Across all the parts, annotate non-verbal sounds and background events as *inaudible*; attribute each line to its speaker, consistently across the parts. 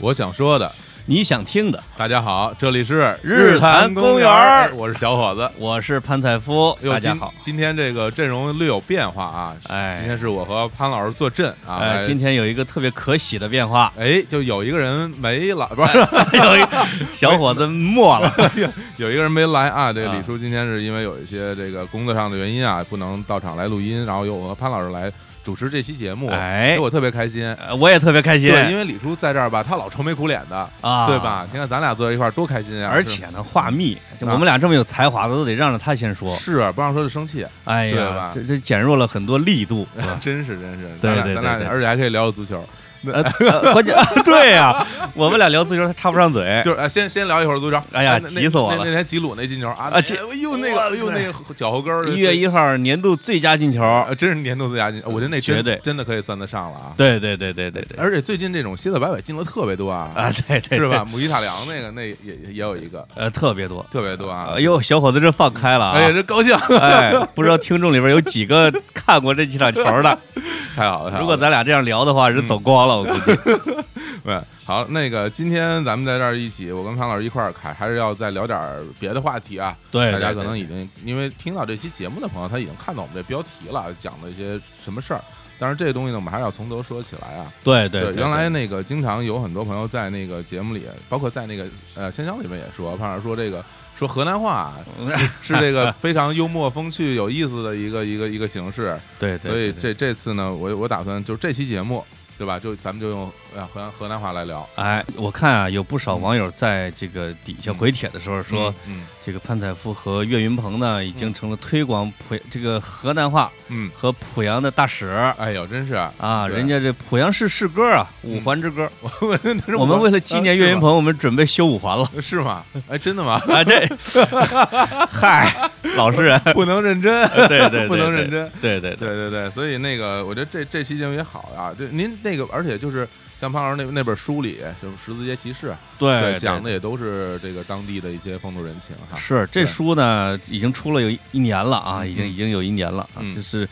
Speaker 1: 我想说的。
Speaker 2: 你想听的，
Speaker 1: 大家好，这里是
Speaker 2: 日坛
Speaker 1: 坛
Speaker 2: 公园
Speaker 1: 园
Speaker 2: 儿
Speaker 1: 儿，我是小伙子。
Speaker 2: 我是潘采夫，
Speaker 1: 哟
Speaker 2: 大家
Speaker 1: 今
Speaker 2: 好。
Speaker 1: 今天这个阵容略有变化啊，今
Speaker 2: 哎，
Speaker 1: 天是我和潘老师坐镇啊，，
Speaker 2: 哎，今天有一个特别可喜的变化
Speaker 1: *laughs* 哎就有一个人没
Speaker 2: 哎
Speaker 1: 来，不是、 *laughs*
Speaker 2: 有一个小伙子没了。
Speaker 1: 有一个人没来啊。这个
Speaker 2: 啊
Speaker 1: 李叔今天是因为有一些这个工作上的原因啊，不能到场来录音，然后由我和潘老师来主持这期节目，
Speaker 2: 哎
Speaker 1: 所以我特别开心。
Speaker 2: 呃我也特别开心
Speaker 1: 对，因为李叔在这儿吧，他老愁眉苦脸的，
Speaker 2: 啊，
Speaker 1: 对？吧？你看咱俩坐在一块儿多开心啊！
Speaker 2: 而
Speaker 1: 是
Speaker 2: 且呢，话密，就我们俩这么有才华的，都得让着他先说。
Speaker 1: 是不让说就生气，
Speaker 2: 哎
Speaker 1: 对
Speaker 2: 呀
Speaker 1: 吧，
Speaker 2: 这这减弱了很多
Speaker 1: *laughs*
Speaker 2: 力度。
Speaker 1: 真是真是，
Speaker 2: 嗯对
Speaker 1: 咱俩
Speaker 2: 对
Speaker 1: 咱
Speaker 2: 对对
Speaker 1: 俩而且还可以聊聊足球，
Speaker 2: 呃，呃关键 *laughs* 对呀，我们俩聊足球，他插不上嘴。
Speaker 1: 就是哎，先先聊一会儿足球。啊
Speaker 2: 哎呀
Speaker 1: 那
Speaker 2: 急死我
Speaker 1: 那
Speaker 2: 了
Speaker 1: 那那天吉鲁那进球啊，
Speaker 2: 啊
Speaker 1: 那
Speaker 2: 急
Speaker 1: 哎呦那个，哎呦那个脚后跟儿，
Speaker 2: 一月
Speaker 1: 这，
Speaker 2: 一号年度最佳进球，
Speaker 1: 呃真是年度最佳进，我觉得那真
Speaker 2: 绝对
Speaker 1: 真的可以算得上了啊。
Speaker 2: 对对对对对对，
Speaker 1: 而且最近这种蝎子摆尾进了特别多啊，
Speaker 2: 啊对对
Speaker 1: 是？吧？
Speaker 2: 对
Speaker 1: 姆伊塔良那个那也也也有一个
Speaker 2: 呃，特别多。
Speaker 1: 特别多啊
Speaker 2: 哎。呦，小伙子这放开了啊！
Speaker 1: 哎呀，这高兴， *laughs*
Speaker 2: 哎，不知道听众里边有几个看过这几场球的？
Speaker 1: 太 *laughs* 好了！太好了
Speaker 2: 如果咱俩这样聊的话，人走光了，我估计。
Speaker 1: 对嗯好，那个今天咱们在这儿一起，我跟潘老师一块儿，还还是要再聊点儿别的话题啊。*laughs*
Speaker 2: 对，
Speaker 1: 大家
Speaker 2: 对
Speaker 1: 可能
Speaker 2: 对
Speaker 1: 已经因为听到这期节目的朋友，他已经看到我们这标题了，讲的一些什么事儿。但是这个东西呢，我们还是要从头说起来啊。
Speaker 2: 对对，对
Speaker 1: 原来那个经常有很多朋友在那个节目里，包括在那个呃千香里面也说，胖儿说这个说河南话
Speaker 2: *laughs*
Speaker 1: 啊是这个非常幽默风趣、有意思的一个一个一个形式。
Speaker 2: 对，对对
Speaker 1: 所以
Speaker 2: 对
Speaker 1: 这这次呢，我我打算就这期节目，对吧？就咱们就用呃河南河南话来聊。
Speaker 2: 哎，我看啊，有不少网友在这个底下
Speaker 1: 嗯
Speaker 2: 回帖的时候说，
Speaker 1: 嗯
Speaker 2: 这个潘采夫和岳云鹏呢，已经
Speaker 1: 嗯
Speaker 2: 成了推广濮这个河南话
Speaker 1: 嗯，
Speaker 2: 和濮阳的大使
Speaker 1: 哎呦，真是，
Speaker 2: *laughs* 啊，
Speaker 1: 对
Speaker 2: 人家这濮阳市市歌啊，五环之歌。
Speaker 1: 我 *laughs* 啊真是
Speaker 2: 我们为了纪念岳云
Speaker 1: 鹏。
Speaker 2: 鹏，我们准备修五环
Speaker 1: *laughs*
Speaker 2: 了
Speaker 1: 是吗？哎，真的吗？ *laughs*
Speaker 2: 啊！这， *laughs* 嗨，老实
Speaker 1: *laughs*
Speaker 2: 人，
Speaker 1: 不能认真，
Speaker 2: 对对 *laughs* 对，
Speaker 1: 不能认
Speaker 2: 对，
Speaker 1: 真。
Speaker 2: 对对对。
Speaker 1: 对对对，所以那个，我觉得这这期节目也好啊。这您那个，而且就是像潘老师那那本书里，就是《十字街骑士》，啊
Speaker 2: 哎对，嗯
Speaker 1: 讲的也都是这个当地的一些风土人情哈。
Speaker 2: 是这
Speaker 1: 对
Speaker 2: 书呢，已经出了有一年了啊，已经
Speaker 1: 嗯
Speaker 2: 已经有一年了啊
Speaker 1: 嗯，
Speaker 2: 就是。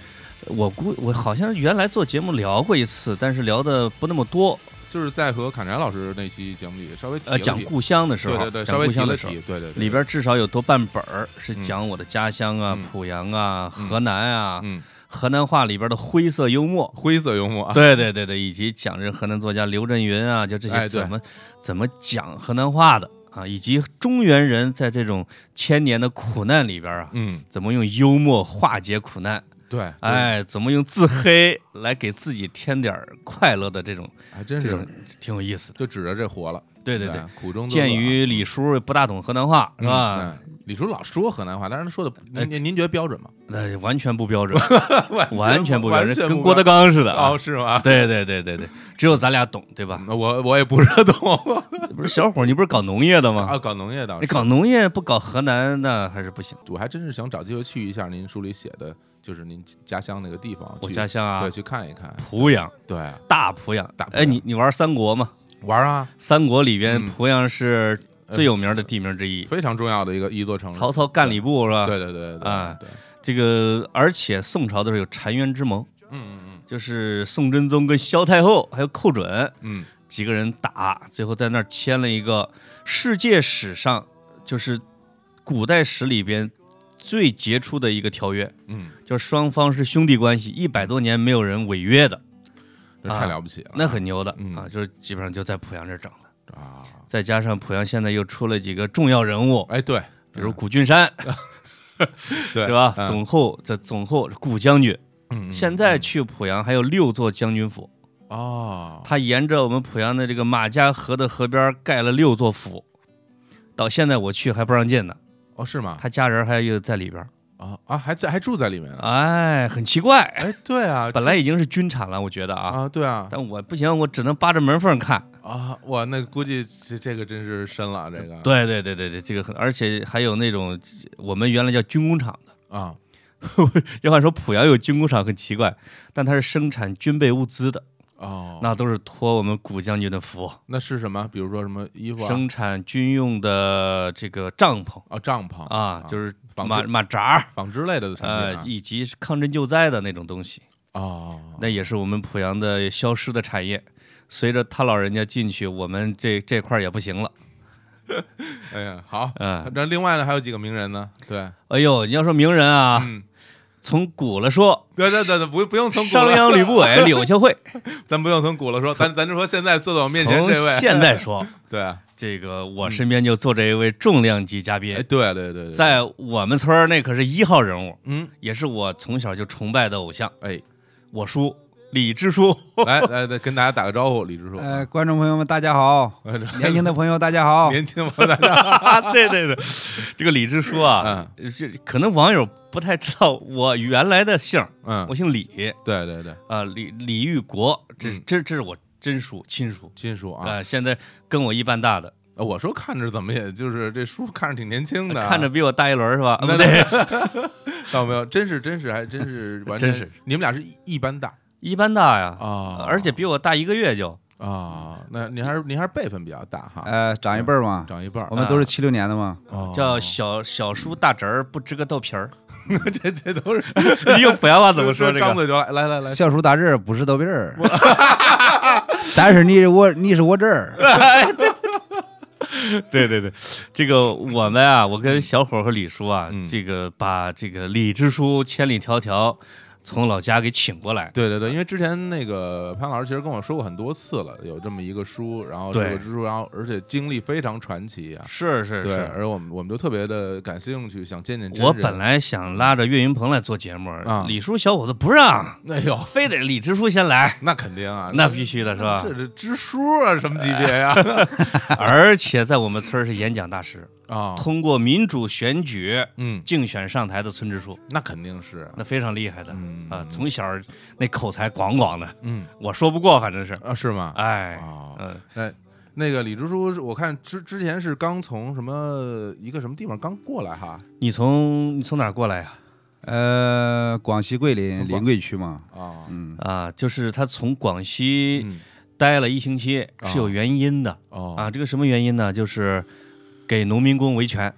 Speaker 2: 我估我好像原来做节目聊过一次，但是聊的不那么多，
Speaker 1: 就是在和侃柴老师那期节目里稍微提了
Speaker 2: 呃，
Speaker 1: 提
Speaker 2: 讲故乡的时候，
Speaker 1: 对对对，稍
Speaker 2: 讲
Speaker 1: 微
Speaker 2: 故
Speaker 1: 提
Speaker 2: 乡
Speaker 1: 了
Speaker 2: 的时候，
Speaker 1: 提，对对对，
Speaker 2: 里边至少有多半本儿是
Speaker 1: 嗯
Speaker 2: 讲我的家乡啊、
Speaker 1: 嗯
Speaker 2: 濮阳啊、
Speaker 1: 嗯
Speaker 2: 河南啊、
Speaker 1: 嗯，
Speaker 2: 河南话里边的灰色幽默，
Speaker 1: 灰色幽默啊，
Speaker 2: 对对对对，以及讲这河南作家刘震云啊，就这
Speaker 1: 哎
Speaker 2: 些
Speaker 1: 对
Speaker 2: 怎么、怎么讲河南话的啊，以及中原人在这种千年的苦难里边啊，
Speaker 1: 嗯，
Speaker 2: 怎么用幽默化解苦难，
Speaker 1: 对，就是，
Speaker 2: 哎，怎么用自黑来给自己添点儿快乐的这种
Speaker 1: 还真是
Speaker 2: 这种挺有意思的。
Speaker 1: 就指着这活了。
Speaker 2: 对对对，，
Speaker 1: 苦中作乐啊
Speaker 2: 鉴于李叔不大懂河南话是
Speaker 1: 嗯
Speaker 2: 吧？
Speaker 1: 嗯李叔老说河南话，但是他说的，
Speaker 2: 哎
Speaker 1: 您您您觉得标准吗？
Speaker 2: 那完全不标准，
Speaker 1: 完
Speaker 2: *laughs* 完全不
Speaker 1: *laughs*
Speaker 2: 标
Speaker 1: 完
Speaker 2: 准，
Speaker 1: 全
Speaker 2: 跟
Speaker 1: 不
Speaker 2: 郭德
Speaker 1: 标
Speaker 2: 纲似的啊
Speaker 1: 哦，。是吗？
Speaker 2: 对对对对对，只有咱俩懂，对吧？
Speaker 1: 那我我也不是懂
Speaker 2: 不是小伙儿，你不是搞农业的吗？
Speaker 1: *laughs* 嗯啊，搞农业的
Speaker 2: 你，搞农业不搞河南那还是不行。
Speaker 1: 我还真是想找机会去一下您书里写的，就是您家乡那个地方，
Speaker 2: 我
Speaker 1: 去
Speaker 2: 家乡啊
Speaker 1: 对，，去看一看，
Speaker 2: 濮阳，
Speaker 1: 对，
Speaker 2: 大濮阳
Speaker 1: 大濮。阳
Speaker 2: 哎，你你玩三国吗？
Speaker 1: 玩啊，
Speaker 2: 三国里边
Speaker 1: 嗯
Speaker 2: 濮阳是最有名的地名之一。
Speaker 1: 非常重要的一个一座城市。
Speaker 2: 曹操干礼部是吧？
Speaker 1: 对，对对对
Speaker 2: 啊
Speaker 1: 对，
Speaker 2: 这个而且宋朝的时候有澶渊之盟，
Speaker 1: 嗯嗯
Speaker 2: 就是宋真宗跟萧太后还有寇准
Speaker 1: 嗯
Speaker 2: 几个人打，最后在那儿签了一个世界史上就是古代史里边最杰出的一个条约，
Speaker 1: 嗯
Speaker 2: 就是双方是兄弟关系，一百多年没有人违约的。
Speaker 1: 嗯，
Speaker 2: 啊
Speaker 1: 这太了不起了
Speaker 2: 那很牛的、
Speaker 1: 嗯
Speaker 2: 啊，就是基本上就在濮阳这儿整的。
Speaker 1: 啊！
Speaker 2: 再加上濮阳现在又出了几个重要人物，
Speaker 1: 哎，对，
Speaker 2: 比如古俊山，
Speaker 1: 对
Speaker 2: 对吧？
Speaker 1: 嗯
Speaker 2: 总后这总后古将军，
Speaker 1: 嗯嗯
Speaker 2: 现在
Speaker 1: 嗯
Speaker 2: 去濮阳还有六座将军府，
Speaker 1: 哦，
Speaker 2: 他沿着我们濮阳的这个马家河的河边盖了六座府，到现在我去还不让进呢，
Speaker 1: 哦是吗？
Speaker 2: 他家人还又在里边儿，
Speaker 1: 啊啊，还在还住在里面呢。
Speaker 2: 哎，很奇怪。
Speaker 1: 哎，对啊，
Speaker 2: 本来已经是军产了，我觉得啊，
Speaker 1: 啊，对啊，
Speaker 2: 但我不行，我只能扒着门缝看。
Speaker 1: 啊，哇，那估计这这个真是深了，这个
Speaker 2: 对对对对对，这个很，而且还有那种我们原来叫军工厂。
Speaker 1: 啊，
Speaker 2: 要按说濮阳有军工厂很奇怪，但它是生产军备物资的，
Speaker 1: 哦，
Speaker 2: 那都是托我们古将军的福，
Speaker 1: 那是什么？比如说什么衣服啊，
Speaker 2: 生产军用的这个帐篷
Speaker 1: 啊，帐篷
Speaker 2: 啊，就是
Speaker 1: 纺
Speaker 2: 马
Speaker 1: 织
Speaker 2: 马扎儿，
Speaker 1: 纺织类的产
Speaker 2: 呃，
Speaker 1: 品
Speaker 2: 以及是抗震救灾的那种东西。
Speaker 1: 啊，哦，
Speaker 2: 那也是我们濮阳的消失的产业。随着他老人家进去，我们这这块儿也不行了。
Speaker 1: *laughs* 哎呀，好。
Speaker 2: 嗯，
Speaker 1: 那另外呢，还有几个名人呢？对，
Speaker 2: 哎呦，你要说名人啊，
Speaker 1: 嗯，
Speaker 2: 从古了说，
Speaker 1: 对对对对，不不用从古
Speaker 2: 商
Speaker 1: 了，
Speaker 2: 鞅、吕不韦、柳下惠，
Speaker 1: 咱不用从古了说，咱咱就说现在坐在我面前
Speaker 2: 从
Speaker 1: *laughs* 这位，
Speaker 2: 现
Speaker 1: *laughs*
Speaker 2: 在说，
Speaker 1: 对，哎
Speaker 2: 这个我身边就坐着一位重量级嘉宾，
Speaker 1: 对对对对，
Speaker 2: 在我们村儿那可是一号人物，
Speaker 1: 嗯，
Speaker 2: 也是我从小就崇拜的偶像，
Speaker 1: 哎，
Speaker 2: 我叔李支书。 *laughs*
Speaker 1: 来来来，跟大家打个招呼，李支书，
Speaker 3: 呃，观众朋友们，大家
Speaker 1: *laughs*
Speaker 3: 好！
Speaker 1: 哎这
Speaker 3: 年轻的朋友，大家好！
Speaker 1: 嗯年轻王大家，
Speaker 2: 啊，对对对，这个李支书
Speaker 1: 嗯
Speaker 2: 啊，这可能网友不太知道我原来的姓儿，
Speaker 1: 嗯
Speaker 2: 我，姓李
Speaker 1: 对对对，
Speaker 2: 啊，李李玉国，这是
Speaker 1: 嗯
Speaker 2: 这这是我真叔亲叔
Speaker 1: 金叔啊，呃
Speaker 2: 啊，现在跟我一般大的，
Speaker 1: 我说看着怎么也就是这叔看着挺年轻的啊，
Speaker 2: 看着比我大一轮儿是吧？啊
Speaker 1: 那
Speaker 2: 不对，
Speaker 1: 倒没有，真是真是还真 *laughs* 是完全
Speaker 2: 真是，
Speaker 1: 你们俩是一一般大
Speaker 2: *laughs* 一般大呀，
Speaker 1: 啊
Speaker 2: 而且比我大一个月就
Speaker 1: 啊，那您还是您还是辈分比较大哈，
Speaker 3: 呃，长一辈儿嘛，
Speaker 1: 长一半儿
Speaker 3: 我，们都是七六年的嘛。
Speaker 1: 哦
Speaker 2: *laughs* 叫小小叔大侄儿，不知个豆皮儿。 *laughs*
Speaker 1: 这这都 *laughs* 是
Speaker 2: 你用濮阳话怎么说
Speaker 1: 这
Speaker 2: 这
Speaker 1: 张嘴
Speaker 2: 个？
Speaker 1: 就来来啊来来，
Speaker 3: 笑叔打这儿不是豆皮儿， *laughs* 但是你是我，你是我
Speaker 1: *laughs*
Speaker 3: 这儿。
Speaker 2: *laughs* 对对对，这个我们啊，我跟小伙和李叔啊，
Speaker 1: 嗯
Speaker 2: 这个把这个李支书千里迢迢从老家给请过来。
Speaker 1: *laughs* 对对对，因为之前那个潘老师其实跟我说过很多次了，有这么一个书，然后这
Speaker 2: 对
Speaker 1: 个支书，然后而且经历非常传奇啊。
Speaker 2: 是是
Speaker 1: 对，
Speaker 2: 是，
Speaker 1: 而我们我们就特别的感兴趣，想见见真人。
Speaker 2: 我本来想拉着岳云鹏来做节目，
Speaker 1: 啊
Speaker 2: 李叔小伙子不让，
Speaker 1: *laughs* 哎呦，
Speaker 2: 非得李支书先来，
Speaker 1: 那肯定啊，
Speaker 2: 那必须的是吧
Speaker 1: 这？这支书啊，什么级别呀？
Speaker 2: *laughs* 而且在我们村儿是演讲大师，
Speaker 1: 啊，
Speaker 2: 通过民主选举
Speaker 1: 嗯，
Speaker 2: 竞选上台的村支书，
Speaker 1: 那肯定是，
Speaker 2: 那非常厉害的
Speaker 1: 嗯
Speaker 2: 啊，从小那口才广广的，
Speaker 1: 嗯
Speaker 2: 我说不过，反正是，
Speaker 1: 啊，是吗？
Speaker 2: 哎，
Speaker 1: 哦，
Speaker 2: 嗯，
Speaker 1: 那那个李支书是，我看之之前是刚从什么一个什么地方刚过来哈
Speaker 2: 你从你从哪儿过来呀？
Speaker 3: 呃，广西桂林
Speaker 1: 从广
Speaker 3: 临桂区嘛，
Speaker 1: 啊，
Speaker 3: 嗯，
Speaker 2: 啊，就是他从广西
Speaker 1: 嗯
Speaker 2: 待了一星期是有原因的
Speaker 1: 啊哦，
Speaker 2: 啊。这个什么原因呢？就是给农民工维权。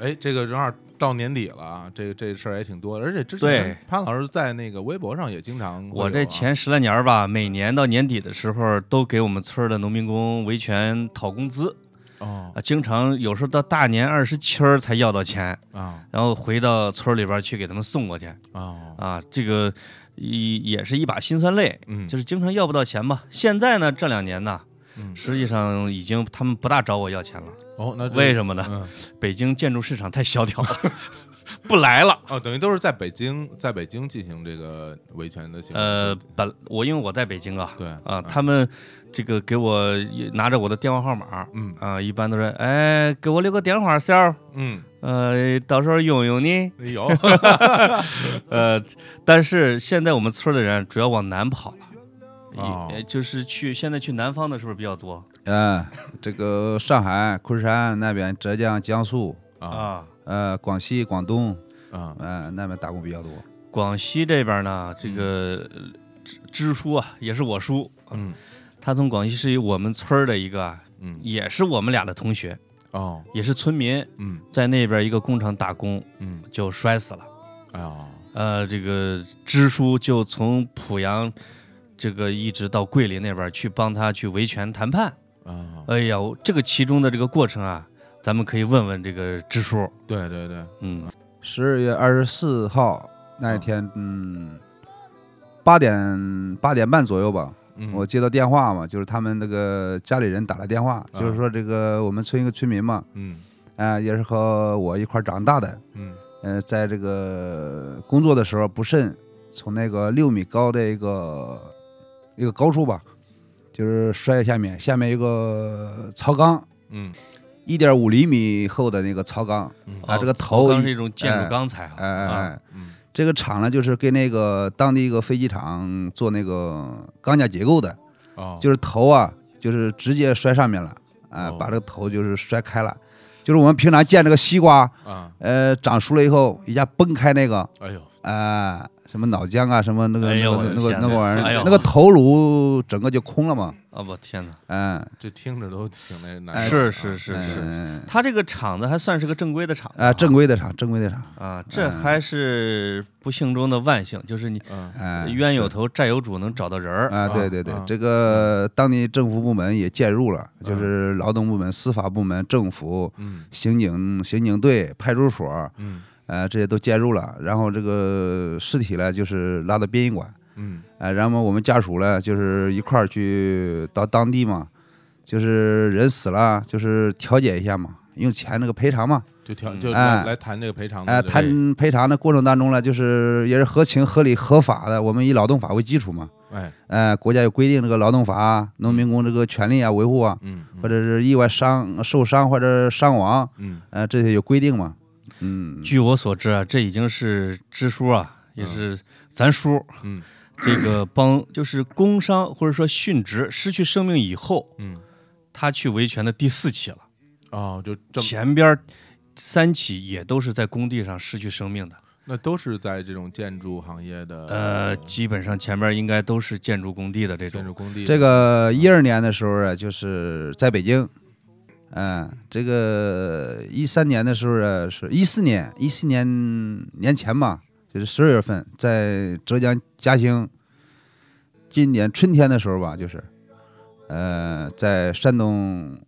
Speaker 1: 哎，这个正好到年底了啊，这这事儿也挺多的，而且之
Speaker 2: 对
Speaker 1: 前潘老师在那个微博上也经常会有啊，
Speaker 2: 我这前十来年儿吧，每年到年底的时候都给我们村儿的农民工维权讨工资
Speaker 1: 哦
Speaker 2: 啊，经常有时候到大年二十七儿才要到钱，
Speaker 1: 啊
Speaker 2: 然后回到村儿里边儿去给他们送过去
Speaker 1: 哦，
Speaker 2: 啊。这个也也是一把辛酸泪，
Speaker 1: 嗯，
Speaker 2: 就是经常要不到钱吧。现在呢，这两年呢，
Speaker 1: 嗯
Speaker 2: 实际上已经他们不大找我要钱了。
Speaker 1: 哦，那这
Speaker 2: 为什么呢？
Speaker 1: 嗯
Speaker 2: 北京建筑市场太萧条了， *laughs* 不来了。
Speaker 1: 哦，等于都是在北京，在北京进行这个维权的行为。
Speaker 2: 呃，本我因为我在北京啊，
Speaker 1: 嗯对
Speaker 2: 啊，
Speaker 1: 嗯
Speaker 2: 他们这个给我拿着我的电话号码，
Speaker 1: 嗯
Speaker 2: 啊，一般都是哎，给我留个电话小儿，
Speaker 1: 嗯，啊
Speaker 2: 呃，到时候用用你。
Speaker 1: 有
Speaker 2: *laughs* 呃，但是现在我们村儿的人主要往南跑了。
Speaker 1: 哦
Speaker 2: 也就是去现在去南方的是不是比较多
Speaker 3: 呃，这个上海、昆山那边、浙江、江苏，
Speaker 1: 啊
Speaker 2: 啊？
Speaker 3: 呃，广西、广东，
Speaker 1: 啊
Speaker 3: 呃，那边打工比较多。
Speaker 2: 广西这边呢，这个呃支支书啊，也是我叔，
Speaker 1: 嗯
Speaker 2: 他从广西是我们村儿的一个啊
Speaker 1: 嗯
Speaker 2: 也是我们俩的同学，
Speaker 1: 哦
Speaker 2: 也是村民，
Speaker 1: 嗯
Speaker 2: 在那边一个工厂打工
Speaker 1: 嗯
Speaker 2: 就摔死了。
Speaker 1: 哎呦
Speaker 2: 呃，这个支书就从濮阳，这个一直到桂林那边去帮他去维权谈判。
Speaker 1: 啊，
Speaker 2: 哎呀，这个其中的这个过程啊，咱们可以问问这个支书。
Speaker 1: 对对对，
Speaker 2: 嗯，
Speaker 3: 十二月二十四号那一天，嗯，八点八点半左右吧，
Speaker 1: 嗯
Speaker 3: 我接到电话嘛，就是他们那个家里人打来电话，
Speaker 1: 啊
Speaker 3: 就是说这个我们村一个村民嘛，
Speaker 1: 嗯
Speaker 3: 啊、也是和我一块儿长大的，
Speaker 1: 嗯
Speaker 3: 呃，在这个工作的时候不慎从那个六米高的一个一个高处吧，就是摔下面，下面有个槽缸，
Speaker 1: 嗯
Speaker 3: 一点五厘米厚的那个槽缸，
Speaker 1: 嗯
Speaker 3: 啊
Speaker 2: 哦
Speaker 3: 这个头
Speaker 2: 刚
Speaker 3: 一
Speaker 2: 是一种建筑
Speaker 3: 哎
Speaker 2: 钢材啊，
Speaker 3: 哎哎
Speaker 2: 啊
Speaker 3: 哎，
Speaker 1: 嗯
Speaker 3: 这个厂呢就是跟那个当地一个飞机场做那个钢架结构的，
Speaker 1: 哦，
Speaker 3: 就是头啊，就是直接摔上面了，啊、
Speaker 1: 哦
Speaker 3: 把这个头就是摔开了，就是我们平常见这个西瓜，
Speaker 1: 啊，
Speaker 3: 呃，长熟了以后一下崩开那个，
Speaker 1: 哎呦，
Speaker 3: 啊，什么脑浆啊，什么那个
Speaker 2: 哎
Speaker 3: 那
Speaker 2: 呦
Speaker 3: 个那
Speaker 2: 我的
Speaker 3: 个
Speaker 2: 天
Speaker 3: 那个
Speaker 2: 哪
Speaker 3: 玩意
Speaker 2: 哎
Speaker 3: 儿
Speaker 2: 呦，
Speaker 3: 那个头颅整个就空了嘛，
Speaker 2: 啊！我天哪，
Speaker 3: 嗯，
Speaker 1: 这听着都挺那难
Speaker 3: 哎
Speaker 1: 受的啊。
Speaker 2: 是是是是，
Speaker 3: 嗯
Speaker 2: 他这个厂子还算是个正规的厂子
Speaker 3: 啊，正规的厂，正规嗯的厂，
Speaker 2: 啊，这还是不幸中的万幸，就是你
Speaker 1: 嗯，
Speaker 3: 哎，
Speaker 2: 冤有头债有主，能找到人儿。
Speaker 3: 啊，
Speaker 1: 啊
Speaker 3: 对对对
Speaker 1: 啊，
Speaker 3: 这个当地政府部门也介入了，就是
Speaker 2: 啊
Speaker 3: 劳动部门、司法部门、政府、
Speaker 1: 嗯
Speaker 3: 刑警、刑警队、派出所，
Speaker 1: 嗯
Speaker 3: 呃，这些都介入了。然后这个尸体呢，就是拉到殡仪馆，
Speaker 1: 嗯
Speaker 3: 呃，然后我们家属呢，就是一块儿去到当地嘛，就是人死了，就是调解一下嘛，用钱那个赔偿嘛。
Speaker 1: 就调
Speaker 2: 嗯
Speaker 1: 就
Speaker 3: 哎
Speaker 1: 来来谈这个赔偿的
Speaker 3: 哎，
Speaker 1: 这个
Speaker 3: 谈赔偿的过程当中呢，就是也是合情、合理、合法的，我们以劳动法为基础嘛。
Speaker 1: 哎
Speaker 3: 呃，国家有规定这个劳动法啊、农民工这个权利啊维护啊，
Speaker 1: 嗯嗯
Speaker 3: 或者是意外伤受伤或者伤亡，
Speaker 1: 嗯
Speaker 3: 呃，这些有规定嘛。嗯，
Speaker 2: *laughs* 据我所知啊，这已经是支书啊，也是咱叔，
Speaker 1: 嗯
Speaker 2: 这个帮就是工伤或者说殉职失去生命以后，
Speaker 1: 嗯
Speaker 2: 他去维权的第四起了，
Speaker 1: 哦，就这么
Speaker 2: 前边儿三起也都是在工地上失去生命的。
Speaker 1: 那都是在这种建筑行业的
Speaker 2: 呃，基本上前边应该都是建筑工地的这
Speaker 1: 建筑
Speaker 2: 种。
Speaker 1: 工地
Speaker 3: 这个一二年的时候啊，就是在北京，嗯、这个一三年的时候啊，是一四年，一四年年前吧，就是十二月份，在浙江嘉兴，今年春天的时候吧，就是，呃，在山东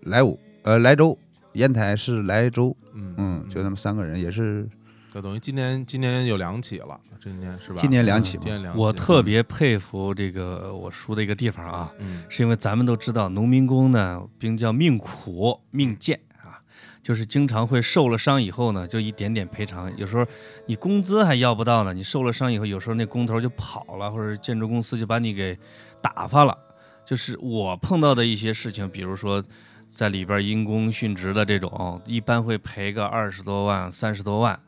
Speaker 3: 莱芜，呃，莱州，烟台市莱州，
Speaker 1: 嗯
Speaker 3: 嗯，就他们三个人也是
Speaker 1: 就等于今年今年有两起了，今年是吧？
Speaker 3: 今年两
Speaker 1: 嗯
Speaker 3: 起嘛
Speaker 1: 今年两起。
Speaker 2: 我特别佩服这个我叔的一个地方啊，
Speaker 1: 嗯
Speaker 2: 是因为咱们都知道农民工呢，并叫命苦命贱啊，就是经常会受了伤以后呢，就一点点赔偿，有时候你工资还要不到呢，你受了伤以后，有时候那工头就跑了，或者建筑公司就把你给打发了。就是我碰到的一些事情，比如说在里边因公殉职的这种，一般会赔个二十多万、三十多万。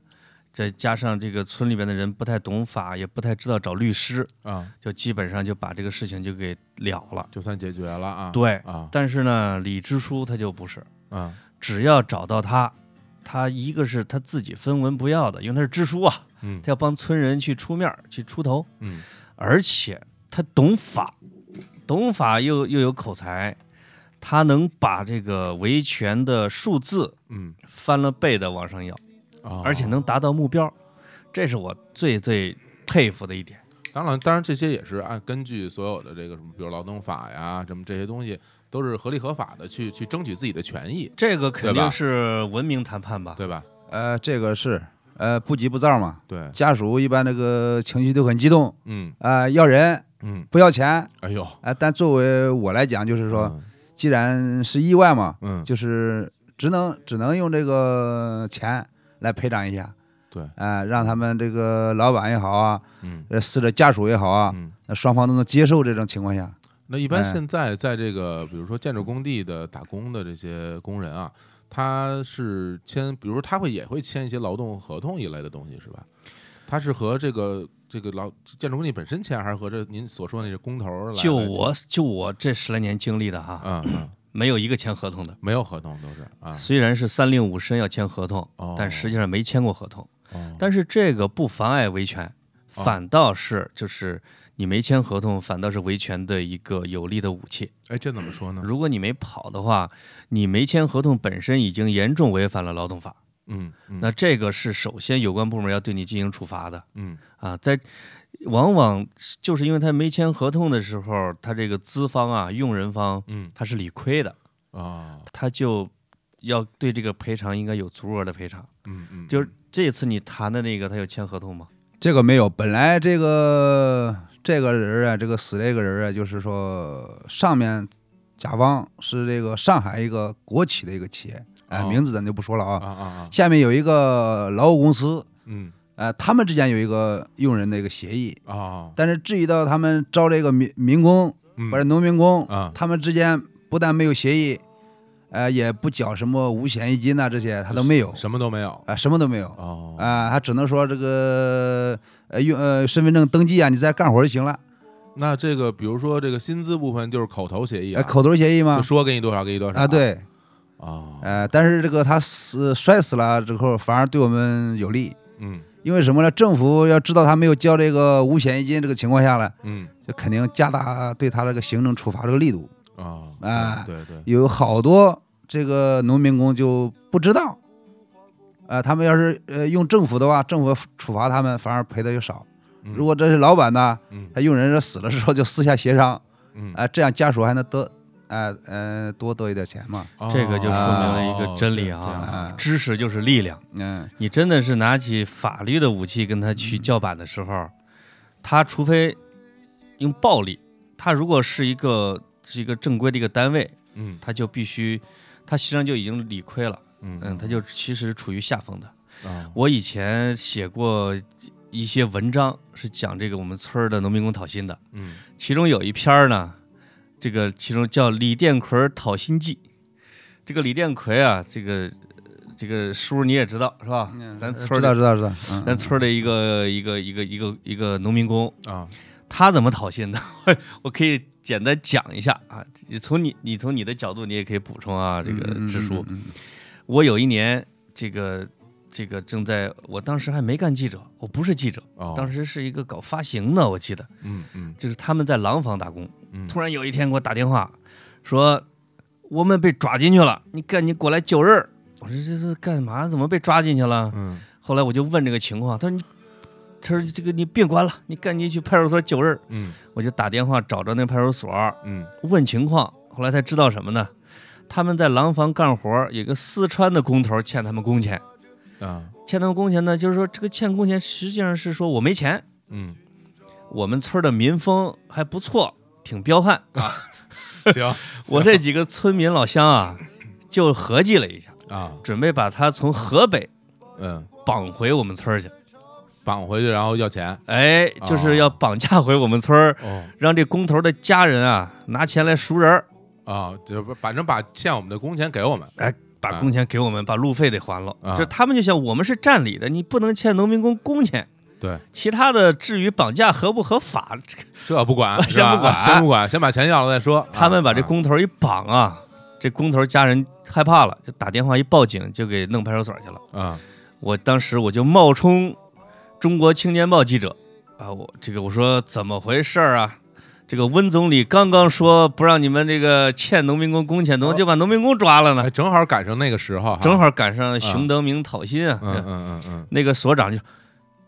Speaker 2: 再加上这个村里边的人不太懂法，也不太知道找律师，
Speaker 1: 啊，
Speaker 2: 就基本上就把这个事情就给了了。
Speaker 1: 就算解决了啊。
Speaker 2: 对，
Speaker 1: 啊
Speaker 2: 但是呢，李支书他就不是，
Speaker 1: 啊
Speaker 2: 只要找到他，他一个是他自己分文不要的，因为他是支书啊，
Speaker 1: 嗯
Speaker 2: 他要帮村人去出面儿去出头，
Speaker 1: 嗯
Speaker 2: 而且他懂法，懂法又又有口才，他能把这个维权的数字
Speaker 1: 嗯，
Speaker 2: 翻了倍的往上要，
Speaker 1: 哦
Speaker 2: 而且能达到目标，这是我最最佩服的一点。
Speaker 1: 当然，当然这些也是按根据所有的这个什么，比如劳动法呀，什么这些东西，都是合理合法的去去争取自己的权益，
Speaker 2: 这个肯
Speaker 1: 对吧
Speaker 2: 定是文明谈判吧？
Speaker 1: 对吧？
Speaker 3: 呃，这个是呃不急不躁嘛，
Speaker 1: 对，
Speaker 3: 家属一般那个情绪都很激动
Speaker 1: 嗯
Speaker 3: 啊、要人
Speaker 1: 嗯，
Speaker 3: 不要钱。
Speaker 1: 哎呦，
Speaker 3: 啊，但作为我来讲，就是说，
Speaker 1: 嗯
Speaker 3: 既然是意外嘛，
Speaker 1: 嗯，
Speaker 3: 就是只能只能用这个钱来赔偿一下，
Speaker 1: 对，
Speaker 3: 啊，让他们这个老板也好啊，
Speaker 1: 嗯
Speaker 3: 呃，死者家属也好啊，
Speaker 1: 嗯。
Speaker 3: 那双方都能接受这种情况下，
Speaker 1: 那一般
Speaker 3: 哎
Speaker 1: 现在在这个，比如说建筑工地的打工的这些工人啊，他是签，比如说他会也会签一些劳动合同一类的东西，是吧？他是和这个这个劳建筑工地本身签，还是和这您所说的那个工头儿来？
Speaker 2: 就
Speaker 1: 来签
Speaker 2: 我就我这十来年经历的哈，
Speaker 1: 啊、啊
Speaker 2: 没有一个签合同的。
Speaker 1: 没有合同都是啊，
Speaker 2: 虽然是三令五申要签合同，
Speaker 1: 哦
Speaker 2: 但实际上没签过合同。
Speaker 1: 哦
Speaker 2: 但是这个不妨碍维权，
Speaker 1: 哦
Speaker 2: 反倒是就是你没签合同，反倒是维权的一个有力的武器。
Speaker 1: 哎，这怎么说呢？
Speaker 2: 如果你没跑的话，你没签合同本身已经严重违反了劳动法。
Speaker 1: 嗯，嗯
Speaker 2: 那这个是首先有关部门要对你进行处罚的
Speaker 1: 嗯
Speaker 2: 啊，在。往往就是因为他没签合同的时候，他这个资方啊、用人方
Speaker 1: 嗯
Speaker 2: 他是理亏的，
Speaker 1: 啊，
Speaker 2: 他就要对这个赔偿应该有足额的赔偿。
Speaker 1: 嗯嗯，
Speaker 2: 就是这次你谈的那个，他有签合同吗？
Speaker 3: 这个没有。本来这个这个人啊，这个死这个人啊，就是说上面甲方是这个上海一个国企的一个企业，哎、
Speaker 1: 哦
Speaker 3: 名字咱就不说了
Speaker 1: 啊
Speaker 3: 啊，
Speaker 1: 啊啊，
Speaker 3: 下面有一个劳务公司。
Speaker 1: 嗯
Speaker 3: 呃，他们之间有一个用人的一个协议，
Speaker 1: 啊，
Speaker 3: 但是至于到他们招这个民民工
Speaker 1: 嗯
Speaker 3: 或者农民工，
Speaker 1: 啊
Speaker 3: 他们之间不但没有协议，呃，也不缴什么五险一金呐、这些他都没有，啊、
Speaker 1: 什么都没有
Speaker 3: 什么都没有，啊、
Speaker 1: 哦
Speaker 2: 哎
Speaker 3: 他只能说这个呃用呃身份证登记啊，你再干活就行了，
Speaker 1: 那这个比如说这个薪资部分就是口头协议、啊
Speaker 2: 哎
Speaker 3: 呃，口头协议
Speaker 1: 就
Speaker 3: 吗？
Speaker 1: 说给你多少给你多少
Speaker 3: 啊，对，
Speaker 1: 啊，
Speaker 3: 呃，但是这个他死摔死了之后，反而对我们有利，
Speaker 1: 嗯
Speaker 3: 因为什么呢？政府要知道他没有交这个五险一金这个情况下呢，
Speaker 1: 嗯
Speaker 3: 就肯定加大对他这个行政处罚这个力度。
Speaker 1: 啊
Speaker 3: 啊
Speaker 1: 对对，
Speaker 3: 有好多这个农民工就不知道，呃，他们要是呃用政府的话，政府处罚他们反而赔的就少。
Speaker 1: 嗯
Speaker 3: 如果这是老板呢，
Speaker 1: 嗯
Speaker 3: 他用人是死了之后就私下协商，啊、
Speaker 1: 嗯
Speaker 3: 这样家属还能得，呃呃多得一点钱嘛，
Speaker 1: 哦
Speaker 2: 这个就说明了一个真理
Speaker 1: 这这样
Speaker 2: 啊
Speaker 3: 啊，
Speaker 2: 知识就是力量。
Speaker 3: 嗯，
Speaker 2: 你真的是拿起法律的武器跟他
Speaker 1: 嗯
Speaker 2: 去叫板的时候，他除非用暴力，他如果是一个是一个正规的一个单位，
Speaker 1: 嗯
Speaker 2: 他就必须，他实际上就已经理亏了，
Speaker 1: 嗯
Speaker 2: 嗯，他就其实处于下风的。
Speaker 1: 啊
Speaker 2: 我以前写过一些文章，是讲这个我们村儿的农民工讨薪的，
Speaker 1: 嗯
Speaker 2: 其中有一篇儿呢，这个其中叫《李殿奎讨薪记》。这个李殿奎啊，这个这个叔你也知道是吧？咱村儿
Speaker 3: 嗯呃知
Speaker 2: 的
Speaker 3: 道知
Speaker 2: *laughs*
Speaker 3: 道知道，嗯
Speaker 2: 咱村儿的一个一个一个一个一个农民工，
Speaker 1: 啊
Speaker 2: 他怎么讨薪的？ *laughs* 我可以简单讲一下啊。你从你你从你的角度，你也可以补充啊。这个支书，，
Speaker 3: 嗯嗯嗯嗯嗯
Speaker 2: 我有一年这个这个正在，我当时还没干记者，我不是记者，
Speaker 1: 哦，
Speaker 2: 当时是一个搞发行的，我记得
Speaker 1: 嗯嗯
Speaker 2: 就是他们在廊坊打工。
Speaker 1: 嗯，
Speaker 2: 突然有一天给我打电话，说我们被抓进去了，你赶紧过来救人儿。我说这是干嘛？怎么被抓进去了？
Speaker 1: 嗯
Speaker 2: 后来我就问这个情况，他说你，他说这个你别管了，你赶紧去派出所救人儿。
Speaker 1: 嗯
Speaker 2: 我就打电话找着那派出所
Speaker 1: 嗯
Speaker 2: 问情况，后来才知道什么呢？他们在廊坊干活儿，有个四川的工头欠他们工钱，
Speaker 1: 啊
Speaker 2: 欠他们工钱呢，就是说这个欠工钱实际上是说我没钱，
Speaker 1: 嗯，
Speaker 2: 我们村儿的民风还不错，挺彪悍啊。
Speaker 1: 行
Speaker 2: *laughs* 我这几个村民老乡啊，就合计了一下，
Speaker 1: 啊
Speaker 2: 准备把他从河北
Speaker 1: 嗯，
Speaker 2: 绑回我们村儿去。
Speaker 1: 绑回去然后要钱
Speaker 2: 哎，就是要绑架回我们村儿，
Speaker 1: 哦
Speaker 2: 让这工头的家人啊拿钱来赎人儿，
Speaker 1: 啊，就不反正把欠我们的工钱给我们
Speaker 2: 哎把
Speaker 1: 啊
Speaker 2: 工钱给我们，把路费得还了。
Speaker 1: 啊
Speaker 2: 就是他们就想，我们是占理的，你不能欠农民工工钱。
Speaker 1: 对，
Speaker 2: 其他的至于绑架合不合法，
Speaker 1: 啊
Speaker 2: 这个
Speaker 1: 这不管
Speaker 2: *laughs* 先
Speaker 1: 是吧
Speaker 2: 不
Speaker 1: 啊
Speaker 2: 管
Speaker 1: 先不管， *laughs* 先把钱要了再说。
Speaker 2: 他们把这
Speaker 1: 啊
Speaker 2: 工头一绑啊，这工头家人害怕了，就打电话一报警，就给弄派出所去了。
Speaker 1: 啊
Speaker 2: 我当时我就冒充中国青年报记者啊，我这个我说怎么回事儿啊？这个温总理刚刚说不让你们这个欠农民工工钱，怎么就把农民工抓了呢？
Speaker 1: 哎，正好赶上那个时候哈，
Speaker 2: 正好赶上熊德明讨薪啊。
Speaker 1: 啊嗯，嗯嗯嗯
Speaker 2: *laughs* 那个所长就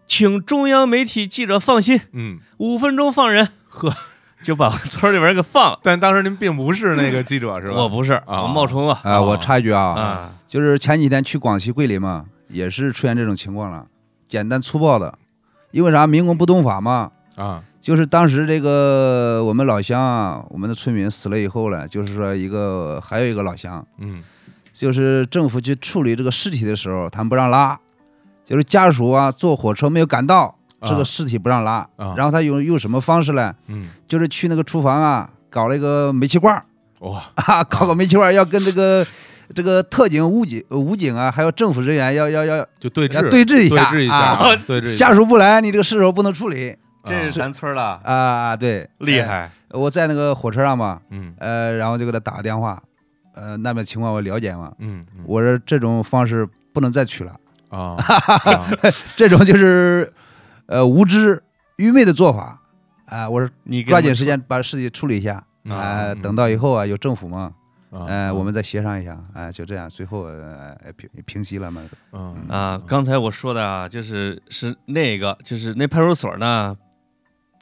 Speaker 2: 请中央媒体记者放心，
Speaker 1: 嗯，
Speaker 2: 五分钟放人，呵，就把我村儿里边儿给放了。
Speaker 1: 但当时您并不是那个记者是吧？
Speaker 2: 我不是，
Speaker 1: 啊
Speaker 2: 我冒充啊
Speaker 3: 啊，我插一句啊，
Speaker 2: 啊，
Speaker 3: 就是前几天去广西桂林嘛，也是出现这种情况了，简单粗暴的，因为啥？民工不懂法嘛，
Speaker 1: 啊
Speaker 3: 就是当时这个我们老乡啊，我们的村民死了以后呢，就是说一个还有一个老乡，
Speaker 1: 嗯
Speaker 3: 就是政府去处理这个尸体的时候，他们不让拉，就是家属啊坐火车没有赶到，
Speaker 1: 啊
Speaker 3: 这个尸体不让拉，
Speaker 1: 啊
Speaker 3: 然后他用用什么方式呢？
Speaker 1: 嗯嗯
Speaker 3: 就是去那个厨房啊搞了一个煤气罐儿 *laughs*
Speaker 1: 哇
Speaker 3: 啊，搞个煤气罐儿要跟
Speaker 1: *laughs*
Speaker 3: 这个。这个特警、武警、呃武警啊，还有政府人员要要要，
Speaker 1: 就对
Speaker 3: 要
Speaker 1: 峙
Speaker 3: 对峙一下
Speaker 1: 对峙一下
Speaker 3: 啊
Speaker 1: 啊对峙一下
Speaker 3: 家属不来，你这个尸首不能处理
Speaker 2: 这是
Speaker 1: 啊
Speaker 2: 咱村儿了，
Speaker 3: 啊！对，
Speaker 2: 厉
Speaker 3: 哎
Speaker 2: 害，
Speaker 3: 我在那个火车上嘛，
Speaker 1: 嗯
Speaker 3: 呃，然后就给他打个电话，呃，那边情况我了解嘛，
Speaker 1: 嗯嗯
Speaker 3: 我说这种方式不能再取了， *laughs*
Speaker 1: 啊啊
Speaker 3: 这种就是呃无知愚昧的做法啊、我说
Speaker 2: 你给
Speaker 3: 抓
Speaker 2: 我
Speaker 3: 紧
Speaker 2: 们
Speaker 3: 时间把事情处理一下，
Speaker 1: 嗯
Speaker 3: 呃，
Speaker 1: 嗯
Speaker 3: 等到以后啊有政府嘛，
Speaker 1: 啊
Speaker 3: 呃，我们再协商一下，哎、就这样，最后呃呃平平息了嘛，
Speaker 1: 嗯
Speaker 2: 啊，刚才我说的啊，就是是那个，就是那派出所呢，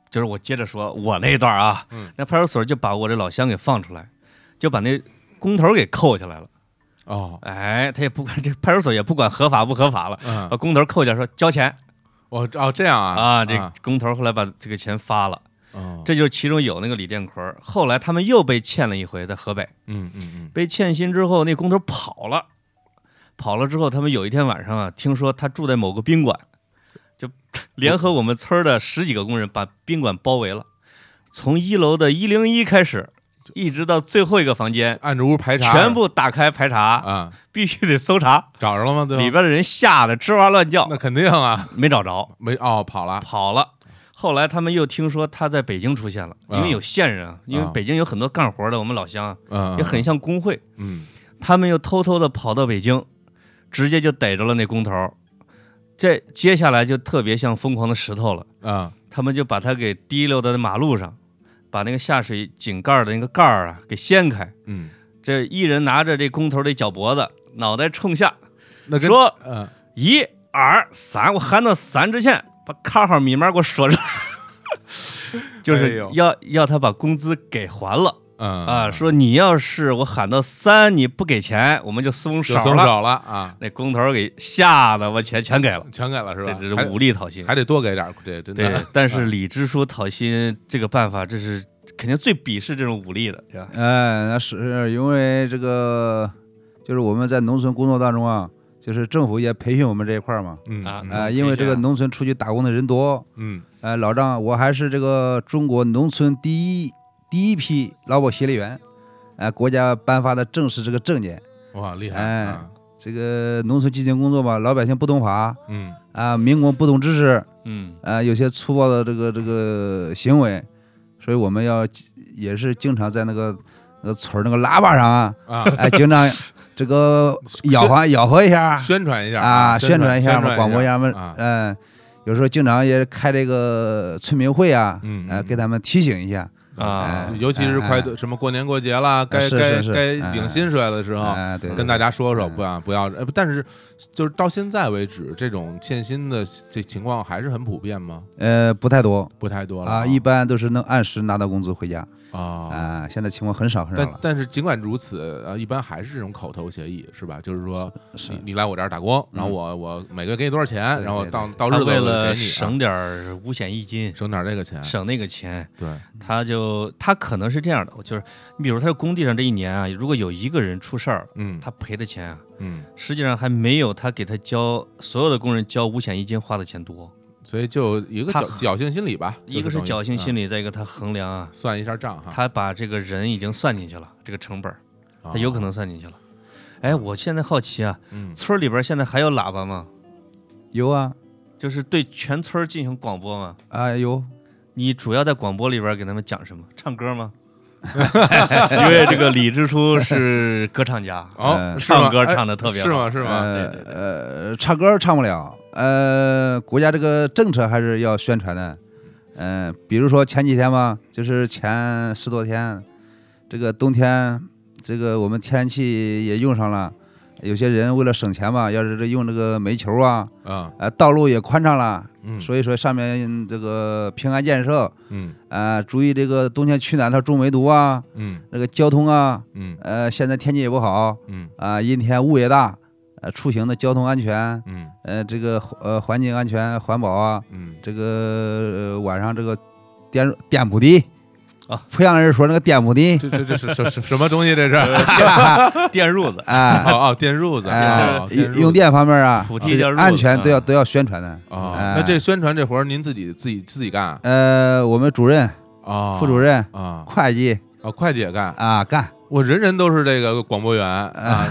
Speaker 2: 就是我接着说我那段啊，
Speaker 1: 嗯
Speaker 2: 那派出所就把我这老乡给放出来，就把那工头给扣下来了。
Speaker 1: 哦
Speaker 2: 哎，他也不管这 *laughs* 派出所也不管合法不合法了，
Speaker 1: 嗯
Speaker 2: 把工头扣下来说交钱
Speaker 1: 我哦这样啊
Speaker 2: 啊。这工头后来把这个钱发了，
Speaker 1: 嗯
Speaker 2: 这就是其中有那个李殿奎儿。后来他们又被欠了一回，在河北
Speaker 1: 嗯嗯
Speaker 2: 被欠薪之后，那工头跑了，跑了之后，他们有一天晚上啊，听说他住在某个宾馆，就
Speaker 1: *laughs*
Speaker 2: 联合我们村儿的十几个工人把宾馆包围了，从一楼的一零一开始，一直到最后一个房
Speaker 1: 嗯
Speaker 2: 间，
Speaker 1: 按着屋排查
Speaker 2: 全部打开排查，
Speaker 1: 啊
Speaker 2: 必须得搜查。
Speaker 1: 找着了吗对吧
Speaker 2: 里边的人吓得吱哇乱叫
Speaker 1: 那，肯定啊
Speaker 2: 没找着，
Speaker 1: 没哦跑了
Speaker 2: 跑了。后来他们又听说他在北京出现了，因
Speaker 1: 啊
Speaker 2: 为有线人啊，因为
Speaker 1: 啊
Speaker 2: 北京有很多干活的，我们老乡啊
Speaker 1: 嗯
Speaker 2: 也很像工会，
Speaker 1: 嗯
Speaker 2: 他们又偷偷的跑到北京，直接就逮着了那工头儿。这接下来就特别像疯狂的石头了，
Speaker 1: 啊，
Speaker 2: 他们就把它给提溜到那马路上，把那个下水井盖儿的那个盖儿啊给掀开，
Speaker 1: 嗯，
Speaker 2: 这一人拿着这工头的脚脖子，脑袋冲下，
Speaker 1: 那跟
Speaker 2: 说
Speaker 1: 嗯，
Speaker 2: 一二三，我喊到三之前，把卡号密码给我说出来， *laughs* 就
Speaker 1: 哎
Speaker 2: 是
Speaker 1: 呦
Speaker 2: 要、要他把工资给还了
Speaker 1: 嗯
Speaker 2: 啊！说你要是我喊到三你不给钱，我们就松手
Speaker 1: 就松
Speaker 2: 了。
Speaker 1: 手了啊，
Speaker 2: 那工头给吓得我钱全给了，
Speaker 1: 全给了是吧？
Speaker 2: 这只是
Speaker 1: 还
Speaker 2: 武力讨薪。
Speaker 1: 还啊得多给点儿，这真
Speaker 2: 对
Speaker 1: 的。，
Speaker 2: 但是李支书讨薪这个办法，这是肯定最鄙视这种武力的，对吧？
Speaker 3: 哎，那是因为这个，就是我们在农村工作当中啊，就是政府也培训我们这一块儿嘛，
Speaker 1: 嗯
Speaker 2: 啊
Speaker 1: 嗯
Speaker 3: 啊、因为这个
Speaker 2: 培训啊
Speaker 3: 农村出去打工的人多，
Speaker 1: 嗯，
Speaker 3: 呃，老张，我还是这个中国农村第一第一批劳保协力员，呃，国家颁发的正式这个证件。
Speaker 1: 哇，厉害！
Speaker 3: 哎
Speaker 1: 啊
Speaker 3: 这个农村基层工作吧，老百姓不懂法啊、
Speaker 1: 嗯
Speaker 3: 民工不懂知识，
Speaker 2: 嗯，
Speaker 3: 啊，有些粗暴的这个这个行为，所以我们要呃也是经常在那个呃那个村儿那个喇叭上啊，
Speaker 1: 啊，
Speaker 3: 哎，经常这个呃吆喝吆喝
Speaker 1: *laughs*
Speaker 3: 一下
Speaker 1: 宣传一下
Speaker 3: 啊，宣传
Speaker 1: 一
Speaker 3: 一
Speaker 1: 下
Speaker 3: 下嘛，广播一下嘛
Speaker 1: 啊，，
Speaker 3: 嗯，有时候经常也开这个村民会啊，
Speaker 1: 嗯
Speaker 3: 呃，
Speaker 1: 嗯
Speaker 3: 给他们提醒一下，
Speaker 2: 啊
Speaker 3: 哎
Speaker 1: 尤其是快
Speaker 3: 哎啊
Speaker 1: 什么过年过节啦，该
Speaker 3: 是
Speaker 1: 该
Speaker 3: 是是
Speaker 1: 该
Speaker 3: 哎
Speaker 1: 领薪水的时候，
Speaker 3: 哎，对，
Speaker 1: 跟大
Speaker 3: 家
Speaker 1: 家说说，
Speaker 3: 嗯
Speaker 1: 不要不要。呃但是就是到现在为止，这种欠薪的这情况还是很普遍吗？
Speaker 3: 呃不太多
Speaker 1: 不太多了
Speaker 3: 啊，一般都是能按时拿到工资回家
Speaker 1: 啊。
Speaker 3: 啊，现在情况很少很少
Speaker 1: 但
Speaker 3: 了，
Speaker 1: 但是尽管如此，呃，一般还是这种口头协议，是吧？就是说，
Speaker 3: 是
Speaker 1: 你你来我这儿打工，然后
Speaker 3: 嗯
Speaker 1: 我我每个月给你多少钱，
Speaker 3: 对
Speaker 1: 然后
Speaker 3: 对
Speaker 1: 到
Speaker 3: 对
Speaker 1: 到日
Speaker 2: 他
Speaker 1: 子
Speaker 2: 为
Speaker 1: 我就
Speaker 2: 了
Speaker 1: 给你啊
Speaker 2: 省点儿五险一金，
Speaker 1: 省点儿这个钱，
Speaker 2: 省那个钱，
Speaker 1: 对，
Speaker 2: 他就他可能是这样的，就是你比如他工地上这一年啊，如果有一个人出事儿，
Speaker 1: 嗯，
Speaker 2: 他赔的钱啊，
Speaker 1: 嗯，
Speaker 2: 实际上还没有他给他交所有的工人交五险一金花的钱多。
Speaker 1: 所以就一个
Speaker 2: 他
Speaker 1: 侥侥幸心理吧，
Speaker 2: 一个是侥幸心
Speaker 1: 理，
Speaker 2: 理，再一个他衡量啊
Speaker 1: 嗯，算一下账哈，
Speaker 2: 他把这个人已经算进去了，这个成本儿
Speaker 1: 啊
Speaker 2: 他有可，能算进去了。哎，我现在好奇啊， *laughs*
Speaker 1: 嗯，
Speaker 2: 村儿里边儿现在还有喇叭吗？
Speaker 3: 有啊
Speaker 2: 就是对全村儿进行广播吗？
Speaker 3: 啊有，
Speaker 2: 你主要在广播里边儿给他们讲什么？唱歌
Speaker 1: *laughs*
Speaker 2: 吗？因为这个李支书是歌唱家，
Speaker 1: *laughs* 哦，
Speaker 3: 呃
Speaker 1: 是吗
Speaker 2: 唱歌
Speaker 1: 哎
Speaker 2: 唱得特别
Speaker 1: 是
Speaker 2: 好
Speaker 1: 吗？嗯是吗？
Speaker 3: 呃
Speaker 2: 对对
Speaker 3: 呃，唱歌唱不了，呃，国家这个政策还是要宣传的，嗯、比如说前几天吧，就是前十多天，这个冬天，这个我们天气也用上了，有些人为了省钱吧，要是这用这个煤球啊，
Speaker 1: 啊，
Speaker 3: 呃，道路也宽敞了，
Speaker 1: 嗯，
Speaker 3: 所以说上面这个平安建设，
Speaker 1: 嗯
Speaker 3: 呃，注意这个冬天取暖，它中煤毒啊，
Speaker 1: 嗯
Speaker 3: 那个交通啊，
Speaker 1: 嗯
Speaker 3: 呃，现在天气也不好，
Speaker 1: 嗯
Speaker 3: 啊、阴天雾也大，呃，出行的交通安全，
Speaker 1: 嗯
Speaker 3: 呃，这个呃环境安全环保啊，
Speaker 1: 嗯，
Speaker 3: 这个、呃、晚上这个颠颠扑的
Speaker 2: 啊，
Speaker 3: 濮阳人说那个颠扑的，
Speaker 1: 这这这是什什什么东西？这是
Speaker 2: 电褥子，
Speaker 1: *laughs*
Speaker 3: 哎
Speaker 1: 哦哦，电褥子，
Speaker 3: 哎
Speaker 1: 哦，
Speaker 3: 用
Speaker 1: 褥
Speaker 3: 用
Speaker 1: 子
Speaker 3: 电方面啊，
Speaker 2: 土
Speaker 3: 这
Speaker 2: 地
Speaker 3: 个
Speaker 2: 叫褥子
Speaker 3: 安全都要
Speaker 2: 啊
Speaker 3: 都要宣传的。
Speaker 1: 哦，
Speaker 2: 呃
Speaker 3: 哎
Speaker 1: 那这宣传这活儿您自己自己自己干啊
Speaker 3: 呃，我们主任、
Speaker 1: 哦？
Speaker 3: 副主任、
Speaker 1: 啊
Speaker 3: 会计
Speaker 1: 啊，会计也干，
Speaker 3: 啊干，
Speaker 1: 我人人都是这个广播员
Speaker 2: *laughs*
Speaker 1: 啊，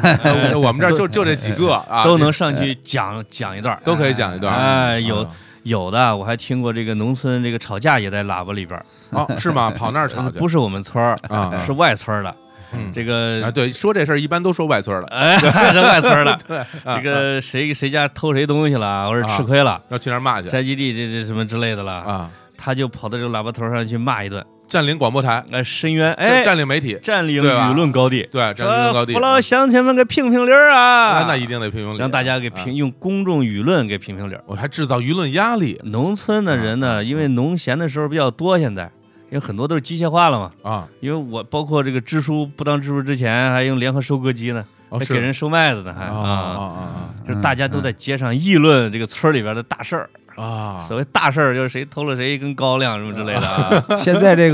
Speaker 1: 我们这儿就就这几个啊，
Speaker 2: 都能上去讲讲一段儿。
Speaker 1: 都可以讲一段，
Speaker 2: 哎有
Speaker 1: 啊
Speaker 2: 有的我还听过这个农村这个吵架也在喇叭里边儿，
Speaker 1: 哦是吗？跑那儿吵去
Speaker 2: 不是我们村儿，
Speaker 1: 啊，
Speaker 2: 是外村儿的。
Speaker 1: 嗯
Speaker 2: 这
Speaker 1: 啊，
Speaker 2: 个
Speaker 1: 对，说这事儿一般都说外村儿的， *laughs*
Speaker 2: 哎，在外村儿 *laughs* 的，
Speaker 1: 对，
Speaker 2: 这
Speaker 1: 啊
Speaker 2: 个谁谁家偷谁东西了，或者吃亏了，
Speaker 1: 要去那儿骂去
Speaker 2: 宅基地这这什么之类的了，
Speaker 1: 啊，
Speaker 2: 他就跑到这个喇叭头上去骂一顿，
Speaker 1: 占领广播台，
Speaker 2: 哎，深渊，
Speaker 1: 占
Speaker 2: 哎，
Speaker 1: 占领媒体，
Speaker 2: 占领
Speaker 1: 对吧
Speaker 2: 舆论高地，
Speaker 1: 对，占领
Speaker 2: 说
Speaker 1: 高地
Speaker 2: 父，老乡亲们给评评理儿
Speaker 1: 那
Speaker 2: 啊，
Speaker 1: 那一定得评评理，
Speaker 2: 让大家给
Speaker 1: 啊
Speaker 2: 评，用公众舆论给评评理儿。
Speaker 1: 我还制造舆论压力
Speaker 2: 农村的人
Speaker 1: 啊
Speaker 2: 呢，因为农闲的时候比较多，现在因为很多都是机械化了嘛，
Speaker 1: 啊，
Speaker 2: 因为我包括这个支书不当支书之前，还用联合收割机呢，
Speaker 1: 哦
Speaker 2: 还
Speaker 1: 是
Speaker 2: 给人收麦子呢，还
Speaker 1: 啊啊
Speaker 2: 啊，
Speaker 1: 啊
Speaker 2: 就是大家都在街上议论这个村里边的大事儿。
Speaker 1: 啊啊，
Speaker 2: *laughs* 所谓大事儿就是谁偷了谁一根高粱什么之类的啊。
Speaker 1: *laughs*
Speaker 3: 现在这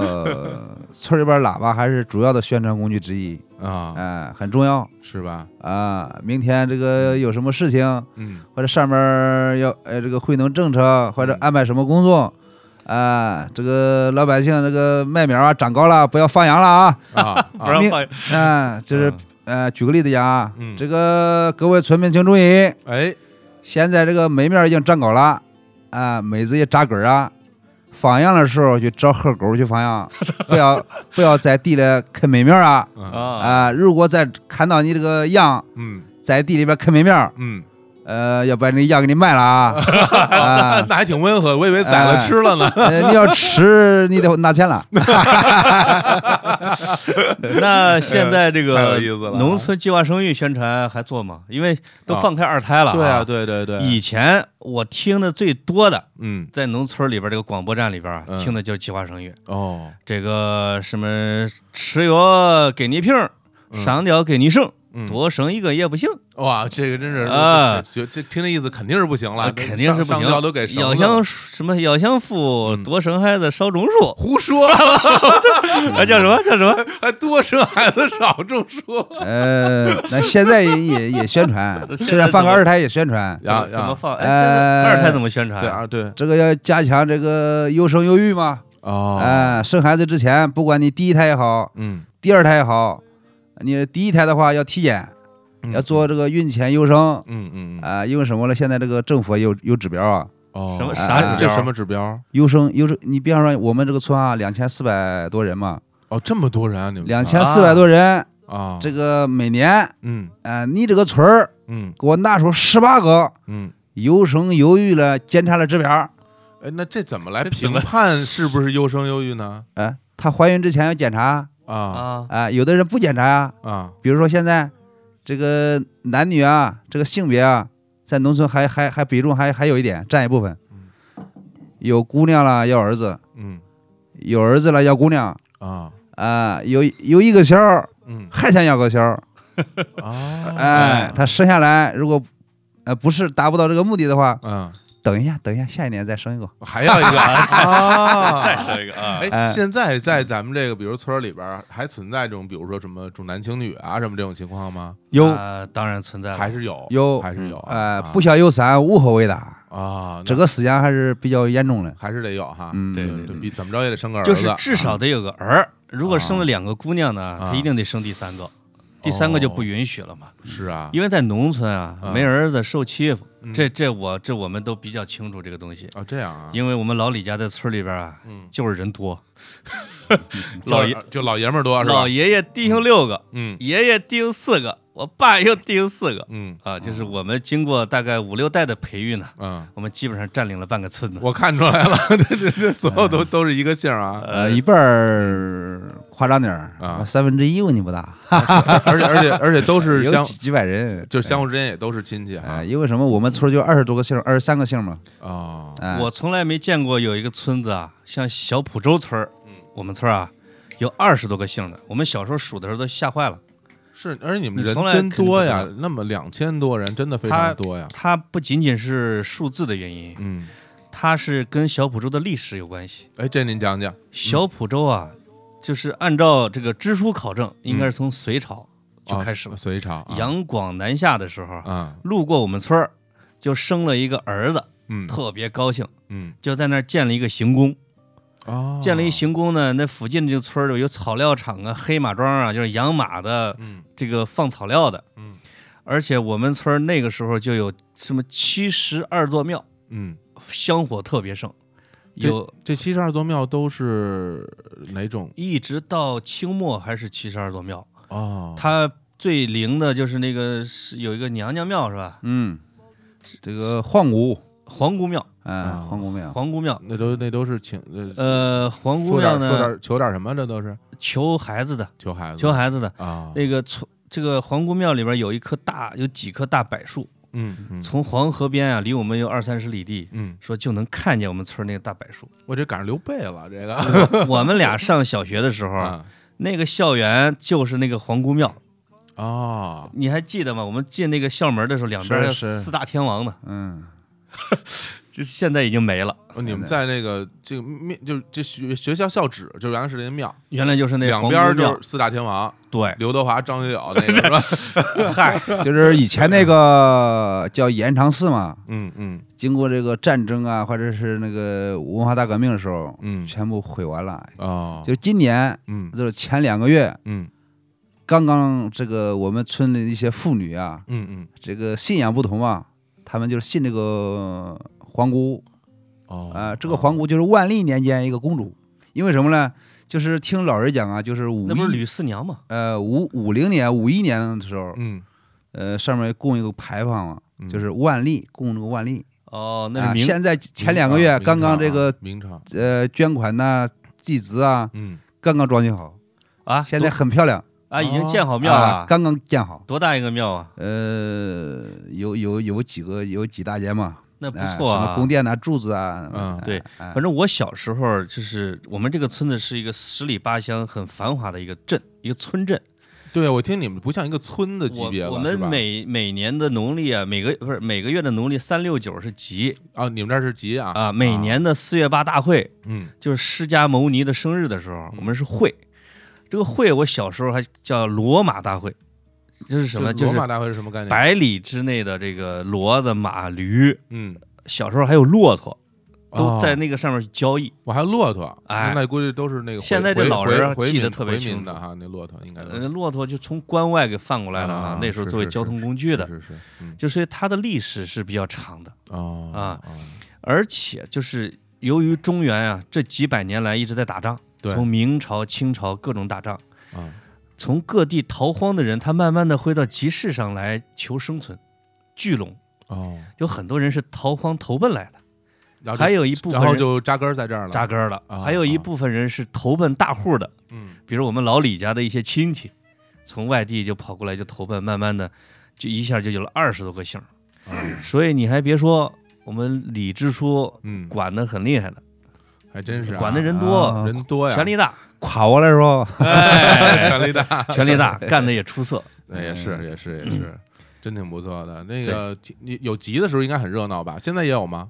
Speaker 3: 个村里边喇叭还是主要的宣传工具之一，
Speaker 1: 啊，
Speaker 3: 哎，很重要
Speaker 1: 是吧？
Speaker 3: 啊。明天这个有什么事情，
Speaker 1: 嗯
Speaker 3: 或者上面儿要呃这个惠农政策，或者安排什么工作，啊、这个老百姓这个麦苗啊长高了，不要放羊了啊，
Speaker 1: 啊，
Speaker 2: 不
Speaker 1: 啊
Speaker 2: 让
Speaker 3: 明
Speaker 2: 放，
Speaker 3: 啊、就是呃举个例子讲啊，
Speaker 1: 嗯
Speaker 3: 这个各位村民请注意，
Speaker 1: 哎，
Speaker 3: 现在这个麦苗已经长高了，啊、麦子也扎根儿啊。放羊的时候就找河沟去放羊，不要不要在地里啃麦苗啊！
Speaker 1: 嗯
Speaker 2: 啊
Speaker 3: 啊、如果再看到你这个羊
Speaker 1: 嗯
Speaker 2: *laughs*
Speaker 3: 在地里边啃麦苗，
Speaker 1: 嗯，
Speaker 3: 呃，要不然那药给你卖了啊啊！
Speaker 1: 那还挺温和，我以为宰了
Speaker 2: 哎
Speaker 1: 吃了
Speaker 2: *laughs*
Speaker 1: 呢。
Speaker 3: 呃你要吃，你得拿钱了。
Speaker 2: 那现在这
Speaker 1: *laughs* 太有
Speaker 2: 个
Speaker 1: 意思了啊
Speaker 2: 农村计划生育宣传还做吗？因为都放开二胎了、
Speaker 1: 对啊，。对对对，
Speaker 2: 以前我听的最多的，
Speaker 1: 嗯
Speaker 2: 在农村里边这个广播站里边啊
Speaker 1: 嗯
Speaker 2: 听的就是计划生育，
Speaker 1: 哦，
Speaker 2: 这个什么吃药给你病儿，
Speaker 1: 嗯
Speaker 2: 上吊给你生，
Speaker 1: 嗯
Speaker 2: 多生一个也不行。
Speaker 1: 哇，这个真是
Speaker 2: 啊
Speaker 1: 这这听那意思肯定是不行了，
Speaker 2: 啊肯定是不
Speaker 1: 上
Speaker 2: 行
Speaker 1: 上吊都给绳
Speaker 2: 要
Speaker 1: 子
Speaker 2: 想
Speaker 1: 了
Speaker 2: 什么要想富，
Speaker 1: 嗯
Speaker 2: 多生孩子少种树，
Speaker 1: 胡说，
Speaker 2: *laughs* 啊叫什么叫什么？，
Speaker 1: *laughs* 还多生孩子少种树，
Speaker 3: 呃，那现在也也也宣传
Speaker 2: 现在
Speaker 3: 虽然放个
Speaker 2: 怎么
Speaker 3: 二胎也宣传，
Speaker 1: 呀
Speaker 2: 怎么
Speaker 1: 呀，
Speaker 2: 放？哎，现在
Speaker 3: 呃
Speaker 2: 二胎怎么宣传？
Speaker 1: 对啊对
Speaker 3: 这个要加强这个优生优育嘛。
Speaker 1: 哦，
Speaker 3: 哎，生孩子之前，不管你第一胎也好，
Speaker 1: 嗯，
Speaker 3: 第二胎也好，你第一胎的话要体检，
Speaker 1: 嗯
Speaker 3: 要做这个孕前优生。
Speaker 1: 嗯嗯嗯
Speaker 3: 啊，因为什么呢？现在这个政府也有有指标啊，
Speaker 1: 哦，
Speaker 2: 什么
Speaker 1: 哎
Speaker 2: 啥
Speaker 1: 哎
Speaker 2: 指
Speaker 1: 这
Speaker 2: 标
Speaker 1: 什么指标？
Speaker 3: 优生优生，你比方说我们这个村啊，两千四百多人嘛，
Speaker 1: 哦，这么多人啊，你们
Speaker 3: 两
Speaker 1: 村
Speaker 3: 千四百多人，
Speaker 1: 啊，
Speaker 3: 这个每年，
Speaker 1: 嗯
Speaker 3: 啊，你这个村儿
Speaker 1: 嗯
Speaker 3: 给我拿出十八个
Speaker 1: 嗯，
Speaker 3: 优生优育了检查了指标，
Speaker 1: 哎，那这怎么来
Speaker 2: 这怎
Speaker 1: 评
Speaker 2: 么
Speaker 1: 判是不是优生优育呢？
Speaker 3: 哎，她怀孕之前要检查
Speaker 1: 啊
Speaker 2: 啊，
Speaker 3: 啊，有的人不检查啊。
Speaker 1: 啊
Speaker 3: 比如说现在这个男女啊，这个性别啊，在农村还还还比重还还有一点占一部分。有姑娘了要儿子，
Speaker 1: 嗯
Speaker 3: 有儿子了要姑娘
Speaker 1: 啊
Speaker 3: 啊，有有一个小儿
Speaker 1: 嗯
Speaker 3: 还想要个小儿，
Speaker 1: 啊
Speaker 3: *laughs* 哎，他生下来如果呃不是达不到这个目的的话，
Speaker 1: 嗯，
Speaker 3: 等一下等一下，下一年再生一个。
Speaker 1: 还要一个啊，
Speaker 2: 再生一个啊，
Speaker 1: 哎，
Speaker 3: 哎
Speaker 1: 现在在咱们这个，比如村儿里边儿还存在这种，比如说什么重男轻女啊，什么这种情况吗？
Speaker 3: 有
Speaker 2: 啊当然存在了，
Speaker 1: 还是有，
Speaker 3: 有
Speaker 1: 还是有啊，
Speaker 3: 呃
Speaker 1: 啊
Speaker 3: 不孝有三，无后为大，
Speaker 1: 啊，
Speaker 3: 这
Speaker 1: 个
Speaker 3: 个思想还是比较严重的。
Speaker 1: 还是得有哈，
Speaker 3: 嗯
Speaker 2: 对
Speaker 1: 对
Speaker 2: 对
Speaker 1: 比怎么着也得生个儿子，
Speaker 2: 就是至少
Speaker 1: 啊
Speaker 2: 得有个儿。如果生
Speaker 1: 啊
Speaker 2: 了两个姑娘呢，
Speaker 1: 啊
Speaker 2: 她一定得生第三个，第三个就不
Speaker 1: 哦
Speaker 2: 允许了嘛。
Speaker 1: 是啊，
Speaker 2: 因为在农村啊
Speaker 1: 啊，
Speaker 2: 没儿子受欺负，
Speaker 1: 嗯
Speaker 2: 这这我这我们都比较清楚这个东西。
Speaker 1: 啊这样啊，
Speaker 2: 因为我们老李家在村里边啊，
Speaker 1: 嗯，
Speaker 2: 就是人多，
Speaker 1: 就
Speaker 2: *laughs* 老爷
Speaker 1: 就老爷们儿多是吧
Speaker 2: 老？爷爷弟兄六个，
Speaker 1: 嗯
Speaker 2: 爷爷弟兄四个，我爸又弟兄四个
Speaker 1: 嗯
Speaker 2: 啊，就是我们经过大概五六代的培育呢，
Speaker 1: 嗯，
Speaker 2: 我们基本上占领了半个村子。
Speaker 1: 我看出来了， *laughs* 这这这所有
Speaker 3: 哎
Speaker 1: 都都是一个姓儿啊，
Speaker 3: 呃，一半儿夸张点儿
Speaker 1: 嗯啊
Speaker 3: 三分之一问题不大，
Speaker 2: 呃
Speaker 3: 哎
Speaker 1: 而且而且而且 *laughs* 都是
Speaker 3: 有
Speaker 1: 相
Speaker 3: 几几百人，
Speaker 1: 就相互之间也都是亲戚
Speaker 3: 哎，
Speaker 1: 哈
Speaker 3: 因为什么？我们村儿就二十多个姓儿，二十三个姓儿嘛。
Speaker 1: 啊
Speaker 3: 哎
Speaker 2: 我从来没见过有一个村子啊，像小浦州村儿
Speaker 1: 嗯，
Speaker 2: 我们村儿啊，有二十多个姓的。我们小时候数的时候都吓坏了。
Speaker 1: 是，而且你们
Speaker 2: 你
Speaker 1: 人
Speaker 2: 从来
Speaker 1: 真
Speaker 2: 肯定
Speaker 1: 多
Speaker 2: 不
Speaker 1: 呀
Speaker 2: 知，
Speaker 1: 那么两千多人真的非
Speaker 2: 他
Speaker 1: 常多呀。
Speaker 2: 它不仅仅是数字的原因，
Speaker 1: 嗯，
Speaker 2: 它是跟小浦州的历史有关系。
Speaker 1: 哎，这您讲讲
Speaker 2: 小浦州啊，就是按照这个支书考证，应该是从隋朝就
Speaker 1: 啊
Speaker 2: 开始了。
Speaker 1: 隋朝啊
Speaker 2: 杨广南下的时候，
Speaker 1: 啊，
Speaker 2: 路过我们村儿，就生了一个儿子，
Speaker 1: 嗯
Speaker 2: 特别高兴，
Speaker 1: 嗯
Speaker 2: 就在那儿建了一个行宫。
Speaker 1: 哦，
Speaker 2: 建了一行宫呢，那附近这个村儿里有草料场啊、黑马庄啊，就是养马的，
Speaker 1: 嗯
Speaker 2: 这个放草料的。
Speaker 1: 嗯
Speaker 2: 而且我们村儿那个时候就有什么七十二座庙，
Speaker 1: 嗯，
Speaker 2: 香火特别盛，有
Speaker 1: 这七十二座庙都是哪种
Speaker 2: 一直到清末还是七十二座庙。
Speaker 1: 哦，
Speaker 2: 它最灵的就是那个是有一个娘娘庙是吧？
Speaker 3: 嗯，这个皇姑，
Speaker 2: 皇姑庙，
Speaker 3: 嗯，
Speaker 1: 哦
Speaker 3: 皇
Speaker 1: *laughs*
Speaker 3: 姑庙，
Speaker 2: 皇姑庙，
Speaker 1: 那都那都是请呃
Speaker 2: 呃，皇姑
Speaker 1: 说
Speaker 2: 庙
Speaker 1: 点说
Speaker 2: 呢
Speaker 1: 点哎求点什么？这都是
Speaker 2: 求孩子的，
Speaker 1: 求孩子
Speaker 2: 求孩子的。
Speaker 1: 啊，
Speaker 2: 那个村这个皇姑庙里边有一棵大，有几棵大柏树。
Speaker 1: 嗯嗯
Speaker 2: 从黄河边啊，离我们有二三十里地，
Speaker 1: 嗯，
Speaker 2: 说就能看见我们村儿那个大柏
Speaker 3: *laughs*
Speaker 2: 树。
Speaker 1: 我这赶上刘备了，这个
Speaker 2: 我们俩上小学的时候啊，
Speaker 1: 啊
Speaker 2: 那个校园就是那个皇姑庙，
Speaker 1: 哦，
Speaker 2: 你还记得吗？我们进那个校门的时候，两边
Speaker 3: 是
Speaker 2: 有
Speaker 3: 是
Speaker 2: 四大天王呢，
Speaker 3: 嗯，
Speaker 2: *laughs* 就是现在已经没了，
Speaker 1: 哦你们在那个这个面就是这学学校校址，就原来是那庙，
Speaker 2: 原来就是那
Speaker 1: 两
Speaker 2: 皇
Speaker 1: 边儿
Speaker 2: 姑
Speaker 1: 就
Speaker 2: 庙
Speaker 1: 是。四大天王，
Speaker 2: 对，
Speaker 1: 刘德华、张学友那
Speaker 3: *laughs*
Speaker 1: 个是吧？
Speaker 2: 嗨，
Speaker 3: 就是以前那个叫延长寺嘛，
Speaker 1: 嗯嗯
Speaker 3: 经过这个战争啊，或者是那个文化大革命的时候，
Speaker 1: 嗯
Speaker 3: 全部毁完了。
Speaker 1: 哦，
Speaker 3: 就今年，
Speaker 1: 嗯
Speaker 3: 就是前两个月，
Speaker 1: 嗯
Speaker 3: 刚刚这个我们村的一些妇女啊，
Speaker 1: 嗯嗯
Speaker 3: 这个信仰不同啊，他们就是信这个皇姑
Speaker 1: 哦
Speaker 3: 啊、这个皇姑就是万历年间一个公主，因为什么呢？就是听老人讲啊，就是五
Speaker 2: 那不是
Speaker 3: 一
Speaker 2: 吕四娘吗？
Speaker 3: 呃五五零年五一年的时候，
Speaker 1: 嗯
Speaker 3: 呃上面供一个牌坊嘛，
Speaker 1: 嗯
Speaker 3: 就是万历供那个万历
Speaker 2: 哦，那
Speaker 3: 啊。
Speaker 2: 是明啊
Speaker 3: 现在前两个月
Speaker 1: 明朝
Speaker 3: 刚刚这个
Speaker 1: 明朝啊，明朝
Speaker 3: 呃捐款呐、祭侄啊，
Speaker 1: 嗯，
Speaker 3: 刚刚装修好，
Speaker 2: 啊，
Speaker 3: 现在很漂亮，
Speaker 2: 啊已经建好庙
Speaker 3: 啊，
Speaker 2: 了，
Speaker 3: 刚刚建好。
Speaker 2: 多大一个庙啊？
Speaker 3: 呃，有有有几个有几大间嘛，
Speaker 2: 那不
Speaker 3: 哎
Speaker 2: 错
Speaker 3: 什
Speaker 2: 啊
Speaker 3: 么，宫殿呐、柱子啊，
Speaker 1: 嗯
Speaker 2: 对
Speaker 3: 哎，
Speaker 2: 反正我小时候就是我们这个村子是一个十里八乡很繁华的一个镇，一个村镇。
Speaker 1: 对啊，我听你们不像一个村的级别了，
Speaker 2: 我我
Speaker 1: 是
Speaker 2: 们
Speaker 1: 吧
Speaker 2: 每每年的农历啊，每个不是每个月的农历三六九是集
Speaker 1: 啊，你们这儿是集啊
Speaker 2: 啊，每年的四月八大会
Speaker 1: 嗯
Speaker 2: 就是释迦牟尼的生日的时候，我们是会。这个会我小时候还叫罗马大会，就是什么？
Speaker 1: 这
Speaker 2: 就
Speaker 1: 罗
Speaker 2: 是
Speaker 1: 马大会是什么概念？
Speaker 2: 百里之内的这个骡子、马、驴，
Speaker 1: 嗯，
Speaker 2: 小时候还有骆驼，
Speaker 1: 哦
Speaker 2: 都在那个上面去交易。
Speaker 1: 我还有骆驼，
Speaker 2: 哎
Speaker 1: 那估计都是那个回
Speaker 2: 现在这
Speaker 1: 回
Speaker 2: 老人啊
Speaker 1: 回回
Speaker 2: 记得
Speaker 1: 民
Speaker 2: 特别
Speaker 1: 回
Speaker 2: 清
Speaker 1: 民的
Speaker 2: 楚
Speaker 1: 哈，那骆驼应该都
Speaker 2: 呃，骆驼就从关外给放过来了
Speaker 1: 嗯啊
Speaker 2: 那时候
Speaker 1: 是
Speaker 2: 作为
Speaker 1: 是
Speaker 2: 交通工具的，
Speaker 1: 是是是嗯
Speaker 2: 就是它的历史是比较长的，
Speaker 1: 哦
Speaker 2: 啊
Speaker 1: 哦
Speaker 2: 而且就是由于中原啊这几百年来一直在打仗，
Speaker 1: 对
Speaker 2: 从明朝、清朝各种打仗，
Speaker 1: 啊
Speaker 2: 从各地逃荒的人，他慢慢的会到集市上来求生存，聚拢，
Speaker 1: 哦，
Speaker 2: 有很多人是逃荒投奔来的，
Speaker 1: 然后
Speaker 2: 还
Speaker 1: 就
Speaker 2: 有一部分
Speaker 1: 啊然后
Speaker 2: 人
Speaker 1: 就扎根儿在这儿了，
Speaker 2: 扎根儿了，
Speaker 1: 啊
Speaker 2: 还有一
Speaker 1: 啊
Speaker 2: 部分人是投奔大户的，
Speaker 1: 嗯
Speaker 2: 比如我们老李家的一些亲戚，从外地就跑过来就投奔，慢慢的就一下就有了二十多个姓儿。
Speaker 1: 啊
Speaker 2: 所以你还别说，我们李支书
Speaker 1: 嗯，
Speaker 2: 管得很厉害的，
Speaker 1: 还真是啊
Speaker 2: 管的人多，
Speaker 3: 啊
Speaker 1: 人多呀，
Speaker 2: 权力大，
Speaker 3: 垮过来是吧？
Speaker 2: 哎，
Speaker 1: 权力大，
Speaker 2: *laughs* 权力大，干的也出色。
Speaker 1: 那也
Speaker 2: 嗯
Speaker 1: 是也是也是，真挺不错的。那个你有集的时候应该很热闹吧？现在也有吗？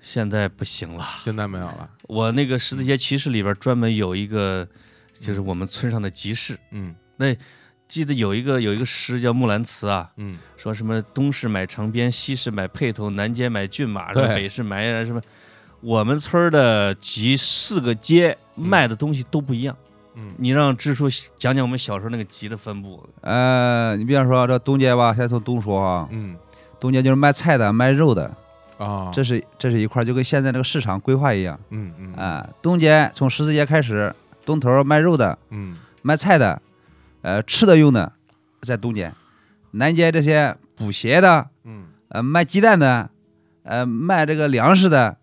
Speaker 2: 现在不行了，
Speaker 1: 现在没有了。
Speaker 2: 我那个十字街骑士里边专门有一个，就是我们村上的集市。
Speaker 1: 嗯
Speaker 2: 记得有一个有一个诗叫《木兰辞》啊，
Speaker 1: 嗯，
Speaker 2: 说什么东市买长鞭，西市买辔头，南街买骏马，什么
Speaker 1: 对
Speaker 2: 北市买什么。我们村儿的集四个街卖的东西都不一样。
Speaker 1: 嗯
Speaker 2: 你让支书讲讲我们小时候那个集的分布。
Speaker 3: 呃，你比方说这东街吧，先从东说啊，
Speaker 1: 嗯
Speaker 3: 东街就是卖菜的、卖肉的，
Speaker 2: 哦
Speaker 1: 啊，
Speaker 3: 这是这是一块儿，就跟现在这个市场规划一样
Speaker 1: 嗯嗯
Speaker 3: 啊、东街从十字街开始，东头卖肉的、
Speaker 1: 嗯
Speaker 3: 卖菜的，呃，吃的用的在东街，南街这些补鞋的，
Speaker 1: 嗯，
Speaker 3: 呃，卖鸡蛋的，呃，卖这个粮食的，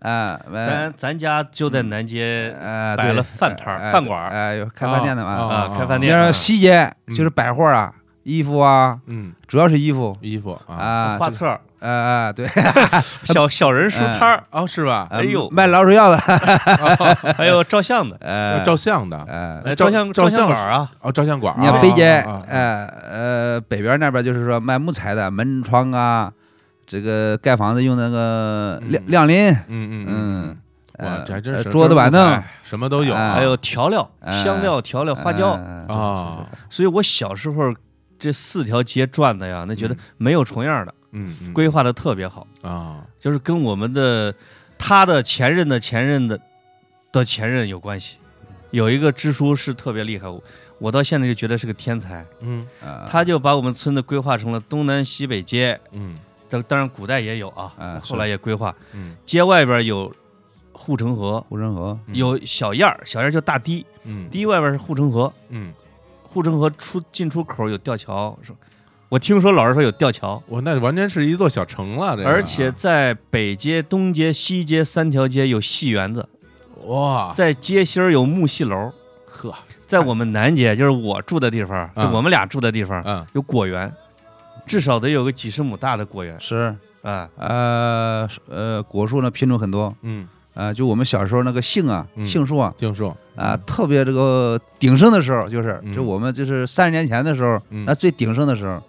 Speaker 3: 啊、
Speaker 1: 哎
Speaker 3: 呃，
Speaker 2: 咱咱家就在南街
Speaker 1: 嗯
Speaker 3: 呃，
Speaker 2: 摆
Speaker 3: 对
Speaker 2: 了饭摊儿
Speaker 3: 呃
Speaker 2: 饭馆儿
Speaker 3: 哎、有开饭店的嘛。
Speaker 1: 啊
Speaker 2: 啊开饭
Speaker 3: 你
Speaker 2: 店
Speaker 3: 要
Speaker 2: 啊
Speaker 3: 是西街
Speaker 1: 嗯
Speaker 3: 就是百货啊，衣服啊，
Speaker 1: 嗯，
Speaker 3: 主要是衣服
Speaker 1: 衣服啊，
Speaker 3: 啊，
Speaker 2: 画
Speaker 3: 这
Speaker 2: 册儿、
Speaker 3: 呃啊，对，
Speaker 2: 小小人书摊儿，
Speaker 1: 哦是吧？
Speaker 2: 哎呦啊
Speaker 3: 嗯卖老鼠药的，
Speaker 1: *laughs*
Speaker 2: 还有照相的，
Speaker 3: 呃，
Speaker 1: 照啊相的
Speaker 3: 呃，
Speaker 2: 哎
Speaker 1: 照
Speaker 2: 照相
Speaker 1: 照
Speaker 2: 相
Speaker 1: 相
Speaker 2: 馆儿啊，
Speaker 1: 哦，照相馆儿啊。
Speaker 3: 你看北街，
Speaker 1: 啊啊啊
Speaker 3: 呃呃，北边那边就是说卖木材的门窗啊，这个盖房子用那个亮
Speaker 1: 嗯
Speaker 3: 亮林，
Speaker 1: 嗯嗯
Speaker 3: 嗯，
Speaker 1: 哇，
Speaker 3: 呃
Speaker 1: 这还真
Speaker 3: 呃
Speaker 1: 是
Speaker 3: 桌子板凳
Speaker 1: 哎什么都有啊，嗯
Speaker 3: 哎
Speaker 2: 还有调料、
Speaker 3: 哎
Speaker 2: 香料、调料、花椒。
Speaker 3: 呃
Speaker 1: 啊，
Speaker 2: 所以我小时候这四条街转的呀，那觉得没有重样的，
Speaker 1: 嗯嗯
Speaker 2: 规划的特别好，
Speaker 1: 啊，
Speaker 2: 就是跟我们的他的前任的前任的的前任有关系。有一个支书是特别厉害，我我到现在就觉得是个天才，
Speaker 1: 嗯
Speaker 3: 呃
Speaker 2: 他就把我们村子规划成了东南西北街，
Speaker 1: 嗯
Speaker 2: 当当然古代也有啊
Speaker 3: 哎，
Speaker 2: 后来也规划
Speaker 1: 嗯
Speaker 2: 街外边有护城河，
Speaker 3: 护城河，
Speaker 1: 嗯
Speaker 2: 有小燕儿，小燕儿叫大堤，
Speaker 1: 嗯
Speaker 2: 堤外边是护城河，
Speaker 1: 嗯，
Speaker 2: 护城河出进出口有吊桥，说我听说老师说有吊桥，
Speaker 1: 我那完全是一座小城了，这个
Speaker 2: 而且在北街、东街、西街三条街有戏园子，
Speaker 3: 啊
Speaker 1: 哇，
Speaker 2: 在街心儿有木戏楼，
Speaker 1: 呵，
Speaker 2: 在我们南街就是我住的地方，就
Speaker 1: 嗯
Speaker 2: 我们俩住的地方
Speaker 1: 嗯
Speaker 2: 有果园，至少得有个几十亩大的果园
Speaker 3: 是
Speaker 2: 啊。
Speaker 3: 呃呃果树呢品种很多，
Speaker 1: 嗯，
Speaker 3: 呃，就我们小时候那个杏啊，
Speaker 1: 嗯
Speaker 3: 杏树啊，
Speaker 1: 静树
Speaker 3: 啊，，特别这个鼎盛的时候，就是
Speaker 1: 嗯
Speaker 3: 就我们就是三十年前的时候，
Speaker 1: 嗯
Speaker 3: 那最鼎盛的时候，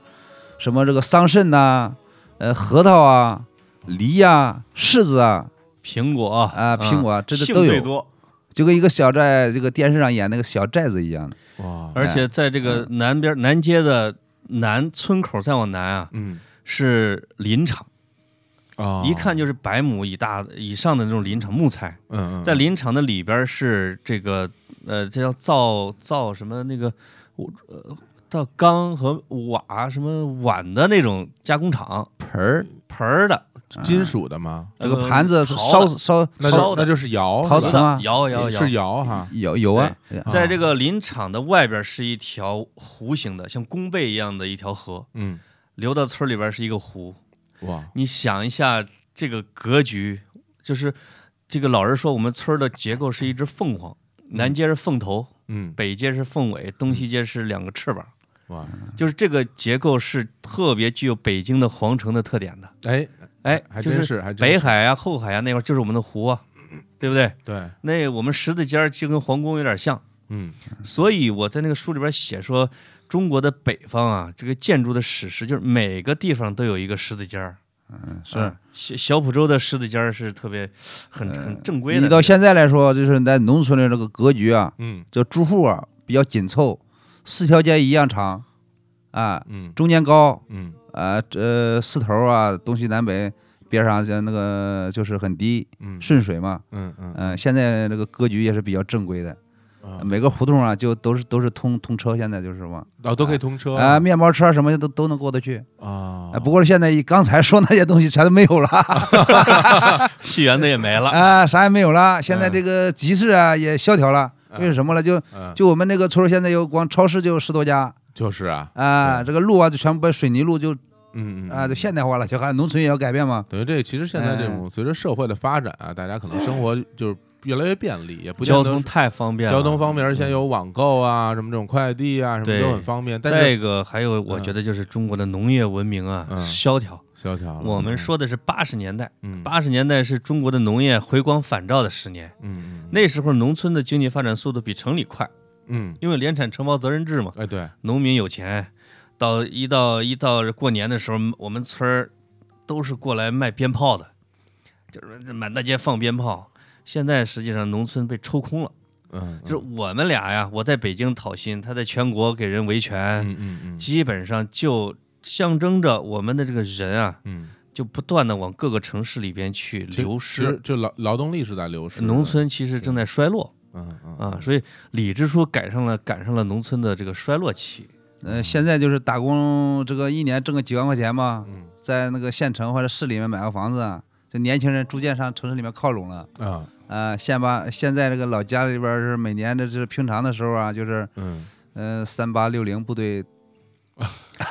Speaker 3: 什么这个桑葚呐，呃，核桃啊，梨呀、柿子啊，
Speaker 2: 苹果嗯
Speaker 3: 啊，苹果啊，这这
Speaker 2: 杏
Speaker 3: 都
Speaker 2: 最
Speaker 3: 有，
Speaker 2: 多，
Speaker 3: 就跟一个小寨这个电视上演那个小寨子一样的。
Speaker 1: 哇，
Speaker 2: 而
Speaker 3: 哎
Speaker 2: 且在这个南边
Speaker 3: 嗯
Speaker 2: 南街的南村口再往南啊，
Speaker 1: 嗯
Speaker 2: 是林场，
Speaker 3: 哦
Speaker 1: 啊，
Speaker 2: 一看就是百亩以大以上的那种林场木材。
Speaker 1: 嗯嗯，
Speaker 2: 在林场的里边是这个呃，这叫造造什么那个我呃造钢和瓦什么碗的那种加工厂
Speaker 3: 盆儿，
Speaker 2: 盆儿的
Speaker 3: 啊
Speaker 1: 金属的吗？
Speaker 3: 这个
Speaker 2: 呃
Speaker 3: 盘子
Speaker 2: 陶
Speaker 3: 烧
Speaker 2: 的
Speaker 3: 烧
Speaker 1: 那
Speaker 2: 烧
Speaker 1: 就
Speaker 2: 的
Speaker 1: 那就是窑，
Speaker 3: 陶
Speaker 1: 是
Speaker 3: 瓷
Speaker 1: 吧
Speaker 3: 吗
Speaker 2: 摇摇摇
Speaker 1: 是。窑哈，
Speaker 3: 有有啊，
Speaker 2: 在这个林场的外边是一条弧形的，像弓背一样的一条河，
Speaker 1: 嗯
Speaker 2: 流到村里边是一个湖。
Speaker 1: 哇，
Speaker 2: 你想一下这个格局，就是这个老人说我们村儿的结构是一只凤凰，南街是凤头，
Speaker 1: 嗯，
Speaker 2: 北街是凤尾，东西街是两个翅膀，
Speaker 1: 哇，
Speaker 2: 就是这个结构是特别具有北京的皇城的特点的。
Speaker 1: 哎，
Speaker 2: 哎，
Speaker 1: 还
Speaker 2: 就
Speaker 1: 真是，还真
Speaker 2: 北
Speaker 1: 是
Speaker 2: 海啊、后海啊那块儿就是我们的湖啊，对不对？
Speaker 1: 对，
Speaker 2: 那我们十字街儿就跟皇宫有点像，
Speaker 1: 嗯
Speaker 2: 所以我在那个书里边写说，中国的北方啊，这个建筑的史诗就是每个地方都有一个十字街儿。
Speaker 3: 嗯是。
Speaker 2: 嗯小小浦州的狮子尖儿是特别很
Speaker 1: 呃
Speaker 2: 很正规的。
Speaker 3: 你到现在来说，就是在农村的这个格局啊，
Speaker 1: 嗯
Speaker 3: 这住户啊比较紧凑，四条街一样长，啊，
Speaker 1: 嗯
Speaker 3: 中间高，
Speaker 1: 嗯
Speaker 3: 啊，这四头啊，东西南北边上这那个就是很低，
Speaker 1: 嗯
Speaker 3: 顺水嘛，
Speaker 1: 嗯嗯
Speaker 3: 嗯、现在那个格局也是比较正规的，
Speaker 2: 嗯
Speaker 1: 啊
Speaker 3: 每个胡同啊就都是都是通通车，现在就是嘛，
Speaker 1: 哦，都可以通车
Speaker 3: 啊、面包车什么的都都能过得去，
Speaker 1: 啊
Speaker 3: 啊，不过现在一刚才说那些东西全都没有了，
Speaker 1: *laughs*
Speaker 2: 戏园子也没
Speaker 1: 哎
Speaker 2: 了，
Speaker 3: 啊，啥也没有了，现在
Speaker 1: 嗯
Speaker 3: 这个集市啊也萧条了，为
Speaker 1: 嗯
Speaker 3: 什么了？就
Speaker 1: 嗯
Speaker 3: 就我们那个村儿现在有光超市就有十多家
Speaker 1: 就是啊，
Speaker 3: 啊，
Speaker 1: 对
Speaker 3: 这个路啊就全部把水泥路就
Speaker 1: 嗯嗯
Speaker 3: 啊就
Speaker 1: 嗯
Speaker 3: 现代化了，就还农村也要改变嘛。
Speaker 1: 等于这其实现在
Speaker 2: 哎
Speaker 1: 这种随着社会的发展啊，大家可能生活就是越来越便利，也不见
Speaker 2: 交
Speaker 1: 得
Speaker 2: 通太方便了。嗯
Speaker 1: 交通方面，而且有网购啊，什么这种快递啊，什么
Speaker 2: 对
Speaker 1: 都很方便，但是
Speaker 2: 再一个还有，我
Speaker 1: 嗯
Speaker 2: 觉得就是中国的农业文明啊、
Speaker 1: 嗯
Speaker 2: 萧条。
Speaker 1: 萧条了。
Speaker 2: 我们说的是八十年代，
Speaker 1: 嗯，
Speaker 2: 八十年代是中国的农业回光返照的十年。
Speaker 1: 嗯嗯嗯
Speaker 2: 那时候农村的经济发展速度比城里快，
Speaker 1: 嗯，
Speaker 2: 因为联产承包责任制嘛，
Speaker 1: 哎对，
Speaker 2: 农民有钱。到一到一到过年的时候，我们村儿都是过来卖鞭炮的，就是满大街放鞭炮。现在实际上农村被抽空了。
Speaker 1: 嗯，
Speaker 2: 就是我们俩呀，我在北京讨薪，他在全国给人维权，
Speaker 1: 嗯嗯嗯
Speaker 2: 基本上就象征着我们的这个人啊，
Speaker 1: 嗯，
Speaker 2: 就不断的往各个城市里边去
Speaker 1: 其实
Speaker 2: 流
Speaker 1: 其实
Speaker 2: 失。
Speaker 1: 就劳劳动力是在流失的，
Speaker 2: 农村其实正在衰落
Speaker 1: 嗯嗯
Speaker 2: 啊，所以李支书赶上了赶上了农村的这个衰落期。
Speaker 3: 呃，现在就是打工，这个一年挣个几万块钱嘛，
Speaker 1: 嗯
Speaker 3: 在那个县城或者市里面买个房子，这年轻人逐渐上城市里面靠拢了。
Speaker 1: 啊
Speaker 3: 啊，现把现在这个老家里边儿是每年的是平常的时候啊，就是
Speaker 1: 嗯
Speaker 3: 呃三八六零部队，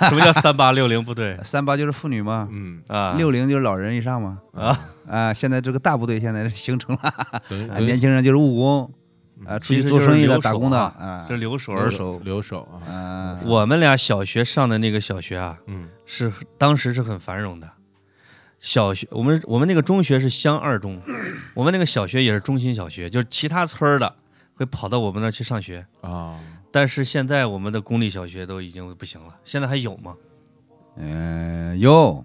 Speaker 2: 什么叫三八六零部队
Speaker 3: 三八就是妇女嘛，
Speaker 1: 嗯
Speaker 2: 啊？
Speaker 3: 六零就是老人以上嘛。
Speaker 2: 啊，
Speaker 3: *laughs* 啊，现在这个大部队现在形成了，
Speaker 1: 等于
Speaker 3: 啊
Speaker 1: 等于
Speaker 3: 年轻人就是务工，啊，出
Speaker 2: 嗯其
Speaker 3: 去
Speaker 2: 实
Speaker 3: 做
Speaker 2: 就是
Speaker 3: 生意的、
Speaker 2: 留
Speaker 3: 打
Speaker 2: 守
Speaker 3: 工的
Speaker 2: 啊
Speaker 3: 啊
Speaker 2: 这，留守
Speaker 3: 留
Speaker 2: 儿
Speaker 3: 守手
Speaker 1: 留守啊，
Speaker 3: 啊，
Speaker 2: 我们俩小学上的那个小学啊，
Speaker 1: 嗯
Speaker 2: 是当时是很繁荣的。小学，我们我们那个中学是乡二中，我们那个小学也是中心小学，就是其他村儿的会跑到我们那儿去上学。
Speaker 1: 啊，
Speaker 2: 但是现在我们的公立小学都已经不行了，现在还有吗？
Speaker 3: 嗯，有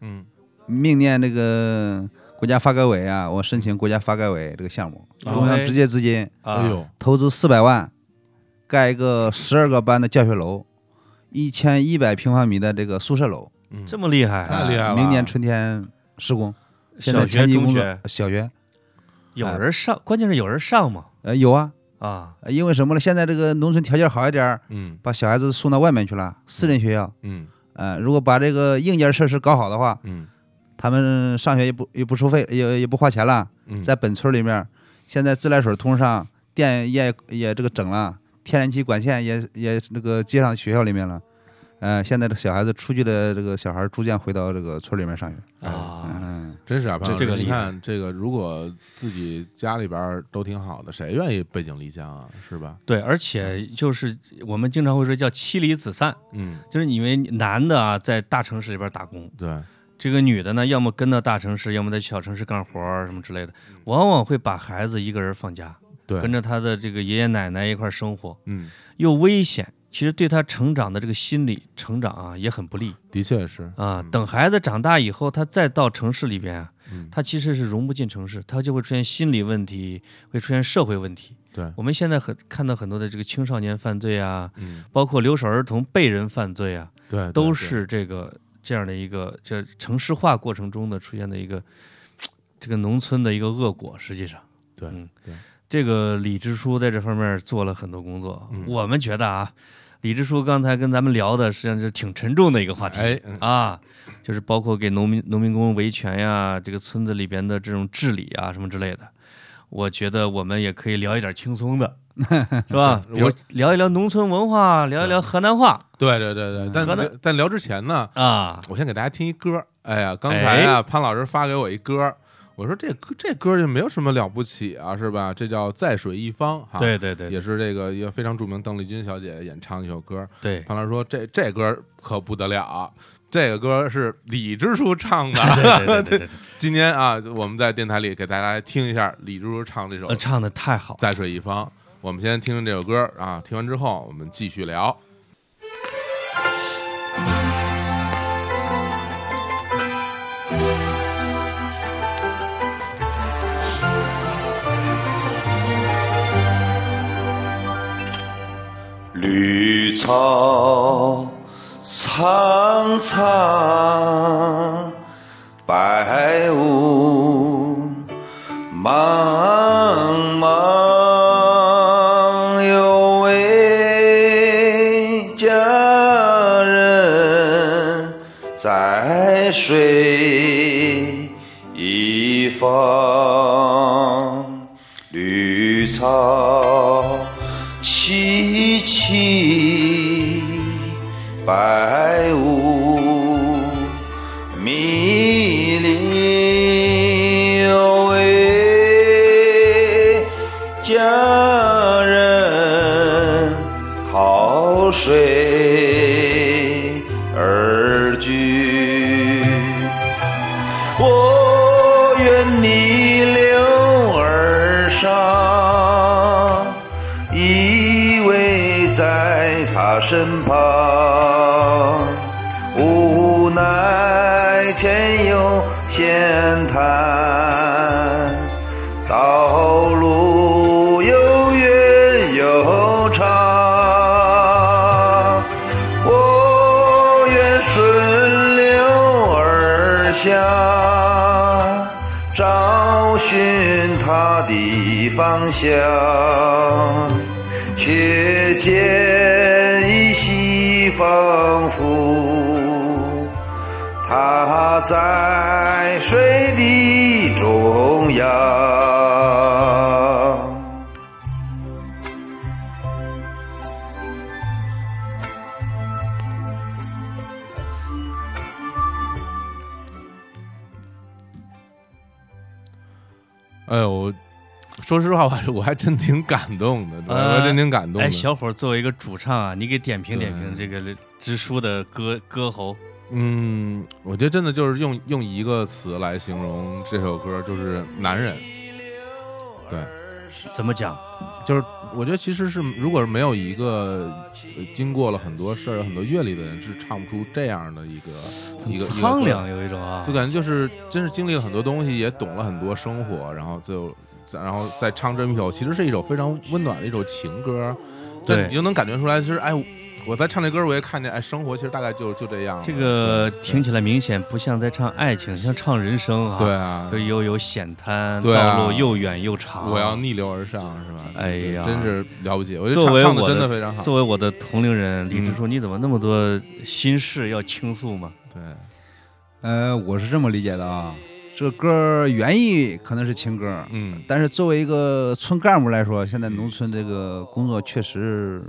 Speaker 1: 嗯
Speaker 3: 明年那个国家发改委啊，我申请国家发改委这个项目，
Speaker 1: 哦
Speaker 3: 中央
Speaker 2: 哎
Speaker 3: 直接资金
Speaker 2: 啊，
Speaker 1: 哎呦
Speaker 3: 投资四百万，盖一个十二个班的教学楼，一千一百平方米的这个宿舍楼，
Speaker 1: 嗯
Speaker 2: 这么厉害，
Speaker 1: 太厉害
Speaker 3: 啊
Speaker 1: 了
Speaker 3: 明年春天施工，现在
Speaker 2: 小学、
Speaker 3: 前期
Speaker 2: 中
Speaker 3: 工啊作
Speaker 2: 学
Speaker 3: 小学，
Speaker 2: 有人上，关键是有人上嘛
Speaker 3: 呃，有啊，
Speaker 2: 啊，
Speaker 3: 呃因为什么呢？现在这个农村条件好一点儿，
Speaker 1: 嗯
Speaker 3: 把小孩子送到外面去了，私人学校。
Speaker 1: 嗯
Speaker 3: 呃，如果把这个硬件设施搞好的话，
Speaker 1: 嗯
Speaker 3: 他们上学也不也不收费，也也不花钱了。
Speaker 1: 嗯，
Speaker 3: 在本村里面，现在自来水通上，电也也这个整了，天然气管线也也那个接上学校里面了。呃，现在这小孩子出去的这个小孩逐渐回到这个村里面上学。
Speaker 2: 啊，
Speaker 3: 嗯，
Speaker 1: 真是啊，潘
Speaker 2: 这
Speaker 1: 老
Speaker 2: 这
Speaker 1: 师
Speaker 2: 个
Speaker 1: 你
Speaker 2: 厉害
Speaker 1: 看这个，如果自己家里边儿都挺好的，谁愿意背井离乡啊？是吧？
Speaker 2: 对，而且就是我们经常会说叫妻离子散，
Speaker 1: 嗯，
Speaker 2: 就是因为男的啊在大城市里边打工，
Speaker 1: 对，
Speaker 2: 这个女的呢，要么跟到大城市，要么在小城市干活儿什么之类的，
Speaker 3: 嗯
Speaker 2: 往往会把孩子一个人放家，
Speaker 1: 对，
Speaker 2: 跟着她的这个爷爷奶奶一块儿生活，
Speaker 1: 嗯，
Speaker 2: 又危险，其实对她成长的这个心理成长啊也很不利
Speaker 1: 的确是
Speaker 2: 啊
Speaker 1: 嗯。
Speaker 2: 等孩子长大以后，他再到城市里边啊，
Speaker 1: 嗯，
Speaker 2: 他其实是融不进城市，他就会出现心理问题，会出现社会问题。
Speaker 1: 对，
Speaker 2: 我们现在很看到很多的这个青少年犯罪啊，
Speaker 1: 嗯，
Speaker 2: 包括留守儿童被人犯罪啊，
Speaker 1: 对对，
Speaker 2: 都
Speaker 1: 对
Speaker 2: 是这个这样的一个这城市化过程中的出现的一个这个农村的一个恶果。实际上，
Speaker 1: 对
Speaker 2: 嗯
Speaker 1: 对
Speaker 2: 这个李支书在这方面做了很多工作。
Speaker 1: 嗯
Speaker 2: 我们觉得啊，李支书刚才跟咱们聊的实际上是挺沉重的一个话题、
Speaker 1: 哎，嗯
Speaker 2: 啊，就是包括给农民农民工维权呀，这个村子里边的这种治理啊什么之类的。我觉得我们也可以聊一点轻松的，是吧？
Speaker 1: 是
Speaker 2: 比如
Speaker 1: 我
Speaker 2: 聊一聊农村文化，聊一聊河南话
Speaker 1: 对对对对，
Speaker 2: 河南
Speaker 1: 但但聊之前呢，
Speaker 2: 啊，
Speaker 1: 我先给大家听一歌儿。哎呀，刚才啊，潘老师发给我一歌儿，我说这歌这歌儿就没有什么了不起啊，是吧？这叫《在水一方》哈，
Speaker 2: 对对对
Speaker 1: 也是这个一个非常著名邓丽君小姐演唱一首歌儿。
Speaker 2: 对，
Speaker 1: 潘老师说这这歌儿可不得了啊，这个歌儿是李支书唱 *laughs* 的。
Speaker 2: 对对对对对，
Speaker 1: 今天啊，我们在电台里给大家听一下李支书唱这首
Speaker 2: 呃
Speaker 1: 《
Speaker 2: 唱的太好了，
Speaker 1: 在水一方》。我们先听听这首歌儿啊，听完之后我们继续聊。
Speaker 4: 绿草苍苍，白雾茫茫，有
Speaker 2: 哎
Speaker 4: 位佳人在水一方。绿草萋萋，白雾迷离，有位佳人好水而居。我愿你柳儿上，依偎在他身旁，无奈前有险滩，道路有远有长。我愿顺流而下，找寻它的方向，却见一西方湖，它在水的中央。
Speaker 1: 哎呦，我说实话，我还我还真挺感动的，我还真挺感动的。
Speaker 2: 哎，小伙儿作为一个主唱啊，你给点评点评这
Speaker 1: 对
Speaker 2: 个支书的歌歌喉，
Speaker 1: 嗯，我觉得真的就是用用一个词来形容这首歌，就是男人。对，
Speaker 2: 怎么讲？
Speaker 1: 就是我觉得其实是，如果是没有一个、呃经过了很多事儿、很多阅历的人，是唱不出这样的一个一
Speaker 2: 很
Speaker 1: 个一个
Speaker 2: 苍
Speaker 1: 歌
Speaker 2: 凉，有一种啊，
Speaker 1: 就感觉就是真是经历了很多东西，也懂了很多生活，然后就然后再唱这么一首，其实是一首非常温暖的一首情歌，
Speaker 2: 对
Speaker 1: 但你就能感觉出来，其实哎，我在唱这歌，我也看见哎，生活其实大概就就这样了。
Speaker 2: 这个听起来明显不像在唱爱情，像唱人生啊。
Speaker 1: 对，啊，
Speaker 2: 就又有险滩，
Speaker 1: 对啊
Speaker 2: 道路又远又长。
Speaker 1: 我要逆流而上是吧？
Speaker 2: 哎呀
Speaker 1: 真是了不起！我觉得
Speaker 2: 作
Speaker 1: 唱
Speaker 2: 为
Speaker 1: 唱的
Speaker 2: 我
Speaker 1: 真的非常好。
Speaker 2: 作为我的同龄人，李支书，你怎么那么多心事要倾诉嘛？
Speaker 1: 对，
Speaker 3: 呃，我是这么理解的啊，这歌儿原意可能是情歌，
Speaker 1: 嗯，
Speaker 3: 但是作为一个村干部来说，现在农村这个工作确实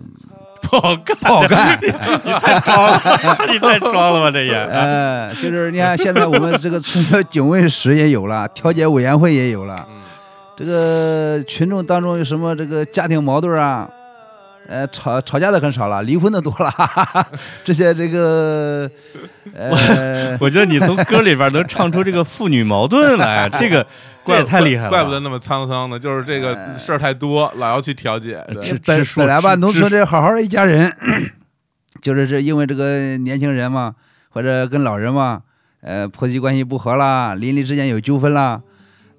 Speaker 2: 不好干，
Speaker 3: 不好干。
Speaker 2: 你太装了吧，这 *laughs* 也。
Speaker 3: 呃，就是你看，现在我们这个村的警卫室也有了，调解委员会也有了。这个群众当中有什么这个家庭矛盾啊？呃，吵吵架的很少了，离婚的多了。 *laughs* 这些这个，呃，
Speaker 2: 我觉得你从歌里边能唱出这个父女矛盾来，这个这
Speaker 1: 怪
Speaker 2: 也
Speaker 1: 不
Speaker 2: 太厉害了，
Speaker 1: 怪不得那么沧桑呢，就是这
Speaker 3: 哎
Speaker 1: 个事儿太多，老要去调解。对
Speaker 2: 是
Speaker 3: 呃本
Speaker 2: 支书
Speaker 3: 本来吧，
Speaker 2: 支
Speaker 3: 农村这好好的一家人，就是这因为这个年轻人嘛，或者跟老人嘛，呃，婆媳关系不和啦，邻里之间有纠纷啦，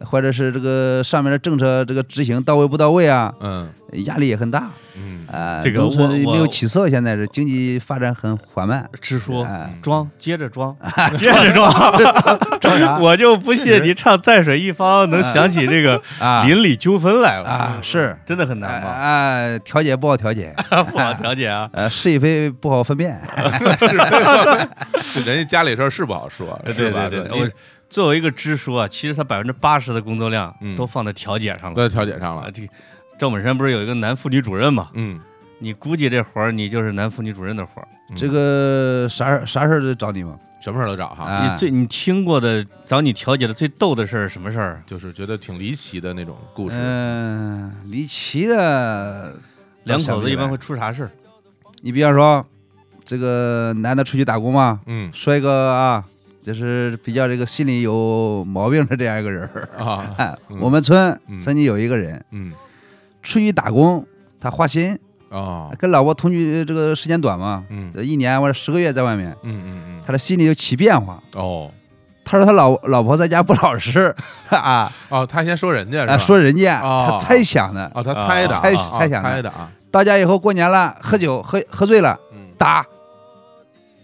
Speaker 3: 或者是这个上面的政策这个执行到位不到位啊，
Speaker 1: 嗯
Speaker 3: 压力也很大。
Speaker 1: 嗯，
Speaker 3: 啊，
Speaker 2: 这个
Speaker 3: 农村
Speaker 2: 我我
Speaker 3: 没有起色，现在是经济发展很缓慢。
Speaker 2: 支书
Speaker 3: 哎
Speaker 2: 装，接着装，接着装，
Speaker 3: 装啥
Speaker 2: 我就不信你唱《在水一方》能想起这个
Speaker 3: 啊
Speaker 2: 邻里纠纷来了
Speaker 3: 啊是
Speaker 2: 真的很
Speaker 3: 啊
Speaker 2: 难吗？
Speaker 3: 啊，调解不好
Speaker 2: *laughs*
Speaker 3: 调解，
Speaker 2: 不好调解啊。
Speaker 3: 呃，是与非不好分辨。
Speaker 1: 就人家家里事儿是不好说，
Speaker 2: *laughs* 对
Speaker 1: 是吧
Speaker 2: 对对，
Speaker 1: 你
Speaker 2: 我作为一个支书啊，其实他百分之八十的工作量
Speaker 1: 嗯
Speaker 2: 都放在调解上了。
Speaker 1: 都在调解上
Speaker 2: 啊，
Speaker 1: 了。
Speaker 2: 这个赵本山不是有一个男妇女主任嘛？
Speaker 1: 嗯，
Speaker 2: 你估计这活儿你就是男妇女主任的活儿。
Speaker 1: 嗯
Speaker 3: 这个啥事儿啥事儿都找你吗？
Speaker 1: 什么事儿都找哈，
Speaker 3: 哎
Speaker 2: 你最你听过的找你调解的最逗的事儿是什么事儿？
Speaker 1: 就是觉得挺离奇的那种故事。
Speaker 3: 嗯、离奇的倒
Speaker 2: 两
Speaker 3: 想
Speaker 2: 口
Speaker 3: 不
Speaker 2: 子
Speaker 3: 起
Speaker 2: 一般
Speaker 3: 来
Speaker 2: 会出啥事儿？
Speaker 3: 你比方说，这个男的出去打工嘛，
Speaker 1: 嗯
Speaker 3: 摔个啊，就是比较这个心里有毛病的这样一个人儿。
Speaker 1: 啊，
Speaker 3: 哎，
Speaker 1: 嗯
Speaker 3: *laughs* 我们村
Speaker 1: 嗯
Speaker 3: 曾经有一个人
Speaker 1: 嗯
Speaker 3: 出去打工，他花心，
Speaker 1: 啊，
Speaker 3: 跟老婆同居这个时间短嘛，
Speaker 1: 嗯嗯
Speaker 3: 一年或者十个月在外面，
Speaker 1: 嗯嗯
Speaker 3: 他的心里就起变化。
Speaker 1: 嗯，哦
Speaker 3: 他说他老老婆在家不老实 *laughs* 啊，
Speaker 1: 哦，他先说人家是吧
Speaker 3: 啊说人家，
Speaker 1: 哦
Speaker 3: 他猜想的。
Speaker 1: 哦，他猜的啊，
Speaker 3: 猜
Speaker 1: 啊
Speaker 3: 猜想的
Speaker 1: 猜的啊，
Speaker 3: 到家以后过年了，喝酒喝喝醉了，
Speaker 1: 嗯
Speaker 3: 打，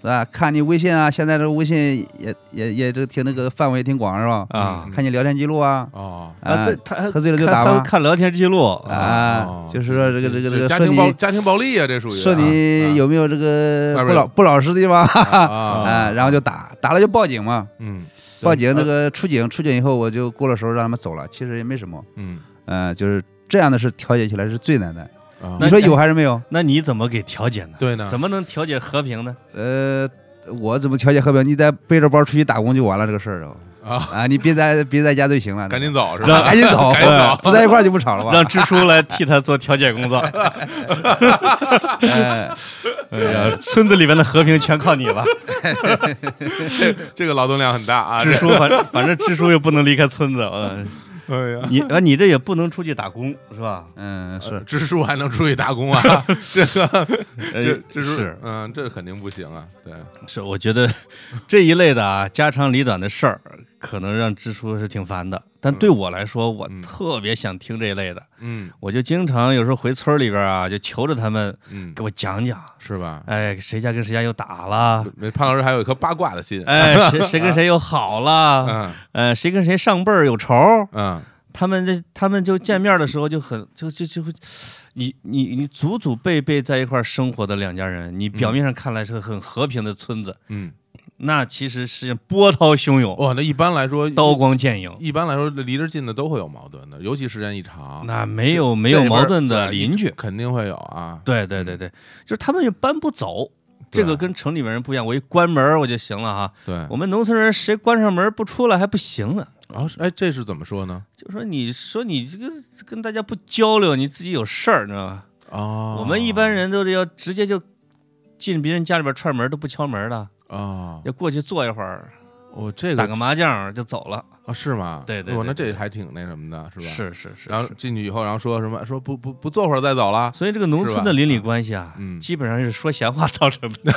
Speaker 3: 是吧？看你微信啊，现在这个微信也也也这个挺那个范围也挺广是吧？
Speaker 2: 啊
Speaker 1: 嗯
Speaker 3: 看你聊天记录啊，
Speaker 1: 哦
Speaker 2: 啊，
Speaker 3: 啊
Speaker 2: 这，他
Speaker 3: 喝醉了就
Speaker 2: 看
Speaker 3: 打
Speaker 2: 他
Speaker 3: 吗？
Speaker 2: 看聊天记录啊，
Speaker 3: 啊
Speaker 1: 哦，
Speaker 3: 就是说这个这个这个
Speaker 1: 家
Speaker 3: 说
Speaker 1: 庭暴
Speaker 3: 你
Speaker 1: 家庭暴力啊，这属于啊
Speaker 3: 说你有没有这个
Speaker 1: 外边
Speaker 3: 不
Speaker 1: 有
Speaker 3: 老不老实的地方
Speaker 1: 啊啊
Speaker 3: *laughs* 啊？然后就打，打了就报警嘛，
Speaker 1: 嗯对
Speaker 3: 报警那个出警，出警以后我就过了时候让他们走了，其实也没什么，
Speaker 1: 嗯，
Speaker 3: 嗯，就是这样的事调解起来是最难的，
Speaker 1: 啊
Speaker 3: 你说有还是没有？
Speaker 2: 那你怎么给调解呢？
Speaker 3: 啊
Speaker 1: 对呢？
Speaker 2: 怎么能调解和平呢？
Speaker 3: 呃，我怎么调解和平？你得背着包出去打工就完了这个事儿了。
Speaker 1: 啊，
Speaker 3: 啊，你别在别在家就行了，
Speaker 1: 赶紧走是
Speaker 3: 啊
Speaker 1: 吧？
Speaker 3: 赶紧走，
Speaker 1: 赶紧走
Speaker 3: 不在一块儿就不吵了吧
Speaker 2: 让？支书来替他做调解工
Speaker 3: *laughs*
Speaker 2: 作。
Speaker 3: 哎，
Speaker 2: 哎呀，村子里面的和平全靠你了，
Speaker 1: 这 *laughs* 这个劳动量很大啊，
Speaker 2: 支书反反正支书又不能离开村子，嗯，
Speaker 1: 这哎呀。
Speaker 2: *laughs* 你啊你这也不能出去打工是吧？
Speaker 3: 嗯，是
Speaker 1: 支书还能出去打
Speaker 2: *laughs*
Speaker 1: 工啊？这个这
Speaker 2: 哎
Speaker 1: 支书
Speaker 2: 是
Speaker 1: 嗯，这肯定不行啊。对，
Speaker 2: 是，我觉 *laughs* 得这一类的啊，家长里短的事儿，可能让支书是挺烦的。但对我来说，我
Speaker 1: 嗯
Speaker 2: 特别想听这一类的，
Speaker 1: 嗯
Speaker 2: 我就经常有时候回村里边啊，就求着他们
Speaker 1: 嗯
Speaker 2: 给，我讲讲，
Speaker 1: 是吧？
Speaker 2: 哎，谁家跟谁家又打了，
Speaker 1: 没潘老师还有一颗八卦的心。
Speaker 2: 哎， *laughs* 谁谁跟谁又好了，
Speaker 1: 嗯
Speaker 2: 呃，谁跟谁上辈儿有仇，
Speaker 1: 嗯
Speaker 2: 他们这他们就见面的时候就很就就就会，你你你祖祖辈辈在一块儿生活的两家人，你表面上看来是个很和平的村子，
Speaker 1: 嗯，
Speaker 2: 那其实是波涛汹涌。
Speaker 1: 哇，那一般来说，
Speaker 2: 刀光剑影。
Speaker 1: 一般来说离着近的都会有矛盾的，尤其时间一长，
Speaker 2: 那没有没
Speaker 1: 这
Speaker 2: 有
Speaker 1: 边
Speaker 2: 矛盾的
Speaker 1: 对
Speaker 2: 邻居，
Speaker 1: 肯定会有啊。
Speaker 2: 对对对对，就是他们也搬不走。
Speaker 1: 对嗯
Speaker 2: 这个跟城里面人不一样，我一关门儿我就行了哈。
Speaker 1: 对，
Speaker 2: 我们农村人谁关上门儿不出来还不行呢，
Speaker 1: 哦，是哎，这是怎么说呢？
Speaker 2: 就说你说你这个跟大家不交流，你自己有事儿，你知道吧？
Speaker 1: 哦，
Speaker 2: 我们一般人都是要直接就进别人家里边串门儿都不敲门儿的，
Speaker 1: 哦，
Speaker 2: 要过去坐一会儿，
Speaker 1: 我这
Speaker 2: 打
Speaker 1: 个
Speaker 2: 个麻将儿就走了。
Speaker 1: 啊是吗？
Speaker 2: 对对
Speaker 1: 哇
Speaker 2: 对
Speaker 1: 那这
Speaker 2: 对
Speaker 1: 还挺那什么的，是吧？。
Speaker 2: 是是是
Speaker 1: 然后
Speaker 2: 是，
Speaker 1: 进去以后，然后说什么？说不不不坐会儿再走了。
Speaker 2: 所以这个农
Speaker 1: 是
Speaker 2: 村
Speaker 1: 吧
Speaker 2: 的邻里关系啊，
Speaker 1: 嗯
Speaker 2: 基本上是说闲话造成
Speaker 1: *laughs*
Speaker 2: 的，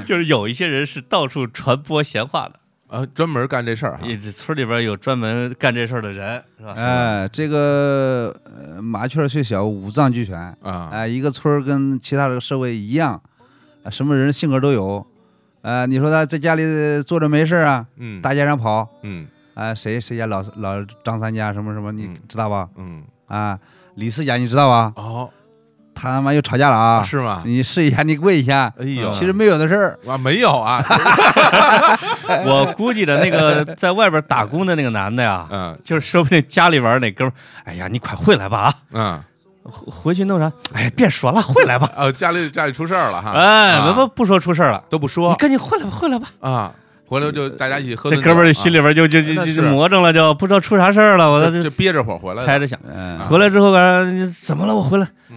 Speaker 2: *laughs* 就是有一些人是到处传播闲话的，
Speaker 1: 啊，专门干这事儿哈。
Speaker 2: 也村里边有专门干这事儿的人，是
Speaker 1: 呃
Speaker 2: 吧？
Speaker 1: 啊
Speaker 3: 哎，这个呃麻雀虽小，五脏俱全。
Speaker 1: 啊，
Speaker 3: 哎，一个村儿跟其他的社会一样，啊什么人性格都有。呃，你说他在家里坐着没事儿啊，
Speaker 1: 嗯，
Speaker 3: 大街上跑，
Speaker 1: 嗯
Speaker 3: 啊，谁谁家老老张三家什么什么，你
Speaker 1: 嗯
Speaker 3: 知道吧？
Speaker 1: 嗯，
Speaker 3: 啊，李四家你知道吧？
Speaker 1: 哦，
Speaker 3: 他他妈又吵架了啊！
Speaker 1: 是吗？
Speaker 3: 你试一下，你跪一下。
Speaker 1: 哎呦，
Speaker 3: 其实没有的事儿，
Speaker 1: 啊没有
Speaker 2: *laughs*
Speaker 1: 啊，
Speaker 2: 我估计的
Speaker 1: *laughs*
Speaker 2: 那个在外边打工的那个男的呀，
Speaker 1: 嗯
Speaker 2: 就是说不定家里边哪哥们儿，哎呀，你快回来吧啊，
Speaker 1: 嗯，
Speaker 2: 回回去弄啥？哎呀，别说了，回来吧。
Speaker 1: 哦，家里家里出事儿了哈。
Speaker 2: 哎，
Speaker 1: 啊
Speaker 2: 不不不说出事儿了，
Speaker 1: 都不
Speaker 2: 你
Speaker 1: 说
Speaker 2: 赶紧回来吧，回来吧。
Speaker 1: 啊，回来就大家一起喝
Speaker 2: 这
Speaker 1: 顿酒。
Speaker 2: 哥们儿心里边就就就
Speaker 1: 那
Speaker 2: 就是就魔怔了，就不知道出啥事儿了，
Speaker 1: 啊
Speaker 2: 我
Speaker 1: 就
Speaker 2: 就
Speaker 1: 就憋着火回来
Speaker 2: 猜
Speaker 1: 的。
Speaker 2: 着想，
Speaker 3: 嗯、 *laughs*
Speaker 1: 啊
Speaker 2: 回来之后啊，怎么了？我回来。
Speaker 1: 嗯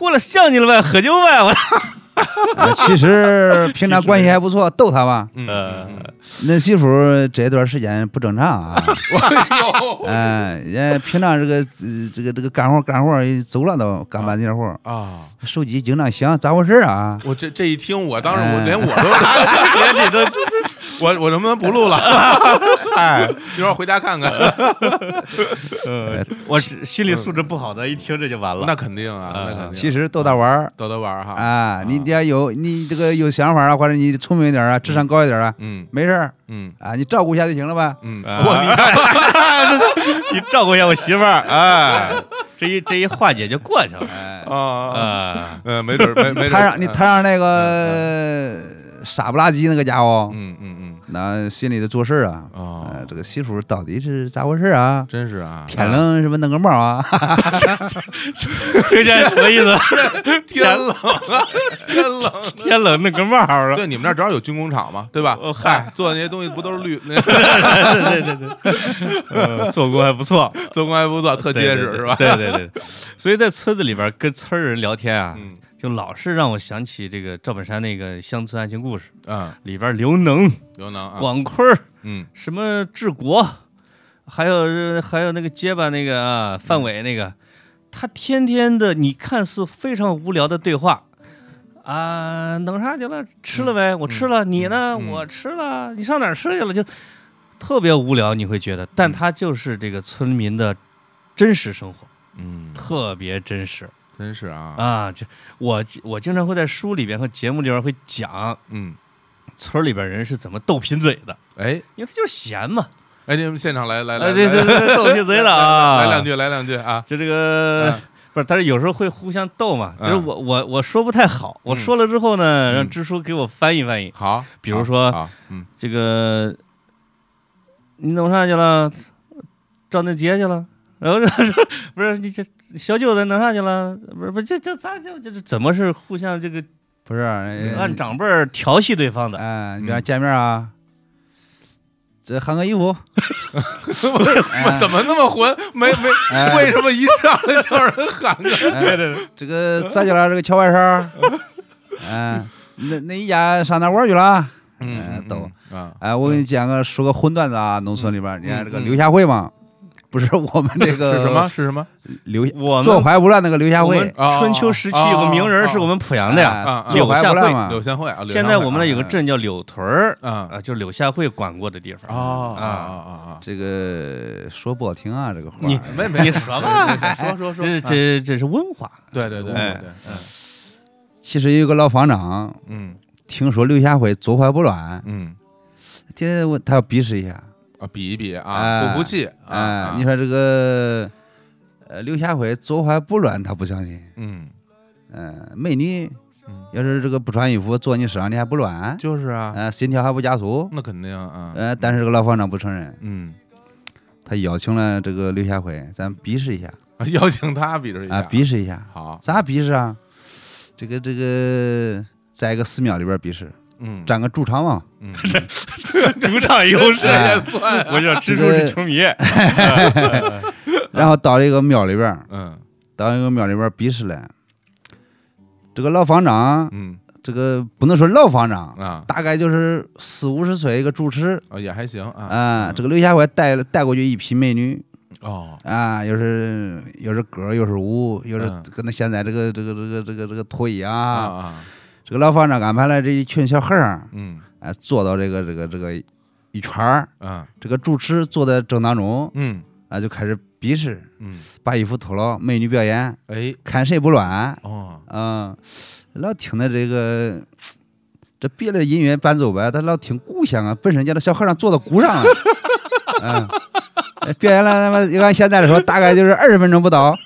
Speaker 2: 回来像你了呗，喝酒呗，我
Speaker 3: 呃其实平常关系还不错，逗他吧。
Speaker 1: 嗯嗯，嗯
Speaker 2: 呃，
Speaker 3: 那媳妇儿这段时间不正常啊，
Speaker 1: *laughs* 哎
Speaker 3: 哎，人家平常这个呃这个这个干活干活走了都干半天活，
Speaker 1: 呦啊！
Speaker 3: 手机经常响，咋回事啊？
Speaker 1: 我这这一听，我当时
Speaker 2: 哎
Speaker 1: 我连我都， *laughs*
Speaker 2: 连你都
Speaker 1: 我我能不能不录了？ *laughs* 哎，一会儿回家看看。
Speaker 2: 呃，我是心理素质不好的，一听这就完
Speaker 1: 那
Speaker 2: 了。
Speaker 1: 肯定啊，那
Speaker 2: 呃
Speaker 1: 肯定。
Speaker 3: 其实逗他玩儿
Speaker 1: 逗他玩儿哈。
Speaker 2: 哎
Speaker 3: 啊，你你要有你这个有想法啊，或者你聪明一点啊，智商高一点啊，
Speaker 1: 嗯
Speaker 3: 没事儿
Speaker 1: 嗯
Speaker 3: 啊，你照顾一下就行了呗。
Speaker 1: 嗯，
Speaker 2: 啊
Speaker 1: 我明白了。
Speaker 2: 你照顾一下我媳妇儿，哎， *laughs* 这一这一化解就过去了。
Speaker 3: 哎，
Speaker 1: 啊，
Speaker 2: 啊，
Speaker 1: 嗯，没准儿没没准儿。
Speaker 3: 他让你
Speaker 1: 嗯
Speaker 3: 他让那个傻不拉几那个家伙，
Speaker 1: 嗯嗯嗯，
Speaker 3: 那心里头做事儿啊，
Speaker 1: 哦
Speaker 3: 呃，这个习俗到底是咋回事啊？
Speaker 1: 真是啊，
Speaker 3: 天冷什么弄个帽啊？ *laughs*
Speaker 2: 听见什么意思？
Speaker 1: 天冷啊， *laughs* 天冷。
Speaker 2: 天冷那个帽 *laughs* 儿啊！
Speaker 1: 对，你们那儿正好有军工厂嘛，对吧？
Speaker 2: 哦嗨
Speaker 1: 哎，做的那些东西不都是 *laughs* 绿，那
Speaker 2: 对对对对，呃做工还不 *laughs* 错，
Speaker 1: 做工还不错，特结实
Speaker 2: 对对对
Speaker 1: 是吧？
Speaker 2: 对对对，所以在村子里边跟村儿人聊天啊，
Speaker 1: 嗯
Speaker 2: 就老是让我想起这个赵本山那个乡村爱情故事
Speaker 1: 嗯，
Speaker 2: 里边，刘能、
Speaker 1: 刘能啊，
Speaker 2: 广坤儿、
Speaker 1: 嗯
Speaker 2: 什么治国，还有是还有那个结巴那个啊，范伟那个，他天天的你看似非常无聊的对话。啊，弄啥去了？吃了没？我吃了。你呢？
Speaker 1: 嗯
Speaker 2: 我吃了。你上哪儿吃去了？就特别无聊，你会觉得，但
Speaker 1: 嗯
Speaker 2: 他就是这个村民的真实生活，
Speaker 1: 嗯，
Speaker 2: 特别真实
Speaker 1: 真是啊，
Speaker 2: 啊！就我我经常会在书里边和节目里边会讲
Speaker 1: 嗯，
Speaker 2: 村儿里边人是怎么斗贫嘴的，
Speaker 1: 哎
Speaker 2: 因为他就是闲嘛，
Speaker 1: 哎，你们现场来来来
Speaker 2: 啊，对对
Speaker 1: 来
Speaker 2: 对，斗贫嘴了啊！
Speaker 1: 来两，句，来两句啊，
Speaker 2: 就这个
Speaker 1: 嗯
Speaker 2: 不是，但是有时候会互相斗嘛。就是
Speaker 1: 嗯
Speaker 2: 我我我说不太好，我说了之后呢，让支书给我翻译翻译。
Speaker 1: 好，
Speaker 2: 比如说
Speaker 1: 好，好嗯
Speaker 2: 这个你弄啥去了？找那杰去了。然后这 *laughs* 不是你这小九子弄啥去了？不是不是这这咱就这这怎么是互相这个
Speaker 3: 不是，呃
Speaker 2: 按长辈儿调戏对方的？
Speaker 3: 哎，你
Speaker 1: 嗯
Speaker 3: 比方见面啊，这换个
Speaker 1: *laughs*
Speaker 3: 衣服，
Speaker 1: 我怎么那么混？没没，
Speaker 3: 哎
Speaker 1: 为什么一上来就让人喊呢？
Speaker 3: 对对对，哎这个咋去了？这个乔外
Speaker 1: *laughs*
Speaker 3: 甥，嗯，那那一家上哪玩去了？哎懂
Speaker 1: 啊，
Speaker 3: 哎，我给你讲个说个荤段子啊，农村里边儿，你看这个刘夏慧嘛，不是我
Speaker 1: *laughs*
Speaker 3: 们这个
Speaker 1: 嗯是什么？是什么？
Speaker 3: 刘
Speaker 2: 我
Speaker 3: 坐
Speaker 2: 们
Speaker 3: 怀不乱那个刘夏
Speaker 2: 我
Speaker 3: 慧
Speaker 2: 们，春秋时期有个
Speaker 1: 哦
Speaker 2: 名人是我们濮阳的呀，
Speaker 1: 啊
Speaker 3: 哎坐怀不乱嘛
Speaker 1: 柳，湘会啊，柳
Speaker 2: 现在
Speaker 1: 湘会
Speaker 2: 我们
Speaker 1: 啊
Speaker 2: 那有个镇叫柳屯儿，
Speaker 1: 啊
Speaker 2: 啊，就是柳下惠管过的地
Speaker 1: 啊
Speaker 2: 方。
Speaker 1: 啊
Speaker 2: 啊
Speaker 1: 啊啊！
Speaker 3: 这个说不好听啊，这个话，
Speaker 2: 你
Speaker 1: 没没，
Speaker 2: 你说吧
Speaker 1: 没事说说说，
Speaker 2: 这
Speaker 1: 啊
Speaker 2: 这这是温华，
Speaker 1: 对对对
Speaker 2: 哎
Speaker 1: 对，对
Speaker 3: 其实有个老房长，
Speaker 1: 嗯
Speaker 3: 听说刘夏慧坐怀不乱，
Speaker 1: 嗯
Speaker 3: 这我他要鄙视一下，
Speaker 1: 啊，比一比啊，
Speaker 3: 哎
Speaker 1: 不服气啊
Speaker 3: 哎
Speaker 1: 啊，，
Speaker 3: 你说这个，呃，刘夏慧坐怀不乱，他不相信。
Speaker 1: 嗯
Speaker 3: 嗯，美女
Speaker 1: 嗯，
Speaker 3: 要是这个不穿衣服坐你身上，你还不乱？
Speaker 1: 就是啊，
Speaker 3: 呃，心跳还不加速？
Speaker 1: 那肯定啊，
Speaker 3: 呃，但是这个老房长不承认，
Speaker 1: 嗯， *laughs*
Speaker 3: 他邀请了这个刘夏辉，咱比试一下
Speaker 1: 啊邀请他比着一下，，
Speaker 3: 啊比试一下，
Speaker 1: 好，
Speaker 3: 咋比试啊？这个这个，在一个寺庙里边比试，
Speaker 1: 嗯，
Speaker 3: 占个主场嘛，
Speaker 2: 啊
Speaker 1: 嗯，
Speaker 2: 主场优
Speaker 1: *laughs* 这
Speaker 2: 势
Speaker 1: 也算啊，
Speaker 2: 我叫蜘蛛是球迷， *laughs*
Speaker 3: 然后到这个庙里边，
Speaker 1: 嗯
Speaker 3: 到一个庙里边比试了。这个老房长，
Speaker 1: 嗯
Speaker 3: 这个不能说老房长，
Speaker 1: 啊
Speaker 3: 大概就是四五十岁一个主持
Speaker 1: 啊也还行啊，
Speaker 2: 嗯
Speaker 3: 啊。这个刘夏辉带了带过去一批美女，
Speaker 1: 哦，
Speaker 3: 啊，又是又是歌，又是舞，又是
Speaker 1: 嗯
Speaker 3: 跟那现在这个这个这个这个这个脱衣
Speaker 1: 啊
Speaker 3: 啊，
Speaker 1: 啊，
Speaker 3: 这个老方丈安排了这一群小孩儿，
Speaker 1: 嗯
Speaker 3: 哎，坐到这个这个这个一圈儿，
Speaker 1: 啊
Speaker 3: 这个主持坐在正当中，
Speaker 1: 嗯
Speaker 3: 啊，就开始比试，
Speaker 1: 嗯，
Speaker 3: 把衣服脱了，美女表演，
Speaker 1: 哎
Speaker 3: 看谁不乱，
Speaker 1: 哦，
Speaker 3: 嗯，老听的这个。这别的音乐伴奏吧，他老听鼓响啊，本身家那小和尚坐到鼓上了，啊 *laughs* 嗯，哎表演了他妈，就按现在来说，大概就是二十分钟不到，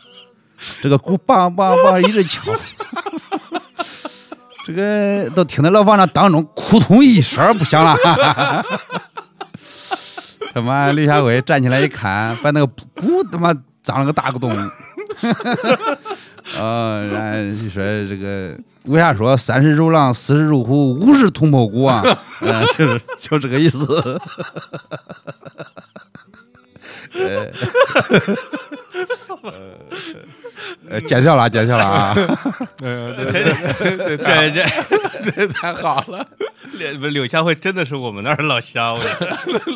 Speaker 3: 这个鼓梆梆梆一直敲，这个都听得老方丈当中扑通一声儿不响了， *laughs* 他妈刘夏辉站起来一看，把那个鼓他妈脏了个大个洞。啊、然后就说这个为啥说三十如狼，四十如虎，五十同胞骨啊？嗯，就是就这个意思。 *laughs* 呃，呃见笑了，见笑了啊！
Speaker 1: 对
Speaker 2: 这
Speaker 1: 对
Speaker 2: 这
Speaker 1: 对，
Speaker 2: 这
Speaker 1: 这 *laughs* 这太好了，
Speaker 2: 柳不是柳下惠真的是我们那儿老乡，我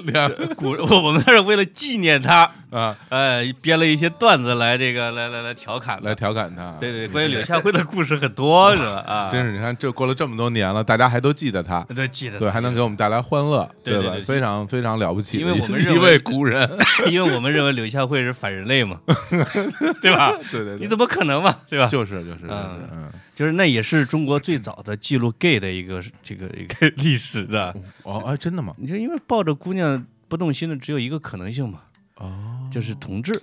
Speaker 1: *laughs* 两
Speaker 2: 古我们那儿为了纪念他，
Speaker 1: 啊
Speaker 2: 呃，编了一些段子来这个来来来调侃的
Speaker 1: 来。调侃他，
Speaker 2: 对对，对关于柳下惠的故事很多是吧？啊，
Speaker 1: 真是你看这过了这么多年了，大家还都记得他。
Speaker 2: 对记着，
Speaker 1: 对，还能给我们带来欢乐，
Speaker 2: 嗯对对
Speaker 1: 吧
Speaker 2: 对？
Speaker 1: 非常非常了不起的一，
Speaker 2: 因为我们认
Speaker 1: 一
Speaker 2: 为
Speaker 1: 位古人，
Speaker 2: *laughs* *laughs* 因为我们认为柳下惠是反人
Speaker 1: *laughs*
Speaker 2: 类嘛，对吧？
Speaker 1: 对对
Speaker 2: 你
Speaker 1: 对，
Speaker 2: 怎么可能嘛，对吧？
Speaker 1: 就是就是就是，
Speaker 2: 嗯
Speaker 1: 嗯，
Speaker 2: 就是那也是中国最早的记录 gay 的一个这个一个历史的。
Speaker 1: 哦，哎，真的吗？
Speaker 2: 你就因为抱着姑娘不动心的只有一个可能性嘛，
Speaker 1: 哦，
Speaker 2: 就是同志。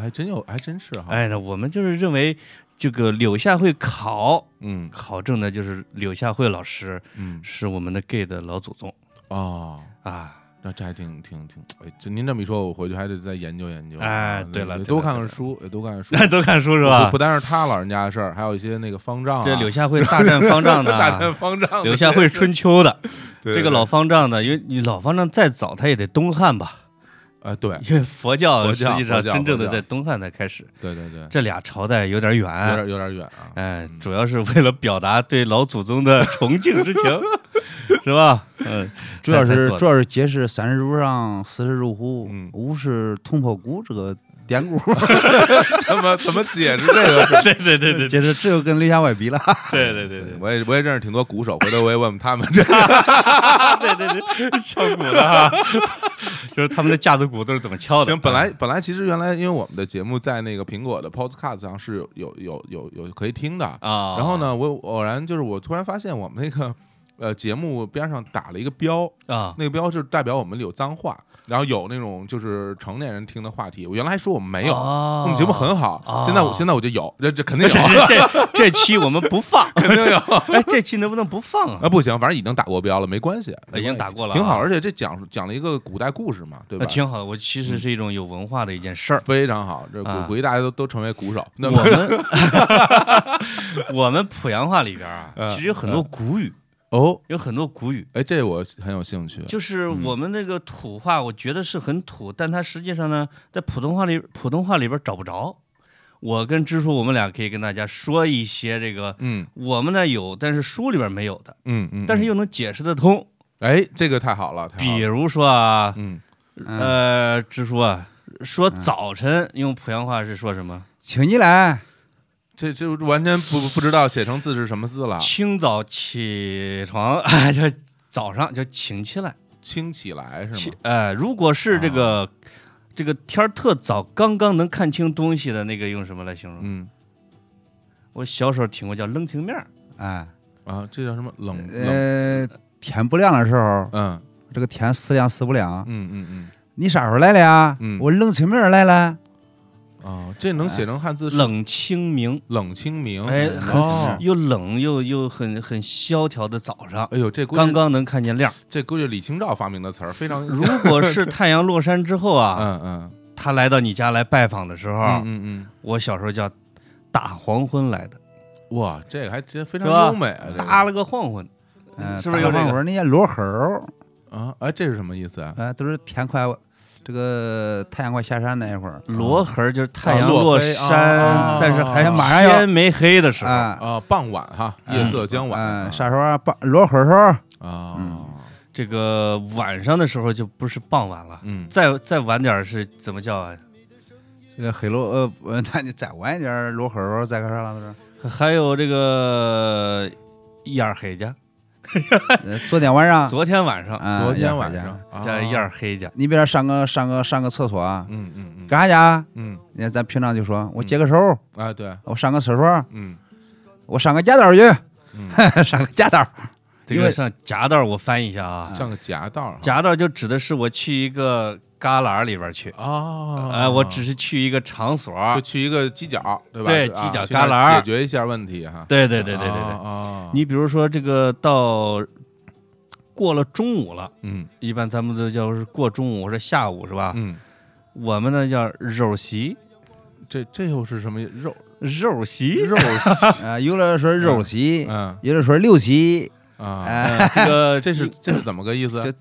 Speaker 1: 还真有，还真是哈，
Speaker 2: 哎，那我们就是认为这个柳下惠考
Speaker 1: 嗯
Speaker 2: 考证的就是柳下惠老师
Speaker 1: 嗯，
Speaker 2: 是我们的 gay 的老祖宗。
Speaker 1: 哦，
Speaker 2: 啊。 *laughs*
Speaker 1: 那这还挺挺挺，哎，这您这么一说，我回去还得再研究研究。
Speaker 2: 哎
Speaker 1: 啊
Speaker 2: 对了
Speaker 1: 得
Speaker 2: 对
Speaker 1: 多
Speaker 2: 了
Speaker 1: 看
Speaker 2: 对
Speaker 1: 看
Speaker 2: 了
Speaker 1: 书，也多看看书。
Speaker 2: 那都看书是吧
Speaker 1: 不？单是他老人家的事儿，还有一些那个方丈啊，
Speaker 2: 这柳下惠大战方丈的
Speaker 1: *laughs* 大战
Speaker 2: 啊，
Speaker 1: 方丈的，
Speaker 2: 柳下惠春秋的，
Speaker 1: 对
Speaker 2: 这个老方丈呢，因为你老方丈再早，他也得东汉吧？ *laughs*
Speaker 1: 啊，对
Speaker 2: 因为佛教
Speaker 1: 佛
Speaker 2: 实
Speaker 1: 教
Speaker 2: 际
Speaker 1: 佛
Speaker 2: 上
Speaker 1: 教
Speaker 2: 真正
Speaker 1: 佛
Speaker 2: 的
Speaker 1: 教
Speaker 2: 在东汉才开始，
Speaker 1: 对对
Speaker 2: *laughs*
Speaker 1: 对，
Speaker 2: 这俩朝代有点
Speaker 1: 有
Speaker 2: 远。
Speaker 1: 点有点远啊。
Speaker 2: 哎，
Speaker 1: 嗯
Speaker 2: 主要是为了表达对老祖宗的崇敬之情， *laughs* 是吧？嗯，
Speaker 3: 主要
Speaker 2: 才才
Speaker 3: 是
Speaker 2: 做
Speaker 3: 主
Speaker 2: 的
Speaker 3: 要是揭示三十如上，四十如虎
Speaker 1: 嗯，
Speaker 3: 五是同胞骨这个典故， *laughs*
Speaker 1: 怎么怎么解释这个 *laughs* 事儿？
Speaker 2: 对对对对
Speaker 3: 解释这就跟雷家外比了。
Speaker 2: 对对对对
Speaker 1: 我也我也认识挺多鼓手，回头我也问问他们这。
Speaker 2: 对对对， *laughs* 敲鼓的哈，就是他们的架子鼓都是怎么敲的？
Speaker 1: 行，本来本来其实原来因为我们的节目在那个苹果的 Podcast 上是有有有有可以听的
Speaker 2: 啊，
Speaker 1: 然后呢，我偶然就是我突然发现我们那个呃节目边上打了一个标，
Speaker 2: 啊，
Speaker 1: 那个标志代表我们有脏话，然后有那种就是成年人听的话题。我原来还说我们没有，
Speaker 2: 哦
Speaker 1: 我们节目很好。
Speaker 2: 哦
Speaker 1: 现在我现在我就有，这这肯定有，
Speaker 2: *laughs* 这这期我们不 *laughs* 放，
Speaker 1: 肯定有。 *laughs* 啊
Speaker 2: 哎，这期能不能不放啊？
Speaker 1: 啊，不行，反正已经打过标了，没关系，没
Speaker 2: 已经
Speaker 1: 关系
Speaker 2: 打过了啊
Speaker 1: 挺好。而且这讲讲了一个古代故事嘛，对吧？
Speaker 2: 那挺好的，我其实是一种有文化的一件 *laughs* 事儿。
Speaker 1: 非常好，这
Speaker 2: 啊
Speaker 1: 鼓鼓励大家都都成为鼓手。那
Speaker 2: 我
Speaker 1: *laughs* 么
Speaker 2: 们 *laughs* 我们濮阳话里边啊，
Speaker 1: 嗯
Speaker 2: 其实有很多古语，
Speaker 1: 哦，
Speaker 2: 有很多古语，
Speaker 1: 哎，这我很有兴趣。
Speaker 2: 就是我们那个土话，我觉得是很土，但它实际上呢，在普通话里普通话里边找不着。我跟支书，我们俩可以跟大家说一些这个
Speaker 1: 嗯
Speaker 2: 我们呢有，但是书里边没有的，
Speaker 1: 嗯嗯，
Speaker 2: 但
Speaker 1: 嗯
Speaker 2: 是又能解释得通。
Speaker 1: 哎，这个太好了，太好
Speaker 2: 比
Speaker 1: 了
Speaker 2: 如说啊，
Speaker 1: 嗯，
Speaker 3: 嗯，
Speaker 2: 呃，支书啊，说早晨用濮阳话是说什么？
Speaker 3: 请你来，
Speaker 1: 这这完全不不知道写成字是什么字了。
Speaker 2: 清早起床， *laughs* 哎，就早上就请起来，
Speaker 1: 清起来是
Speaker 2: 起
Speaker 1: 吗？啊
Speaker 2: 呃，如果是这个、这个天儿特早，刚刚能看清东西的那个，用什么来形容？
Speaker 1: 嗯
Speaker 2: 我小时候听过叫冷清面儿，
Speaker 3: 哎，
Speaker 1: 啊，这叫什么冷冷？
Speaker 3: 呃，天不亮的时候，
Speaker 1: 嗯
Speaker 3: 这个天死亮死不亮，
Speaker 1: 嗯嗯
Speaker 3: 你啥时候来的呀
Speaker 1: 嗯？
Speaker 3: 我冷清明儿来了。
Speaker 1: 嗯，哦，这能写成汉字是
Speaker 2: 冷清明，
Speaker 1: 冷清明。
Speaker 2: 哎，很、
Speaker 1: 哦，
Speaker 2: 又冷又又很很萧条的早上，
Speaker 1: 哎呦，这估计
Speaker 2: 刚刚能看见
Speaker 1: *laughs*
Speaker 2: 亮儿。
Speaker 1: 这估计李清照发明的词儿，非常
Speaker 2: 如果是太阳落山之后啊，
Speaker 1: 嗯嗯
Speaker 2: 他来到你家来拜访的时候，
Speaker 1: 嗯嗯
Speaker 2: 我小时候叫大黄昏来的，
Speaker 1: 嗯，哇，这个还真非常
Speaker 2: 是吧
Speaker 1: 优美啊！这个
Speaker 2: 搭了个晃昏，
Speaker 3: 嗯，
Speaker 2: 是不是有这
Speaker 3: 我
Speaker 2: 个？
Speaker 3: 说那些落猴儿，
Speaker 1: 啊，哎，这是什么意思啊？
Speaker 3: 啊，都是天快，这个太阳快下山那一会儿，
Speaker 2: 罗痕儿就是
Speaker 1: 嗯
Speaker 2: 太
Speaker 1: 啊
Speaker 2: 阳
Speaker 1: 落
Speaker 2: 落
Speaker 1: 黑啊
Speaker 2: 山
Speaker 1: 啊，
Speaker 2: 但是还
Speaker 3: 天马上要
Speaker 2: 天没黑的时候，
Speaker 3: 啊，
Speaker 1: 啊，傍晚哈，夜色将晚
Speaker 3: 嗯，
Speaker 1: 啊
Speaker 3: 啥时候啊把落会儿时候，
Speaker 2: 嗯
Speaker 1: 啊？
Speaker 2: 这个晚上的时候就不是傍晚了，
Speaker 1: 嗯，
Speaker 2: 再再晚点儿是怎么叫啊？
Speaker 3: 这个黑落呃， *laughs* 不那你再晚一点儿落会儿时候再干啥来着？
Speaker 2: 还有这个燕儿黑家，
Speaker 3: 呃昨天晚上，
Speaker 2: 昨天晚上
Speaker 3: 啊
Speaker 1: *laughs* 昨
Speaker 3: 要
Speaker 1: 天
Speaker 3: 回
Speaker 1: 晚
Speaker 3: 家
Speaker 1: 上啊
Speaker 2: 叫燕儿黑家，
Speaker 3: 你别说上个上个上个厕所啊，
Speaker 1: 嗯嗯嗯
Speaker 3: 干啥去啊？
Speaker 1: 嗯
Speaker 3: 你看咱平常就说，我解个手，
Speaker 1: 啊，对，
Speaker 3: 我上个厕所，
Speaker 1: 嗯
Speaker 3: 我上个夹道去，
Speaker 1: 嗯，
Speaker 3: *laughs* 上个夹道。
Speaker 2: 这
Speaker 3: 因
Speaker 2: 个
Speaker 3: 为
Speaker 2: 像夹道儿我翻译一下啊，
Speaker 1: 像个夹道儿哈
Speaker 2: 夹道儿就指的是我去一个旮旯里边儿去，
Speaker 1: 啊，
Speaker 2: 哎，我只是去一个场所儿，
Speaker 1: 就去一个犄角，对吧？
Speaker 2: 对
Speaker 1: 啊
Speaker 2: 犄角
Speaker 1: 去那儿
Speaker 2: 旮旯儿
Speaker 1: 解决一下问题哈。
Speaker 2: 对对对对对对。
Speaker 1: 啊，
Speaker 2: 你比如说这个到过了中午了，
Speaker 1: 嗯
Speaker 2: 一般咱们都叫是过中午或者下午是吧？
Speaker 1: 嗯，
Speaker 2: 我们呢叫肉席，
Speaker 1: 这这又是什么肉
Speaker 2: 肉席，
Speaker 1: 肉席
Speaker 3: 啊，有的说肉席，
Speaker 1: 嗯
Speaker 3: 有的说六席，
Speaker 1: 啊，
Speaker 3: 啊，
Speaker 2: 这个
Speaker 1: 这是这是怎么个意思？啊
Speaker 3: 就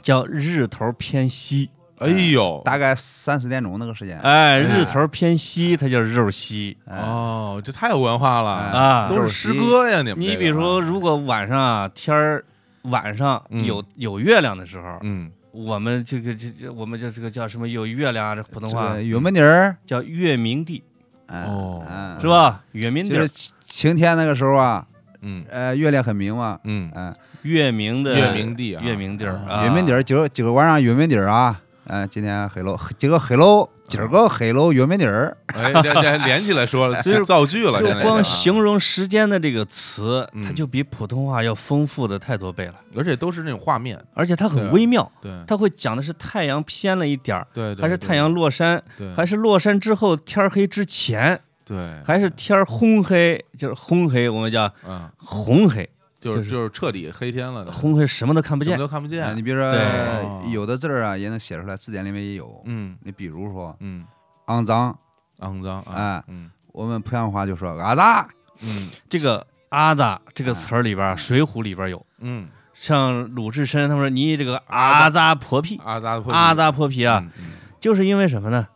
Speaker 2: 叫日头偏西，
Speaker 1: 哎呦，
Speaker 3: 大概三四点钟那个时间。
Speaker 2: 哎，日头偏西，它叫肉席
Speaker 3: 哎，
Speaker 1: 哦，这太有文化了，
Speaker 2: 啊。
Speaker 1: 都是诗歌呀，你们这个。啊
Speaker 2: 你比如说，如果晚上啊天儿晚上
Speaker 1: 嗯
Speaker 2: 有有月亮的时候，
Speaker 1: 嗯，
Speaker 2: 我们这个这这我们叫这个叫什么？有月亮啊，这普通
Speaker 3: 这
Speaker 2: 话
Speaker 3: 个云门底儿，
Speaker 2: 叫月明地，嗯
Speaker 3: 哎
Speaker 1: 哦
Speaker 3: 哎
Speaker 2: 是吧？月明地
Speaker 3: 就
Speaker 2: 儿
Speaker 3: 是晴晴天那个时候啊，
Speaker 1: 嗯
Speaker 3: 呃，月亮很明嘛，
Speaker 1: 嗯，
Speaker 3: 嗯，
Speaker 2: 月明的
Speaker 1: 月明地啊
Speaker 2: 月明地儿，啊
Speaker 3: 云门底儿，今儿今个晚上云门底儿啊，嗯，今天黑楼，今个黑楼，今儿个黑楼云门底儿，
Speaker 1: 哎，这这还连起来
Speaker 2: *laughs*
Speaker 1: 说了，
Speaker 2: 就是
Speaker 1: 造句了，
Speaker 2: 就
Speaker 1: 现在
Speaker 2: 光
Speaker 1: 啊，
Speaker 2: 形容时间的这个词，
Speaker 1: 嗯
Speaker 2: 它就比普通话要丰富的太多倍了，
Speaker 1: 而且都是那种画面，
Speaker 2: 而且它
Speaker 1: 对
Speaker 2: 很
Speaker 1: 啊
Speaker 2: 微妙，
Speaker 1: 对
Speaker 2: 它会讲的是太阳偏了一点儿，
Speaker 1: 对，对
Speaker 2: 还是
Speaker 1: 对
Speaker 2: 太阳落山，
Speaker 1: 对
Speaker 2: 还是落山之后天儿黑之前，
Speaker 1: 对，
Speaker 2: 还是天儿烘黑，就是烘黑，我们叫
Speaker 1: 嗯
Speaker 2: 红黑，
Speaker 1: 就
Speaker 2: 就是是
Speaker 1: 就是彻底黑天了，
Speaker 2: 红黑什么都看不
Speaker 1: 什么
Speaker 2: 见
Speaker 1: 都看不
Speaker 3: 啊，
Speaker 1: 见。
Speaker 3: 你比如说
Speaker 1: 对
Speaker 3: 有的字儿啊，也能写出来，字典里面也有。
Speaker 1: 嗯
Speaker 3: 你比如说
Speaker 1: 嗯，
Speaker 3: 肮脏，
Speaker 1: 肮脏啊
Speaker 3: 哎，
Speaker 1: 嗯
Speaker 3: 我们濮阳话就说阿扎，
Speaker 1: 嗯
Speaker 2: 这个“阿扎”这
Speaker 1: 啊
Speaker 2: 个词儿里边儿，《水浒》里边儿有，
Speaker 1: 嗯，
Speaker 2: 像鲁智深他们说你这个阿扎泼皮，
Speaker 1: 阿扎的
Speaker 2: 阿扎泼皮啊，
Speaker 1: 啊嗯，嗯
Speaker 2: 就是因为什么呢？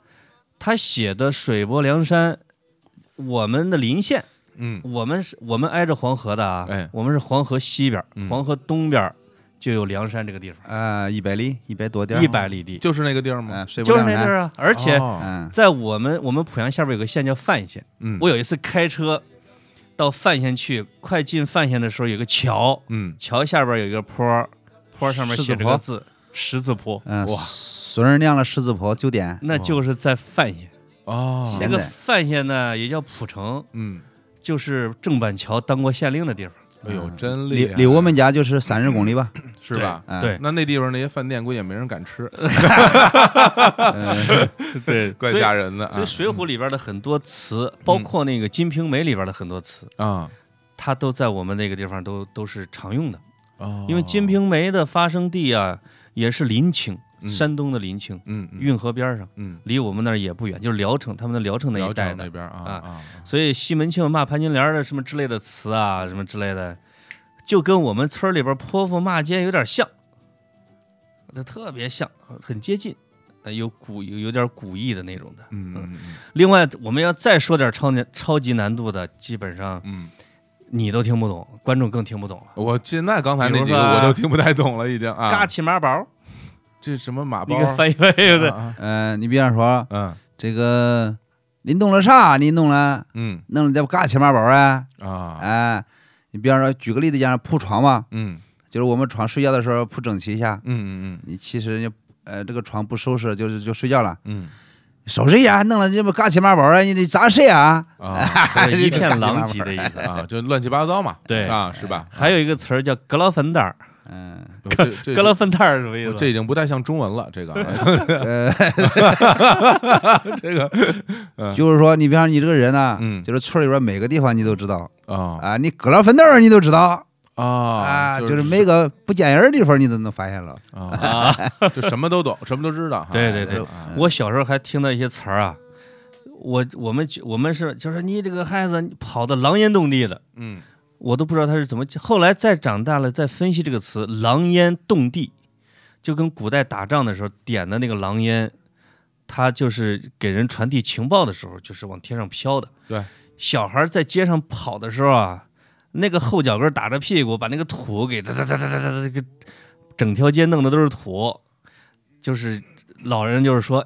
Speaker 2: 他写的水泊梁山，我们的临县，
Speaker 1: 嗯
Speaker 2: 我们是我们挨着黄河的啊，
Speaker 1: 哎
Speaker 2: 我们是黄河西边儿，
Speaker 1: 嗯
Speaker 2: 黄河东边儿就有梁山这个地方，
Speaker 3: 呃，一百里，一百多
Speaker 1: 啊
Speaker 3: 点儿，
Speaker 2: 一百里地，
Speaker 1: 就是那个地儿吗？
Speaker 3: 嗯，水泊
Speaker 2: 就是
Speaker 3: 梁
Speaker 2: 那地
Speaker 3: 山，
Speaker 2: 儿啊。而且
Speaker 1: 哦
Speaker 3: 嗯，
Speaker 2: 在我们我们濮阳下边有个县叫范县，
Speaker 1: 嗯，
Speaker 2: 我有一次开车到范县去，快进范县的时候有个桥，
Speaker 1: 嗯
Speaker 2: 桥下边有一个坡儿，坡儿上面
Speaker 3: 十字
Speaker 2: 写着
Speaker 3: 坡
Speaker 2: 个字“十字坡
Speaker 3: 嗯，
Speaker 1: 哇
Speaker 3: 孙儿娘了狮子婆九点”，，
Speaker 2: 那就是在范县。
Speaker 1: 哦
Speaker 2: 那
Speaker 3: 现
Speaker 2: 个
Speaker 3: 在
Speaker 2: 范县呢也叫蒲城，
Speaker 1: 嗯，
Speaker 2: 就是郑板桥当过县令的地方。
Speaker 1: 哎呦，
Speaker 3: 嗯
Speaker 1: 真
Speaker 3: 离
Speaker 1: 厉害，
Speaker 3: 离我们家就是三十公里吧，
Speaker 1: 是吧？
Speaker 3: 嗯
Speaker 2: 对
Speaker 1: 那那地方那些饭店估计也没人敢吃， *laughs*
Speaker 3: 嗯
Speaker 2: *laughs* 对，
Speaker 1: 怪吓人的
Speaker 2: 所
Speaker 1: 啊
Speaker 2: 以。所以《水浒》里边的很多词，包括那个《金瓶梅》里边的很多词，
Speaker 1: 啊！
Speaker 2: 它都在我们那个地方都都是常用的。
Speaker 1: 哦
Speaker 2: 因为《金，瓶梅》的发生地啊，也是临清，
Speaker 1: 嗯
Speaker 2: 山东的临清，
Speaker 1: 嗯嗯
Speaker 2: 运河边上，
Speaker 1: 嗯，
Speaker 2: 离我们那儿也不远，就是聊城，他们的聊城那
Speaker 1: 聊
Speaker 2: 一带
Speaker 1: 城
Speaker 2: 的
Speaker 1: 那。边啊
Speaker 2: 啊
Speaker 1: 啊，
Speaker 2: 所以西门庆骂潘金莲的什么之类的词啊，什么之类的，就跟我们村里边泼妇骂街有点像，这特别像，很接近，呃有古有有点古意的那种的。
Speaker 1: 嗯嗯嗯
Speaker 2: 另外，我们要再说点超难超级难度的，基本上
Speaker 1: 嗯，
Speaker 2: 你都听不懂，观众更听不懂了。
Speaker 1: 我现在刚才那几
Speaker 2: 比
Speaker 1: 个
Speaker 2: 如说
Speaker 1: 我都听不太懂了，已经
Speaker 2: 嘎
Speaker 1: 啊，
Speaker 2: 起马宝，
Speaker 1: 这什么马
Speaker 2: 你
Speaker 1: 包
Speaker 2: 给
Speaker 1: 啊，
Speaker 2: 翻译翻译对。
Speaker 1: 啊啊
Speaker 3: 呃，你比方说
Speaker 1: 嗯
Speaker 3: 这个，你弄了啥？你弄了
Speaker 1: 嗯
Speaker 3: 弄了这不嘎七八宝啊？
Speaker 1: 啊
Speaker 3: 哎，你比方说举个例子讲，铺床吧，
Speaker 1: 嗯
Speaker 3: 就是我们床睡觉的时候铺整齐一下
Speaker 1: 嗯，嗯
Speaker 3: 你其实人家呃这个床不收拾就是就睡觉了，
Speaker 1: 嗯
Speaker 3: 收拾一下，弄了这不嘎七八宝啊？你得砸谁啊？
Speaker 1: 嗯啊
Speaker 3: *laughs*
Speaker 2: 所 *laughs* 以一片狼藉的意思。
Speaker 1: 啊，就乱七八糟嘛，
Speaker 2: *laughs* 对
Speaker 1: 啊，是吧？
Speaker 2: 还有一个词儿叫格劳芬达尔，
Speaker 3: 嗯，
Speaker 1: 有这这
Speaker 2: 格劳芬达尔是什么意思？
Speaker 1: 这已经不太像中文了，这
Speaker 2: *laughs*
Speaker 1: 个 *laughs* 啊
Speaker 3: 呃，
Speaker 1: 这个
Speaker 3: 就是说你比方你这个人呢
Speaker 1: 嗯，
Speaker 3: 就是村里边每个地方你都知道
Speaker 1: 啊
Speaker 3: 啊，你搁了粪豆儿你都知道
Speaker 1: 啊
Speaker 3: 啊，就是
Speaker 1: 没
Speaker 3: 每个不见人儿的地方你都能发现了。
Speaker 1: 啊，
Speaker 2: 啊，
Speaker 1: 就什么都懂，什么都知道哈。
Speaker 2: 对对对
Speaker 1: 啊
Speaker 2: 我小时候还听到一些词儿啊，我我们我们是就是你这个孩子跑的狼烟动地的，
Speaker 1: 嗯
Speaker 2: 我都不知道他是怎么讲。后来再长大了再分析这个词“狼烟动地”，就跟古代打仗的时候点的那个狼烟，它就是给人传递情报的时候，就是往天上飘的。
Speaker 1: 对，
Speaker 2: 小孩在街上跑的时候啊，那个后脚跟打着屁股，把那个土给哒哒哒哒哒哒哒给整条街弄的都是土，就是老人就是说。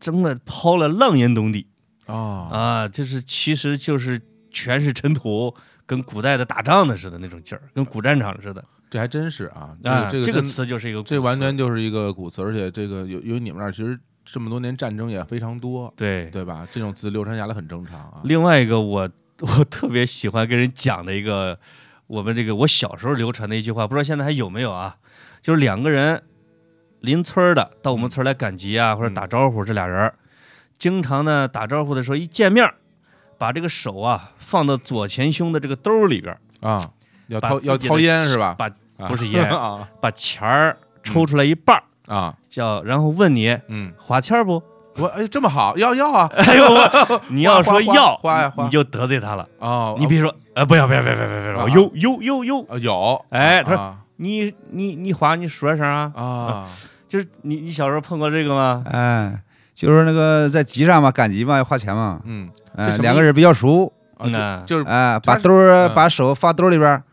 Speaker 2: 蒸了抛了浪烟动地
Speaker 1: 哦
Speaker 2: 啊，就是其实就是全是尘土，跟古代的打仗的似的那种劲儿，跟古战场似的。
Speaker 1: 这还真是啊，这
Speaker 2: 啊，
Speaker 1: 这个
Speaker 2: 这个
Speaker 1: 真
Speaker 2: 词就是一个古
Speaker 1: 这完
Speaker 2: 词
Speaker 1: 全就是一个古词，而且这个由由于你们那儿其实这么多年战争也非常多，
Speaker 2: 对。
Speaker 1: 对吧？这种词流传下来很正常啊。
Speaker 2: 另外一个我 *laughs* 我特别喜欢跟人讲的一个，我们这个我小时候流传的一句话，不知道现在还有没有啊？就是两个人邻村儿的到我们村儿来赶集啊，或者打招呼，这俩人儿经常呢打招呼的时候一见面儿，把这个手啊放到左前胸的这个兜儿里边儿，
Speaker 1: 啊，要
Speaker 2: 把
Speaker 1: 掏
Speaker 2: 自己
Speaker 1: 要
Speaker 2: 的
Speaker 1: 掏烟是吧？
Speaker 2: 把
Speaker 1: 啊
Speaker 2: 不是烟
Speaker 1: 啊
Speaker 2: 把钱儿抽出来一半儿，
Speaker 1: 啊，
Speaker 2: 叫然后问你 *laughs*
Speaker 1: 嗯，
Speaker 2: 花钱
Speaker 1: *laughs*
Speaker 2: 儿不？
Speaker 1: 我哎这么好，要要啊
Speaker 2: 哎呦，
Speaker 1: *laughs*
Speaker 2: 我你要说
Speaker 1: 花
Speaker 2: 要
Speaker 1: 花呀花
Speaker 2: 你就得罪他了。
Speaker 1: 哦，
Speaker 2: 你别说，呃，不要不要不要不要不要不要，
Speaker 1: 啊
Speaker 2: 呦呦呦呦，
Speaker 1: 啊有
Speaker 2: 哎他说
Speaker 1: 啊
Speaker 2: 你你你花你说一声啊， *laughs*
Speaker 1: 啊
Speaker 2: 就是你你小时候碰过这个吗？
Speaker 3: 哎，就是那个在集上嘛，赶集嘛，要花钱嘛，
Speaker 1: 嗯这
Speaker 3: 哎，
Speaker 1: 什么
Speaker 3: 两个人比较熟，
Speaker 1: 啊
Speaker 2: 嗯
Speaker 1: 就就是
Speaker 3: 哎，
Speaker 1: 他
Speaker 3: 把
Speaker 1: 是
Speaker 3: 兜儿
Speaker 1: 嗯
Speaker 3: 把手放兜里边儿，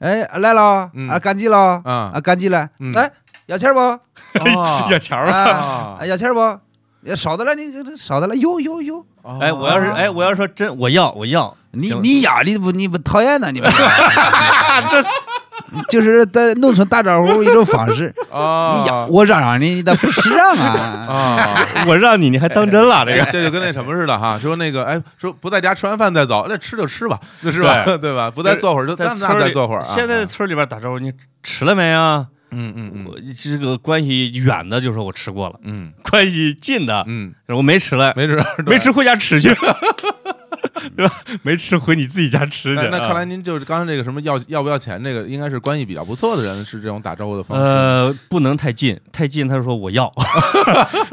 Speaker 3: 哎，来了
Speaker 1: 嗯
Speaker 3: 啊，赶集了
Speaker 1: 啊
Speaker 3: 啊，赶集了
Speaker 1: 嗯，
Speaker 3: 哎，要钱不？
Speaker 1: 啊
Speaker 2: *laughs* 要钱儿吧？
Speaker 3: 啊，
Speaker 1: 啊
Speaker 3: 哎要钱不？也少的了，你这这少的了，有有有，
Speaker 1: 哦
Speaker 2: 哎，我要是
Speaker 1: 啊
Speaker 2: 哎，我要说真我要我要，
Speaker 3: 你
Speaker 2: 行
Speaker 3: 你呀，你不你不讨厌呢？你们
Speaker 1: *laughs*
Speaker 3: 就是在农村打招呼一种方式，
Speaker 1: *laughs* 啊，
Speaker 3: 你呀，我嚷嚷你，你咋不识让啊？
Speaker 1: *laughs* 啊，
Speaker 2: 我让你你还当真了这
Speaker 1: 这
Speaker 2: 个。
Speaker 1: 这就跟那什么似的哈，说那个哎，说不在家吃完饭再走，那吃就吃吧，那是吧？ *laughs* 对吧？不再坐会儿就那
Speaker 2: 在
Speaker 1: 那
Speaker 2: 村
Speaker 1: 再
Speaker 2: 里
Speaker 1: 坐会儿啊。
Speaker 2: 现在村里边打招呼，你吃了没啊？
Speaker 1: 嗯嗯嗯
Speaker 2: 我这个关系远的就说我吃过了，
Speaker 1: 嗯
Speaker 2: 关系近的
Speaker 1: 嗯，
Speaker 2: *laughs* 我没吃了，
Speaker 1: 没准儿
Speaker 2: 没，吃回家吃去。没吃回你自己家吃去啊。
Speaker 1: 那那看来您就是刚刚这个什么要要不要钱这个，应该是关系比较不错的人，是这种打招呼的方式。
Speaker 2: 呃，不能太近，太近他就说
Speaker 1: *laughs*
Speaker 2: 我要，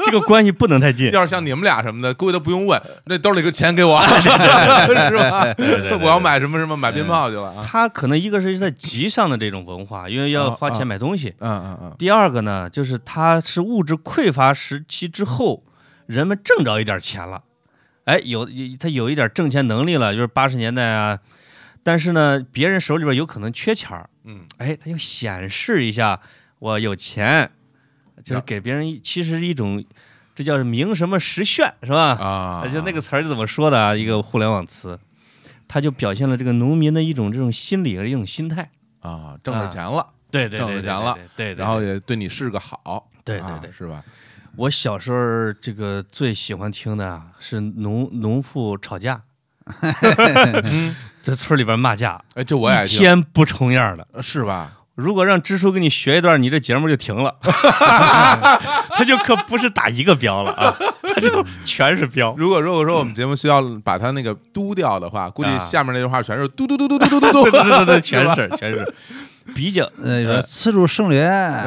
Speaker 2: 这个关系不能太近。
Speaker 1: 要是像你们俩什么的，估计都不用问，那兜里个钱给我， *laughs* 是吧？我要买什么什么，买鞭炮去了啊！
Speaker 2: 他可能一个是在集上的这种文化，因为要
Speaker 1: 啊
Speaker 2: 花
Speaker 1: 啊
Speaker 2: 钱买东西；
Speaker 1: 嗯嗯嗯，
Speaker 2: 第二个呢，就是他是物质匮乏时期之后，人们挣着一点钱了，哎，有有他有一点挣钱能力了，就是八十年代啊。但是呢，别人手里边有可能缺钱儿，
Speaker 1: 嗯，
Speaker 2: 哎，他要显示一下我有钱，就是
Speaker 1: 要
Speaker 2: 给别人一其实一种，这叫是名什么实炫是吧？
Speaker 1: 啊，
Speaker 2: 就 *laughs* 那个词儿怎么说的啊？一个互联网词，它就表现了这个农民的一种这种心理和一种心态。
Speaker 1: 啊，挣着钱了，
Speaker 2: 对对
Speaker 1: 挣
Speaker 2: 对，
Speaker 1: 着
Speaker 2: 对
Speaker 1: 钱了，
Speaker 2: 对对对。
Speaker 1: 然后也对你是个好，
Speaker 2: 对对
Speaker 1: 啊
Speaker 2: 对，
Speaker 1: 是吧？
Speaker 2: 我小时候这个最喜欢听的啊是农农妇吵 *laughs* 架，在村里边骂架，
Speaker 1: 哎，这我也爱
Speaker 2: 一
Speaker 1: 听，
Speaker 2: 天不重样的。
Speaker 1: 是吧？
Speaker 2: 如果让支书给你学一段，你这节目就停 *laughs* 了，他就可不是打一个标了啊，他就全是标。
Speaker 1: 如果如果说我们节目需要把它那个嘟掉的话，估计
Speaker 2: 啊
Speaker 1: 下面那句话全是嘟嘟嘟嘟嘟嘟嘟嘟， *laughs*
Speaker 2: 对对对 *laughs* 对，全是全是，比较
Speaker 3: 呃，有
Speaker 1: 哎
Speaker 3: 人刺入
Speaker 1: *laughs*
Speaker 3: 圣莲，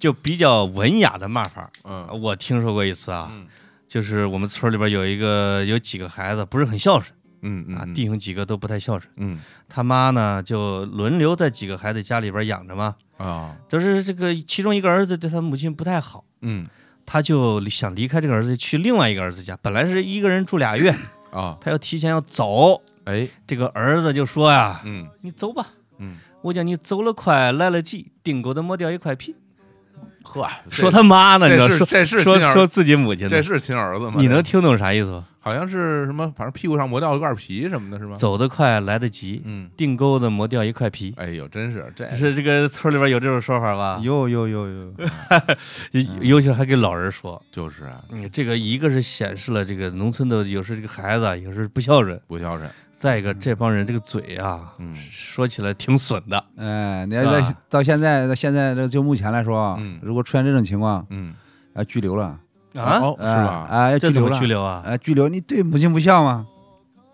Speaker 2: 就比较文雅的骂法，
Speaker 1: 嗯
Speaker 2: 我听说过一次啊
Speaker 1: 嗯，
Speaker 2: 就是我们村里边有一个有几个孩子不是很孝顺
Speaker 1: 嗯嗯
Speaker 2: 啊，
Speaker 1: 嗯
Speaker 2: 弟兄几个都不太孝顺，
Speaker 1: 嗯
Speaker 2: 他妈呢就轮流在几个孩子家里边养着嘛，
Speaker 1: 啊
Speaker 2: 就是这个其中一个儿子对他母亲不太好，
Speaker 1: 嗯
Speaker 2: 他就想离开这个儿子去另外一个儿子家，本来是一个人住俩月，
Speaker 1: 啊
Speaker 2: 他要提前要走，
Speaker 1: 哎
Speaker 2: 这个儿子就说呀，
Speaker 1: 嗯
Speaker 2: *laughs* 你走吧，
Speaker 1: 嗯，
Speaker 2: 我叫你走了快来了急，腚沟都没掉一块皮，
Speaker 1: 呵，
Speaker 2: 说他妈呢，你知道
Speaker 1: 这是
Speaker 2: 说
Speaker 1: 这是
Speaker 2: 说
Speaker 1: 亲儿
Speaker 2: 说自己母亲
Speaker 1: 这
Speaker 2: 呢，
Speaker 1: 是亲儿子吗？
Speaker 2: 你
Speaker 1: 这
Speaker 2: 能听懂啥意思吗？
Speaker 1: 好像是什么，反正屁股上磨掉一块皮什么的，是吗？
Speaker 2: 走得快，来得及，
Speaker 1: 嗯，
Speaker 2: 腚沟子磨掉一块皮。
Speaker 1: 哎呦，真是这
Speaker 2: 是这个村里边有这种说法吧？
Speaker 3: 有有有有，
Speaker 2: 尤尤其是还给老人说，
Speaker 1: 就是啊，
Speaker 2: 嗯，这个一个是显示了这个农村的有时这个孩子啊，有时不孝顺，
Speaker 1: 不孝顺，
Speaker 2: 再一个这帮人这个嘴啊，
Speaker 1: 嗯
Speaker 2: 说起来挺损的。
Speaker 3: 哎，你要在
Speaker 2: 啊
Speaker 3: 到现在到现在这就目前来说啊
Speaker 1: 嗯，
Speaker 3: 如果出现这种情况，
Speaker 1: 嗯
Speaker 3: 要拘留了
Speaker 1: 哦是
Speaker 3: 哎
Speaker 1: 吧？
Speaker 3: 哎，要
Speaker 2: 啊这
Speaker 3: 拘
Speaker 2: 怎
Speaker 3: 留
Speaker 2: 么
Speaker 3: 了，
Speaker 2: 拘留啊？
Speaker 3: 哎，拘留你对母亲不孝吗？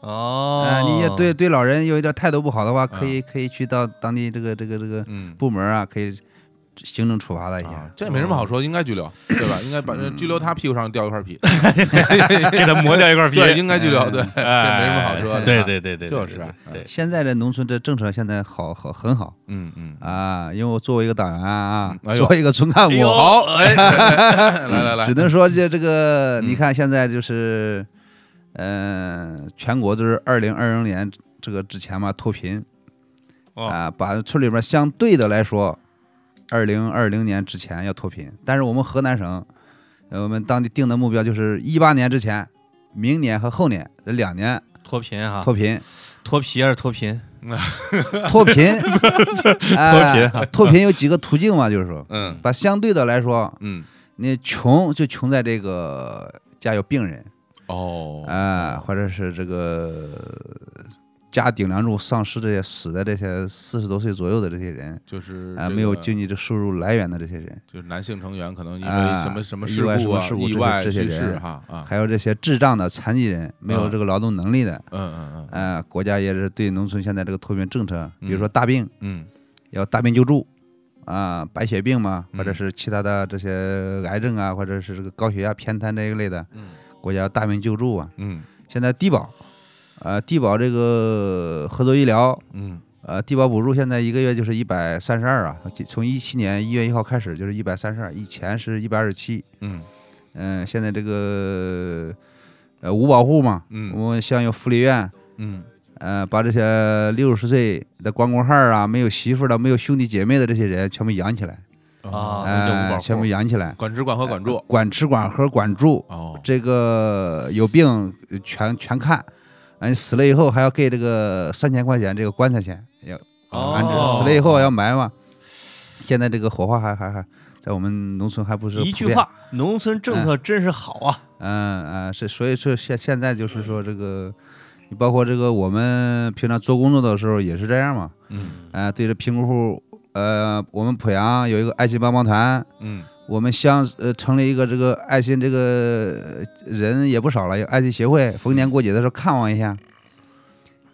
Speaker 2: 哦，
Speaker 1: 哎
Speaker 3: 啊，你也对对老人有一点态度不好的话，可以可以去到当地这个这个这个
Speaker 1: 嗯
Speaker 3: 部门啊，可以行政处罚他一
Speaker 1: 啊
Speaker 3: 下。，
Speaker 1: 这没什么
Speaker 2: 哦
Speaker 1: 好说，应该拘留，对吧？应该把呃拘
Speaker 2: 嗯
Speaker 1: 留他屁股上掉一块皮， *laughs*
Speaker 2: 给他磨掉一块皮，
Speaker 1: 对，应该拘留，对，这没
Speaker 2: 哎
Speaker 1: 什么好说的，
Speaker 2: 对对对对，对
Speaker 1: 就是啊
Speaker 2: 对，对
Speaker 3: 现在这农村这政策现在好好很好
Speaker 1: 嗯嗯，
Speaker 3: 啊，因为我作为一个党员啊，
Speaker 1: 嗯哎呦
Speaker 3: 作为一个村干部
Speaker 2: 哎，呦
Speaker 1: 好，哎，
Speaker 3: *laughs*
Speaker 1: 来来来
Speaker 3: 只，能说这这个，
Speaker 1: 嗯
Speaker 3: 你看现在就是，嗯，全国都是二零二零年这个之前嘛脱贫
Speaker 2: 哦
Speaker 3: 啊，把村里边相对的来说，二零二零年之前要脱贫，但是我们河南省，呃，我们当地定的目标就是一八年之前，明年和后年这两年
Speaker 2: 脱贫哈，
Speaker 3: 脱贫，
Speaker 2: 脱皮还是脱贫？*laughs*
Speaker 3: 脱贫，哎
Speaker 2: 脱贫
Speaker 3: 脱贫有几个途径嘛，就是说，
Speaker 1: 嗯
Speaker 3: 把相对的来说，
Speaker 1: 嗯，
Speaker 3: 你穷就穷在这个家有病人。
Speaker 1: 哦，
Speaker 3: 啊，或者是这个家顶梁柱丧失这些死的这些四十多岁左右的这些人
Speaker 1: 就是
Speaker 3: 啊，
Speaker 1: 这
Speaker 3: 没有
Speaker 1: 个
Speaker 3: 经济的收入来源的这些人，
Speaker 1: 就是男性成员可能因为
Speaker 3: 啊
Speaker 1: 什么什么
Speaker 3: 意
Speaker 1: 事
Speaker 3: 外
Speaker 1: 故啊
Speaker 3: 什么事故
Speaker 1: 意
Speaker 3: 这些
Speaker 1: 外
Speaker 3: 这些
Speaker 1: 去世
Speaker 3: 人
Speaker 1: 哈啊，
Speaker 3: 还有这些智障的残疾人，没有
Speaker 1: 嗯
Speaker 3: 这个劳动能力的，
Speaker 1: 嗯嗯嗯
Speaker 3: 呃，国家也是对农村现在这个脱贫政策，比
Speaker 1: 嗯
Speaker 3: 如说大病
Speaker 1: 嗯
Speaker 3: 要大病救助。啊，白血病嘛，或者
Speaker 1: 嗯
Speaker 3: 是其他的这些癌症啊，或者是这个高血压、偏瘫这一类的，
Speaker 1: 嗯
Speaker 3: 国家要大病救助啊。
Speaker 1: 嗯
Speaker 3: 现在低保，呃，低保这个合作医疗
Speaker 1: 嗯
Speaker 3: 呃，低保补助现在一个月就是一百三十二啊，就从一七年一月一号开始就是一百三十二，以前是一百二十七。
Speaker 1: 嗯
Speaker 3: 嗯，现在这个呃五保户嘛，
Speaker 1: 嗯
Speaker 3: 我们像有福利院，
Speaker 1: 嗯
Speaker 3: 呃，把这些六十岁的光棍汉儿啊、没有媳妇儿的、没有兄弟姐妹的这些人全部养起来，
Speaker 1: 哦
Speaker 2: 啊
Speaker 3: 哎、
Speaker 2: 那叫五保户
Speaker 3: 全部养起来，
Speaker 1: 嗯管吃管喝管住
Speaker 3: 管吃管喝管住，
Speaker 1: 哦，
Speaker 3: 这个有病呃全全看。哎，死了以后还要给这个三千块钱这个棺材钱，要
Speaker 1: 啊
Speaker 2: 哦
Speaker 3: 安置，死了以后要埋嘛。现在这个火化还还还在我们农村还不是
Speaker 2: 一
Speaker 3: 普
Speaker 2: 句
Speaker 3: 遍，
Speaker 2: 话，农村政
Speaker 1: 哎
Speaker 2: 策真是好啊！
Speaker 3: 嗯嗯是，所以说现现在就是说这个，你包括这个我们平常做工作的时候也是这样嘛，哎
Speaker 1: 嗯
Speaker 3: 呃，对着贫困户，呃，我们濮阳有一个爱心帮帮团，
Speaker 1: 嗯
Speaker 3: 我们乡呃成立一个这个爱心这个呃人也不少了，有爱心协会，逢年过节的时候看望一下。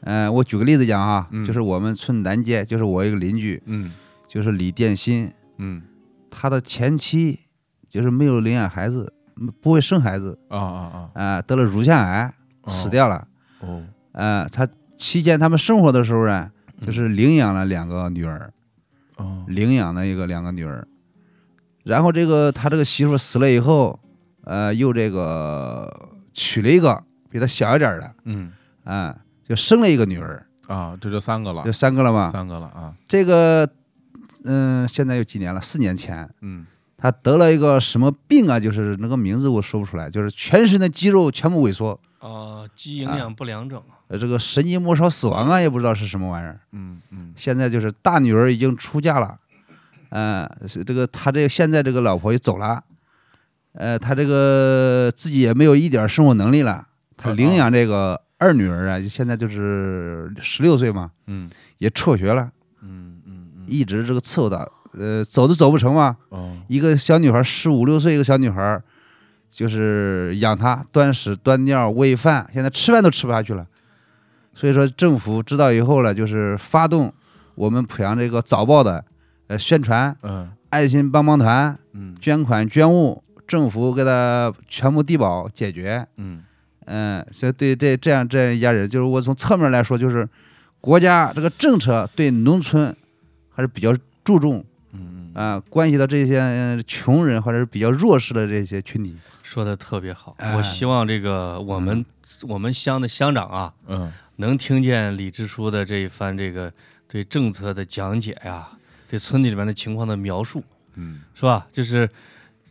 Speaker 3: 嗯、我举个例子讲啊，
Speaker 1: 嗯
Speaker 3: 就是我们村南街，就是我一个邻居，
Speaker 1: 嗯
Speaker 3: 就是李殿新，
Speaker 1: 嗯
Speaker 3: 他的前妻就是没有领养孩子，不会生孩子
Speaker 1: 啊啊
Speaker 3: 啊、得了乳腺癌
Speaker 1: 啊，
Speaker 3: 死掉了。
Speaker 1: 哦哦
Speaker 3: 呃，他期间他们生活的时候呢，
Speaker 1: 嗯
Speaker 3: 就是领养了两个女儿，
Speaker 1: 哦
Speaker 3: 领养了一个两个女儿。然后这个他这个媳妇死了以后，呃，又这个娶了一个比他小一点儿的，
Speaker 1: 嗯
Speaker 3: 啊、就生了一个女儿，
Speaker 1: 啊，这就三个了
Speaker 3: 就，三个了嘛。
Speaker 1: 三个了啊，
Speaker 3: 这个，嗯、现在有几年了？四年前，
Speaker 1: 嗯
Speaker 3: 他得了一个什么病啊？就是那个名字我说不出来，就是全身的肌肉全部萎缩，
Speaker 2: 啊，肌营
Speaker 3: 啊
Speaker 2: 养不良症，
Speaker 3: 呃，这个神经末梢死亡啊，也不知道是什么玩意儿。
Speaker 1: 嗯嗯
Speaker 3: 现在就是大女儿已经出嫁了，嗯、是这个他这个现在这个老婆也走了，呃，他这个自己也没有一点生活能力了，他
Speaker 1: 啊
Speaker 3: 领养这个二女儿啊，就现在就是十六岁嘛，
Speaker 1: 嗯
Speaker 3: 也辍学了，
Speaker 1: 嗯嗯嗯，
Speaker 3: 一直这个伺候到，呃，走都走不成嘛，
Speaker 1: 哦
Speaker 3: 一个小女孩十五六岁，一个小女孩儿，就是养她端屎端尿喂饭，现在吃饭都吃不下去了。所以说，政府知道以后了，就是发动我们濮阳这个早报的呃宣传，
Speaker 1: 嗯
Speaker 3: 爱心帮帮团
Speaker 1: 嗯
Speaker 3: 捐款捐物，政府给他全部低保解决。
Speaker 1: 嗯
Speaker 3: 嗯，所以对这这样这样一家人，就是我从侧面来说，就是国家这个政策对农村还是比较注重，嗯啊、关系到这些呃穷人或者是比较弱势的这些群体。
Speaker 2: 说的特别好。
Speaker 3: 哎
Speaker 2: 我希望这个我们我们乡的乡长啊，
Speaker 1: 嗯
Speaker 2: 能听见李支书的这一番这个对政策的讲解呀、对村里里面的情况的描述，
Speaker 1: 嗯
Speaker 2: 是吧？就是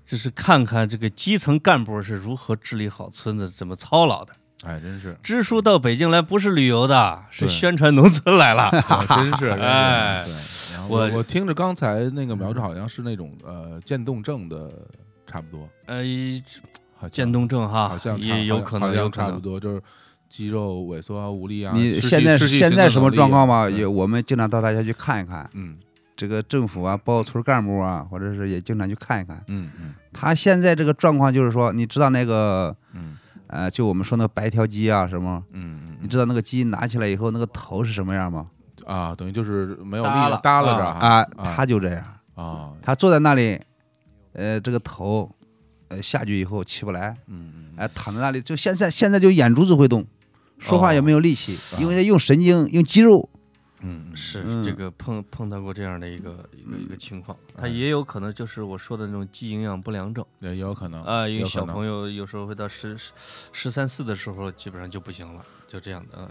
Speaker 2: 就是看看这个基层干部是如何治理好村子，怎么操劳的。
Speaker 1: 哎，真是，
Speaker 2: 支书到北京来不是旅游的，是
Speaker 1: 对
Speaker 2: 宣传农村来了。
Speaker 1: *laughs* 啊真是，真是
Speaker 2: 哎
Speaker 1: 对然后
Speaker 2: 我
Speaker 1: 我我听着刚才那个苗子好像是那种呃渐冻症的，差不多，
Speaker 2: 呃，
Speaker 1: 好像
Speaker 2: 渐冻症哈，
Speaker 1: 好像差
Speaker 2: 也有可
Speaker 1: 好
Speaker 2: 能，
Speaker 1: 像
Speaker 2: 有可
Speaker 1: 差不
Speaker 2: 能。
Speaker 1: 多就是肌肉萎缩啊、无力啊。
Speaker 3: 你
Speaker 1: 失去
Speaker 3: 现在
Speaker 1: 失去
Speaker 3: 现
Speaker 1: 行
Speaker 3: 在
Speaker 1: 动
Speaker 3: 什么
Speaker 1: 能力啊
Speaker 3: 状况吧？
Speaker 1: 对
Speaker 3: 也我们经常到大家去看一看，
Speaker 1: 嗯
Speaker 3: 这个政府啊，包括村干部啊，或者是也经常去看一看。
Speaker 1: 嗯嗯
Speaker 3: 他现在这个状况就是说，你知道那个
Speaker 1: 嗯
Speaker 3: 呃，就我们说那个白条鸡啊什么，
Speaker 1: 嗯
Speaker 3: 你知道那个鸡拿起来以后那个头是什么样吗？
Speaker 1: 嗯啊，等于就是没有力了
Speaker 2: 耷拉，
Speaker 1: 耷拉着
Speaker 3: 啊，
Speaker 1: 啊
Speaker 3: 他就这样。
Speaker 1: 啊，
Speaker 3: 他坐在那里，呃，这个头，呃，下去以后起不来，
Speaker 1: 嗯嗯
Speaker 3: 哎、躺在那里，就现在现在就眼珠子会动，说话也没有力气，
Speaker 1: 哦
Speaker 3: 因为在用神经、用肌肉。
Speaker 1: 嗯嗯
Speaker 2: 是
Speaker 3: 嗯
Speaker 2: 这个碰碰到过这样的一个一个一个情况，他也有可能就是我说的那种肌营养不良症
Speaker 1: 嗯，也有可能
Speaker 2: 啊，因为小朋
Speaker 1: 友
Speaker 2: 友有时候会到十十十三四的时候，基本上就不行了，就这样的。嗯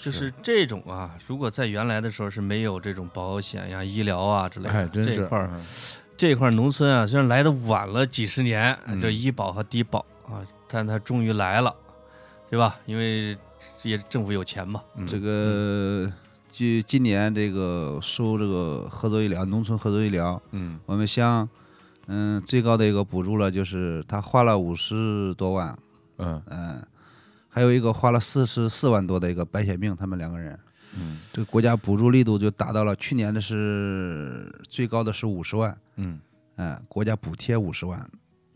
Speaker 2: 就是这种啊，如果在原来的时候是没有这种保险呀、医疗啊之类的，
Speaker 1: 哎，真是
Speaker 2: 这块儿
Speaker 1: 嗯
Speaker 2: 这块儿农村啊，虽然来的晚了几十年
Speaker 1: 嗯，
Speaker 2: 这医保和低保啊，但它终于来了，对吧？因为也政府有钱嘛，
Speaker 1: 嗯
Speaker 3: 这个就今年这个收这个合作医疗，农村合作医疗，
Speaker 1: 嗯
Speaker 3: 我们乡，嗯，最高的一个补助了，就是他花了五十多万，
Speaker 1: 嗯
Speaker 3: 嗯，还有一个花了四十四万多的一个白血病，他们两个人。
Speaker 1: 嗯
Speaker 3: 这个国家补助力度就达到了去年的是最高的是五十万，
Speaker 1: 嗯
Speaker 3: 嗯，国家补贴五十万，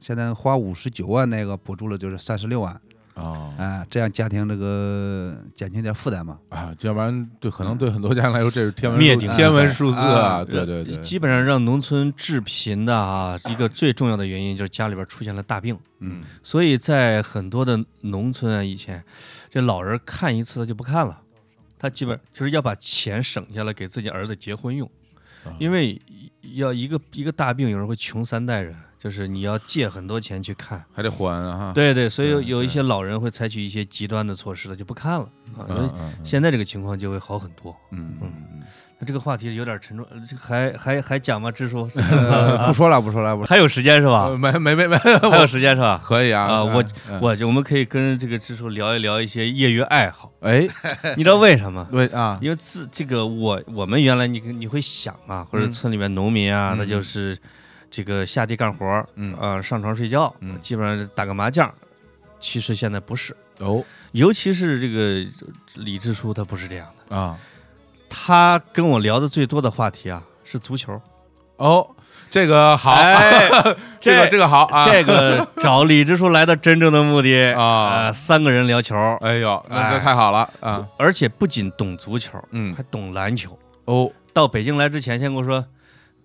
Speaker 3: 现在花五十九万那个补助了就是三十六万，
Speaker 1: 哦
Speaker 3: 哎、这样家庭这个减轻点负担嘛。
Speaker 1: 啊，要不然对可能对很多家庭来说这是天文
Speaker 2: 灭
Speaker 1: 数
Speaker 2: 顶
Speaker 1: 天文
Speaker 3: 之灾
Speaker 1: 数字啊，对对对，
Speaker 2: 基本上让农村致贫的啊，一个最重要的原因就是家里边出现了大病，
Speaker 1: 嗯
Speaker 2: 所以在很多的农村啊，以前这老人看一次他就不看了，他基本就是要把钱省下来给自己儿子结婚用
Speaker 1: 啊，
Speaker 2: 因为要一个一个大病，有人会穷三代人，就是你要借很多钱去看。
Speaker 1: 还得还啊，
Speaker 2: 对对，所以有
Speaker 1: 对
Speaker 2: 有一
Speaker 1: 对
Speaker 2: 些老人会采取一些极端的措施了，就不看了啊。
Speaker 1: 嗯，
Speaker 2: 因为
Speaker 1: 嗯嗯
Speaker 2: 现在这个情况就会好很多。
Speaker 1: 嗯嗯嗯
Speaker 2: 那这个话题有点沉重，呃这个还还还讲吗？
Speaker 1: *laughs*
Speaker 2: 支书，
Speaker 1: 啊
Speaker 3: 呃，不说了，不说了，不说了。
Speaker 2: *laughs* 还有时间是吧
Speaker 1: 呃，？没没没没，
Speaker 2: 啊还有时间是吧？
Speaker 1: 可以啊
Speaker 2: 啊，我
Speaker 1: 嗯
Speaker 2: 我就我们可以跟这个支书聊一聊一些业余爱好，
Speaker 1: 哎
Speaker 2: 你知道为什么？
Speaker 1: 对
Speaker 2: *laughs*
Speaker 1: 啊，
Speaker 2: 因为自这个我我们原来你你会想啊，或者
Speaker 1: 嗯
Speaker 2: 村里面农民啊，
Speaker 1: 嗯
Speaker 2: 他就是这个下地干活儿，
Speaker 1: 嗯
Speaker 2: 呃，上床睡觉，
Speaker 1: 嗯
Speaker 2: 基本上打个麻将。其实现在不是，
Speaker 1: 哦
Speaker 2: 尤其是这个李支书他不是这样的，
Speaker 1: 啊
Speaker 2: 他跟我聊的最多的话题啊是足球，
Speaker 1: 啊哦，这个好，啊 *laughs*
Speaker 2: 哎
Speaker 1: 这个
Speaker 2: 这
Speaker 1: 这个好啊，
Speaker 2: 这个找李支书来的真正的目的
Speaker 1: *laughs* 啊
Speaker 2: 呃三个人聊球，
Speaker 1: 哎呦，那这
Speaker 2: 哎
Speaker 1: 太好了啊！
Speaker 2: 而且不仅懂足球，
Speaker 1: 嗯
Speaker 2: 还懂篮球。
Speaker 1: 哦
Speaker 2: 到北京来之前，先跟我说，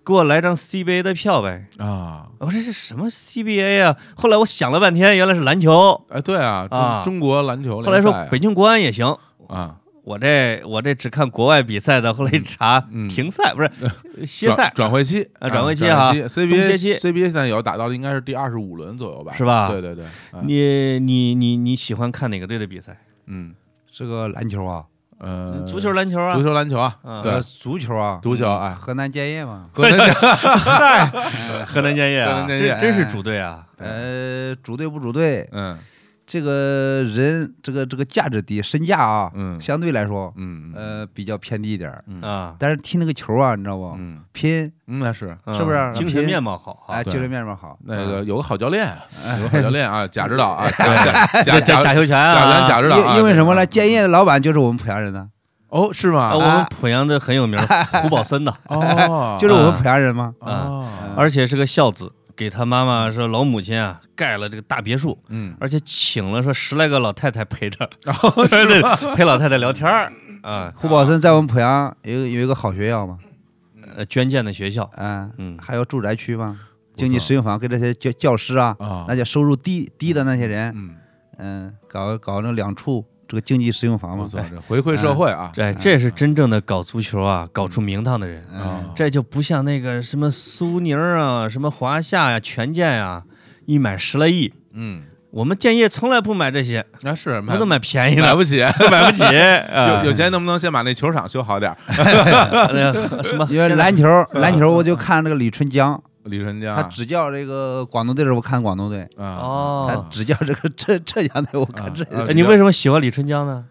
Speaker 2: 给我来张 CBA 的票呗。
Speaker 1: 啊，
Speaker 2: 我、说这是什么 CBA 啊？后来我想了半天，原来是篮球。
Speaker 1: 哎，对啊，中
Speaker 2: 啊
Speaker 1: 中国篮球
Speaker 2: 后来
Speaker 1: 联
Speaker 2: 说
Speaker 1: 赛啊
Speaker 2: 北京国安也行。
Speaker 1: 啊，
Speaker 2: 我这我这只看国外比赛的，后来一查
Speaker 1: 嗯嗯
Speaker 2: 停赛
Speaker 1: *laughs*
Speaker 2: 不是歇赛
Speaker 1: 转，转会期
Speaker 2: 啊转会期
Speaker 1: 转
Speaker 2: 啊
Speaker 1: 会期
Speaker 2: 冬歇期
Speaker 1: ，CBA CBA 现在有打到的应该是第二十五轮左右吧？
Speaker 2: 是吧
Speaker 1: 对对对，啊
Speaker 2: 你你你你喜欢看哪个队的比赛？
Speaker 1: 嗯
Speaker 3: 这个篮球啊，
Speaker 1: 呃，
Speaker 2: 足球、篮球啊
Speaker 1: 足。球、篮球啊，
Speaker 2: 嗯
Speaker 1: 对
Speaker 3: 呃，足球啊，
Speaker 1: 足球
Speaker 2: *laughs*
Speaker 1: 啊，
Speaker 3: 河南建业嘛，
Speaker 1: 河南
Speaker 2: 嗨，河南建业
Speaker 1: 河
Speaker 2: 啊，
Speaker 1: 南建业哎
Speaker 2: 这真是主队啊！
Speaker 3: 呃，组队不组队，
Speaker 1: 嗯
Speaker 3: 这个人这个这个价值低，身价啊，
Speaker 1: 嗯
Speaker 3: 相对来说，
Speaker 1: 嗯嗯
Speaker 3: 呃，比较偏低一点儿。
Speaker 2: 啊，
Speaker 3: 但是踢那个球啊，你知道不？
Speaker 1: 嗯，
Speaker 3: 拼，
Speaker 1: 嗯那是
Speaker 3: 是不是
Speaker 2: 精神面貌好啊
Speaker 3: 哎，？
Speaker 1: 对
Speaker 3: 精神面貌好。
Speaker 1: 那个有个好教练，有个好教练啊，贾指导
Speaker 2: *laughs*
Speaker 1: 啊，贾贾
Speaker 2: 这贾
Speaker 1: 贾
Speaker 2: 贾秀全
Speaker 1: 贾
Speaker 2: 啊，
Speaker 1: 贾指导啊，
Speaker 3: 因因为什么
Speaker 1: 对
Speaker 3: 呢？？建业的老板就是我们濮阳人呢，
Speaker 1: 哦，是
Speaker 2: 啊，
Speaker 1: 吗
Speaker 2: 我？们濮阳的很有名，胡宝森的，
Speaker 1: 哦，
Speaker 2: *laughs*
Speaker 3: 就是我们濮阳人吗？
Speaker 1: 哦，
Speaker 2: 而且是个孝子，给他妈妈说老母亲啊盖了这个大别墅，
Speaker 1: 嗯，
Speaker 2: 而且请了说十来个老太太陪着， *laughs* 对，陪老太太聊天儿啊，
Speaker 3: 胡宝森在我们濮阳有一个有一个好学校嘛，
Speaker 2: 呃捐建的学校，
Speaker 3: 嗯，
Speaker 2: 嗯
Speaker 3: 还有住宅区嘛，
Speaker 1: 不错
Speaker 3: 经济适用房给这些教教师啊，
Speaker 1: 啊，
Speaker 3: 那些收入低低的那些人，
Speaker 1: 嗯，
Speaker 3: 嗯，搞搞那两处这个经济适用房
Speaker 1: 不
Speaker 3: 嘛，
Speaker 1: 错，这回馈社会啊，
Speaker 2: 对，哎这是真正的搞足球啊，搞出名堂的人，
Speaker 1: 啊，
Speaker 2: 嗯这就不像那个什么苏宁啊，什么华夏呀、权健呀、一买十来亿。
Speaker 1: 嗯，
Speaker 2: 我们建业从来不买这些，
Speaker 1: 那是买
Speaker 2: 我都买便宜
Speaker 1: 买
Speaker 2: 的，
Speaker 1: 不起，
Speaker 2: 买不起。啊
Speaker 1: 有有钱能不能先把那球场修好点儿？
Speaker 2: 那个什么
Speaker 3: 因为
Speaker 1: *laughs*
Speaker 3: 篮球，篮球我就看这个李春江，
Speaker 1: 李春江
Speaker 3: 他
Speaker 1: 啊，
Speaker 3: 执教这个广东队的时候，我看广东队；
Speaker 1: 啊
Speaker 3: 他
Speaker 2: 哦，
Speaker 3: 执教这个浙浙江队，我看浙
Speaker 1: 啊啊
Speaker 2: 哎你为什么喜欢李春江
Speaker 1: *laughs*
Speaker 2: 呢？